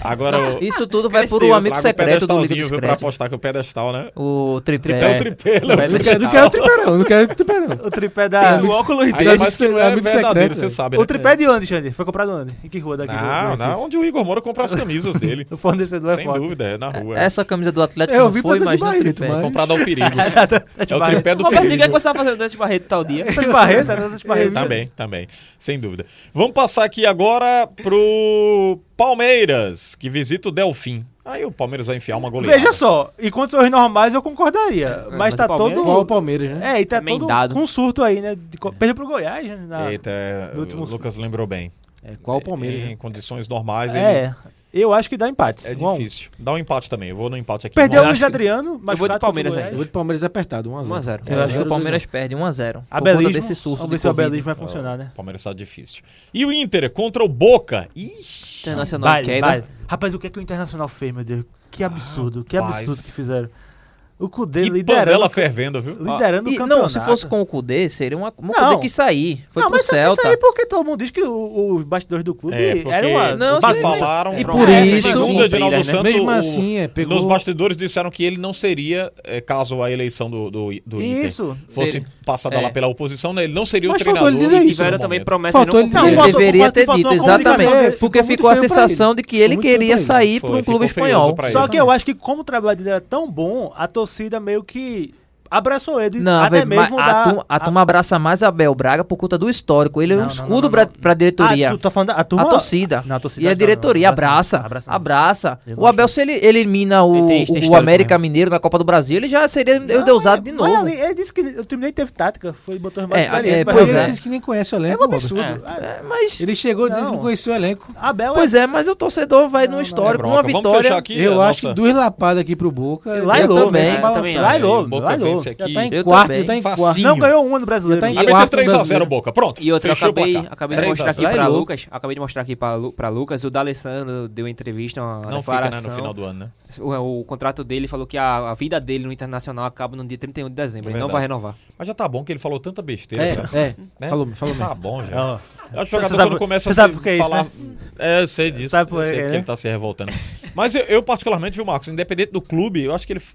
S4: Agora eu
S7: Isso tudo vai por um
S4: Cresceu,
S7: amigo
S4: trago o
S7: secreto do Liga
S4: pedestalzinho,
S7: dos
S4: viu, pra
S7: Créditos.
S4: apostar que o pedestal, né?
S7: O
S4: É o
S7: tripé.
S4: tripé, né?
S5: Não quero- Não quero o tripé, não. Não quero o tripé, não.
S6: O tripé da.
S5: Tem o
S6: óculos
S4: Ainda mais
S5: Esse
S4: que não
S5: é
S4: é
S5: amigo
S4: verdadeiro,
S5: secreto,
S4: você
S5: né?
S4: sabe, né?
S6: O tripé de onde, Xander? Foi comprado onde? Em que rua daqui?
S4: Não, não, onde o Igor Moura compra as camisas dele.
S6: O fornecedor é
S4: Sem
S6: foda.
S4: dúvida, é na rua.
S7: Essa camisa do Atlético
S5: Eu
S7: não
S5: vi
S7: foi,
S5: pra
S7: mas no
S5: Barreto,
S7: tripé.
S5: mas-
S4: Comprado ao perigo. É o tripé do
S8: Roberto, o que é
S4: perigo.
S8: que você tá fazendo Dante Barreto tal dia?
S6: Tá de barreta, né? Tá de barreta.
S4: Também, também, sem dúvida. Vamos passar aqui agora pro Palmeiras, que visita o Delfim. Aí o Palmeiras vai enfiar uma goleada.
S6: Veja só, e condições normais eu concordaria. Mas,
S8: mas
S6: tá
S8: o Palmeiras-
S6: todo.
S5: Igual o Palmeiras, né?
S6: É, e tá
S8: Emendado.
S6: todo com surto aí, né? De co- Perdeu pro Goiás, né? Na-
S4: É. Eita, é,
S6: No último-
S4: o Lucas lembrou bem.
S5: É, qual o Palmeiras?
S4: Em
S5: né?
S4: condições normais, ele-
S6: É, eu acho que dá empate.
S4: é
S6: Um a um.
S4: difícil. Dá um empate também, eu vou no empate aqui.
S6: Perdeu
S4: Um
S6: o
S4: a um.
S6: Luiz Adriano, mas
S8: vou de
S6: empate
S8: Palmeiras
S6: contra o
S8: aí.
S5: Eu
S6: Goiás.
S5: vou de Palmeiras apertado, 1x0.
S8: 1x0.
S7: É, Eu acho que o
S5: Zero,
S7: Palmeiras perde 1x0. Por conta
S6: Abelismo,
S7: desse surto
S6: É, Vamos
S7: de
S6: ver se o
S7: Covid.
S6: abelismo vai funcionar, né?
S4: O Palmeiras tá difícil. E o Inter contra o Boca. Ih,
S8: Internacional
S7: né?
S6: Baile,
S8: queda.
S6: baile. Rapaz, o que é que o Internacional fez, meu Deus? Que absurdo, que
S4: Rapaz.
S6: absurdo que fizeram. O Cudê
S4: Que
S6: liderando,
S4: panela fervendo, viu?
S6: liderando o
S7: E,
S6: campeonato.
S7: não, se fosse com o Kudê, seria uma. O
S6: Não.
S7: Kudê que sair. Foi
S6: não,
S7: pro
S6: mas é
S7: Celta.
S6: Isso aí porque todo mundo diz que o- os bastidores do clube
S4: É, porque
S6: era uma...
S7: Não,
S4: o que
S7: sim,
S4: falaram.
S7: e
S4: pronto.
S7: por
S4: Essa
S7: isso-
S4: Segunda, Edinaldo
S8: Né?
S4: Santos,
S5: Mesmo
S4: o-
S5: assim, é, pegou-
S4: nos bastidores disseram que ele não seria, é, caso a eleição do, do, do Inter
S6: Isso.
S4: fosse
S7: Seria.
S4: passada
S7: É.
S4: lá pela oposição, né? ele não seria
S5: Mas
S4: o
S5: faltou
S4: treinador.
S5: ele dizer
S4: que
S5: isso,
S4: tiveram
S8: Tiveram também
S4: momento.
S8: promessa de
S5: Faltou
S8: não cumprir.
S5: ele
S6: Não,
S7: Ele
S6: faltou- tá
S7: deveria ter
S6: faltou
S7: dito,
S6: uma comunicação,
S7: exatamente.
S5: ficou
S7: Porque
S5: muito
S7: ficou a
S5: feio pra
S7: sensação de que ele
S5: Ficou muito feio
S7: queria
S5: pra ele.
S7: sair para
S4: Foi,
S7: um clube
S4: ficou feioso
S7: espanhol.
S4: pra ele.
S6: Só que eu
S5: Exatamente.
S6: acho que como o trabalho dele era tão bom, a torcida meio que abraçou ele
S7: Não,
S6: até
S7: velho, mas
S6: mesmo
S7: a,
S6: da... Ah,
S7: turma, a turma abraça mais Abel Braga por conta do histórico. Ele é um
S6: Não, não,
S7: escudo
S6: não,
S7: pra,
S6: não.
S7: pra diretoria.
S6: Ah, tu tá falando da- a turma...
S7: a torcida.
S6: Não, a torcida
S7: e a
S6: não, não,
S7: diretoria
S6: não,
S7: abraça.
S6: abraça
S7: Abraça.
S6: não. Eu não
S7: O Abel, se ele elimina o,
S8: Ele tem- tem
S7: o
S8: histórico
S7: América
S8: mesmo.
S7: Mineiro na Copa do Brasil, ele já seria
S6: Não,
S7: endeusado de
S6: mas
S7: novo.
S6: ali- ele disse que ele- o time nem teve tática, foi botou os
S7: É,
S6: mais
S7: é,
S6: mas
S7: pois
S5: Ele
S7: é.
S5: disse que nem conhece o
S6: É
S5: elenco,
S6: um
S5: Bob.
S6: absurdo.
S7: É, mas,
S5: Ele chegou dizendo que
S6: Não.
S5: não conhecia o elenco.
S6: Abel
S7: pois é, mas o torcedor vai no histórico,
S4: É, Bronca,
S7: uma
S4: Vamos fechar
S7: vitória.
S4: aqui
S5: eu
S4: a
S5: acho
S4: nossa-
S5: que duas lapadas aqui pro Boca.
S6: é...
S5: ele
S7: eu
S6: Lailô,
S7: também,
S6: né?
S7: eu
S8: também acho.
S6: Lailô,
S4: Boca
S6: Lailô.
S4: vence aqui.
S5: Já tá em
S7: Eu
S5: quarto,
S7: também.
S5: já tá em quarto.
S4: Facinho.
S6: Não ganhou uma do brasileiro.
S5: Já tá em
S6: né?
S4: Ali
S5: quarto
S4: meteu
S5: do
S4: 3x0
S5: brasileiro.
S4: Boca, pronto.
S8: E outra, eu
S4: Fechou o
S8: acabei,
S4: placar.
S8: acabei de
S4: 3 a
S8: mostrar aqui
S4: 0.
S8: pra
S7: Vai,
S8: Lucas. Acabei de mostrar aqui pra, Lu- pra Lucas. O D'Alessandro deu entrevista, uma
S4: Não fica né,
S8: declaração.
S4: no final do ano, né?
S8: o, o contrato dele falou que a, a vida dele no Internacional acaba no dia 31 de dezembro.
S4: É
S8: Ele não
S4: verdade.
S8: vai renovar.
S4: Mas já tá bom que ele falou tanta besteira. cara.
S5: É, é.
S4: Né?
S5: Falou, falou
S4: Tá
S5: mesmo.
S4: bom já.
S6: Ó.
S4: Eu acho que
S6: Você
S4: o jogador
S6: sabe-
S4: quando começa
S6: você
S4: a
S6: sabe
S4: se
S6: por que é isso,
S4: falar. É, eu sei disso.
S6: Sabe por
S4: eu sei
S6: que é,
S4: porque
S6: né?
S4: ele tá se revoltando. Mas eu, eu particularmente, viu, Marcos, independente do clube, eu acho que ele f-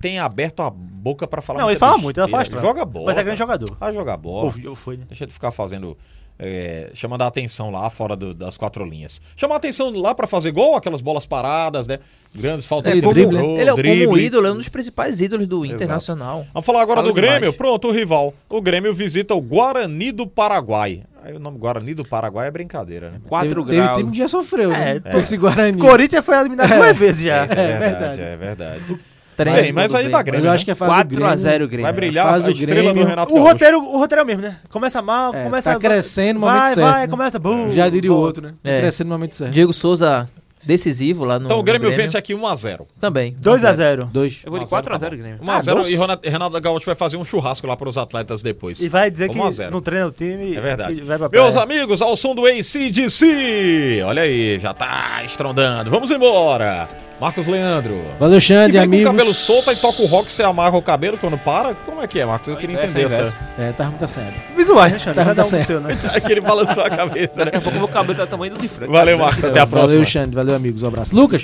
S4: tem aberto a boca pra falar
S6: Não, ele
S4: muita
S6: fala
S4: besteira.
S6: muito, ele fala bastante.
S4: Joga bola.
S6: Mas é grande
S4: cara.
S6: jogador.
S4: Vai jogar bola.
S6: Ou- ou foi, né?
S4: Deixa ele ficar fazendo. é, chamando a atenção lá fora do- das quatro linhas. Chamar a atenção lá pra fazer gol, aquelas bolas paradas, né? Grandes faltas
S7: Ele
S4: que
S7: como-
S4: cobrou,
S7: Ele é como um
S4: drible.
S7: ídolo, é um dos principais ídolos do Internacional.
S4: Vamos falar agora
S7: Fala
S4: do
S7: demais.
S4: Grêmio. Pronto, o rival. O Grêmio visita o Guarani do Paraguai. Aí o nome Guarani do Paraguai é brincadeira, né?
S8: 4
S5: Teve, teve
S8: graus.
S5: time que já sofreu, né?
S6: É,
S5: Com esse Guarani.
S6: Corinthians foi eliminado duas vezes já.
S4: É, verdade,
S5: verdade.
S4: é verdade.
S7: Três
S4: Bem, mas
S7: gols
S4: aí
S7: do
S4: dá
S7: Grêmio.
S5: Mas
S4: Grêmio,
S5: eu acho que é fase do
S8: 4
S5: Grêmio.
S8: a 0 Grêmio.
S4: Vai brilhar
S5: Faz
S4: a
S5: o
S4: estrela
S5: Grêmio.
S4: do Renato
S6: O
S4: Gaúcho.
S6: roteiro, o roteiro é o mesmo, né? Começa mal,
S5: É,
S6: começa...
S5: tá crescendo no
S6: vai,
S5: momento certo,
S6: Vai,
S5: né?
S6: começa... Bum,
S5: Já diria o
S6: gol.
S5: outro, né? Tá
S7: É.
S5: Crescendo no momento certo.
S7: Diego Souza decisivo lá no
S4: Então o
S7: no
S4: Grêmio, vence aqui 1x0.
S7: Também.
S6: 2x0.
S5: Tá Dois.
S8: Eu vou de 4 a 0 Grêmio.
S4: 1x0
S6: doce.
S4: e Renato, Renato Gaúcho vai fazer um churrasco lá para os atletas depois.
S6: E vai dizer que
S4: 1 a 0.
S6: não treina o time
S4: É
S6: e
S4: verdade.
S6: vai pra
S4: Meus
S6: praia.
S4: amigos, ao som do ACDC. Olha aí, já tá estrondando. Vamos embora. Marcos Leandro.
S5: Valeu,
S4: Que
S5: Xande,
S4: vem
S5: amigos.
S4: com o cabelo solto e toca o rock, você amarra o cabelo quando para? Como é que é, Marcos? Eu queria
S8: Inversa,
S4: entender essa. É
S5: É, tá muito sério.
S6: Visuais, né,
S5: Tá-
S6: Xandão?
S5: tá
S6: Cada um com o
S5: certo.
S6: seu, né?
S4: que ele balançou a cabeça, né?
S8: Daqui a pouco meu cabelo tá do tamanho do de Franco.
S4: Valeu, Marcos. Até a próxima.
S5: Valeu, Xande. Valeu, amigos. Um abraço. Lucas,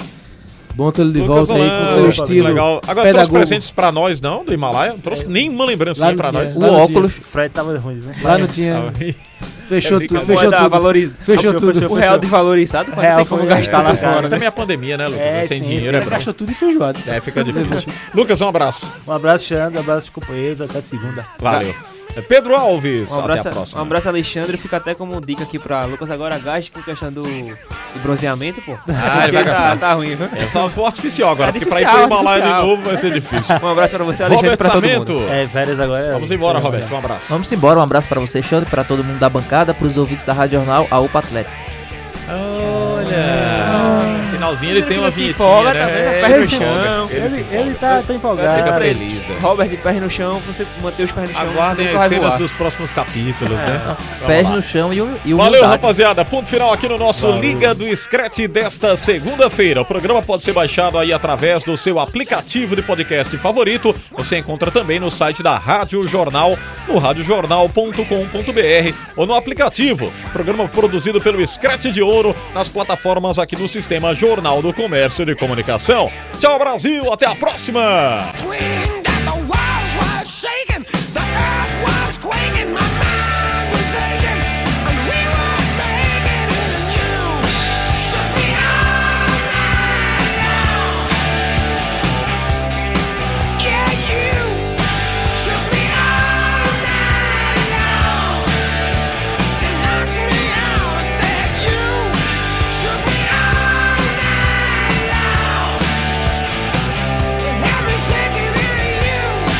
S5: bom tê-lo de
S4: Lucas
S5: volta aí com
S4: Holanda,
S5: seu
S4: que
S5: estilo.
S4: Legal. Agora, trouxe
S5: pedagogo. É.
S4: presentes pra nós, não, do Himalaia? Não trouxe nenhuma lembrancinha
S5: Lá no
S4: pra
S5: dia.
S4: nós. Tá
S7: O
S5: Lá no
S7: óculos.
S6: Fred tava ruim, né?
S5: Lá não tinha. Fechou
S4: É,
S5: tudo,
S4: fica
S5: fechou tudo. Fechou tudo.
S8: O real desvalorizado, mas
S6: Real
S8: não tem como
S6: foi-
S8: gastar
S6: é,
S8: lá
S6: cara.
S8: fora. né?
S4: Também a pandemia, né, Lucas?
S6: É,
S4: Sem
S6: sim,
S4: dinheiro
S6: sim.
S4: é brabo.
S5: Gastou tudo em feijoada.
S4: É, fica difícil. Lucas, um abraço.
S6: Um abraço, Xandão. Um abraço, companheiros. Até segunda.
S4: Valeu. É. Pedro Alves,
S8: Um abraço,
S4: até a próxima.
S8: um abraço, Alexandre. Fica até como dica aqui pra Lucas agora. Gaste com questão do, do bronzeamento, pô.
S4: Ah, ele vai
S8: Porque tá,
S4: gastar.
S8: tá ruim, viu?
S4: É, só for artificial agora,
S8: É
S4: porque pra ir
S8: artificial,
S4: pro Himalaia de
S8: artificial.
S4: novo vai ser difícil.
S8: Um abraço pra você, Alexandre,
S4: Roberto
S8: pra todo mundo.
S4: Samento.
S6: É, férias agora. é-
S4: Vamos embora, Roberto. Um abraço.
S7: Vamos embora, um abraço pra você, Xande, pra todo mundo da bancada, pros ouvintes da Rádio Jornal, a UPA Atlético.
S4: Olha. Finalzinho ele tem uma
S8: Ele se
S4: vinhetinha,
S8: empolga, tá vendo?
S4: né?
S8: Perde
S4: Ele
S8: o
S4: se
S8: chão.
S4: empolga, ele se
S6: Ele,
S4: empolga.
S6: ele tá, tá empolgado.
S8: Fica pra ele.
S4: feliz, é.
S8: Robert de pés no chão, você manter os pés no chão.
S4: Aguardem
S8: você
S4: as
S8: nunca vai
S4: cenas
S8: voar.
S4: dos próximos capítulos, né? Vamos
S7: Pés
S4: lá.
S7: no chão e, o e
S4: Valeu,
S7: humildade.
S4: rapaziada. Ponto final aqui no nosso Liga do Scratch desta segunda-feira. O programa pode ser baixado aí através do seu aplicativo de podcast favorito. Você encontra também no site da Rádio Jornal, no radiojornal.com.br ou no aplicativo. Programa produzido pelo Scratch de Ouro nas plataformas aqui do Sistema Jornal do Comércio e de Comunicação. Tchau, Brasil. Até a próxima.
S9: swing that the walls were shaking, the earth was quaking, my mind was aching, and we were making it. And you shook me all night long. Yeah, you shook me all night long. And knocked me out that you shook me all night long. You had me shaking in your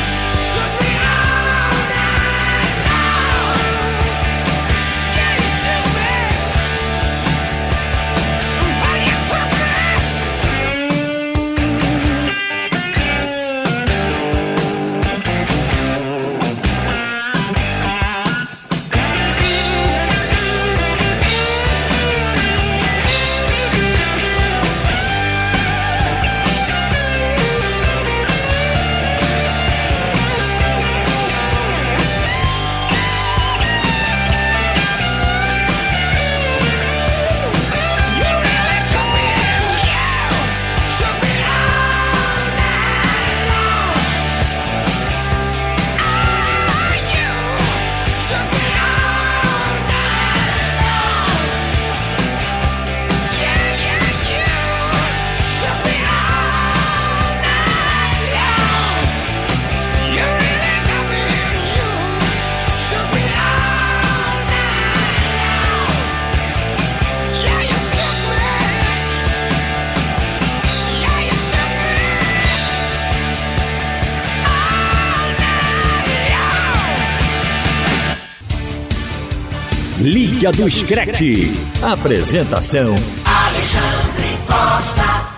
S2: Liga do Screte. Apresentação:
S1: Alexandre Costa.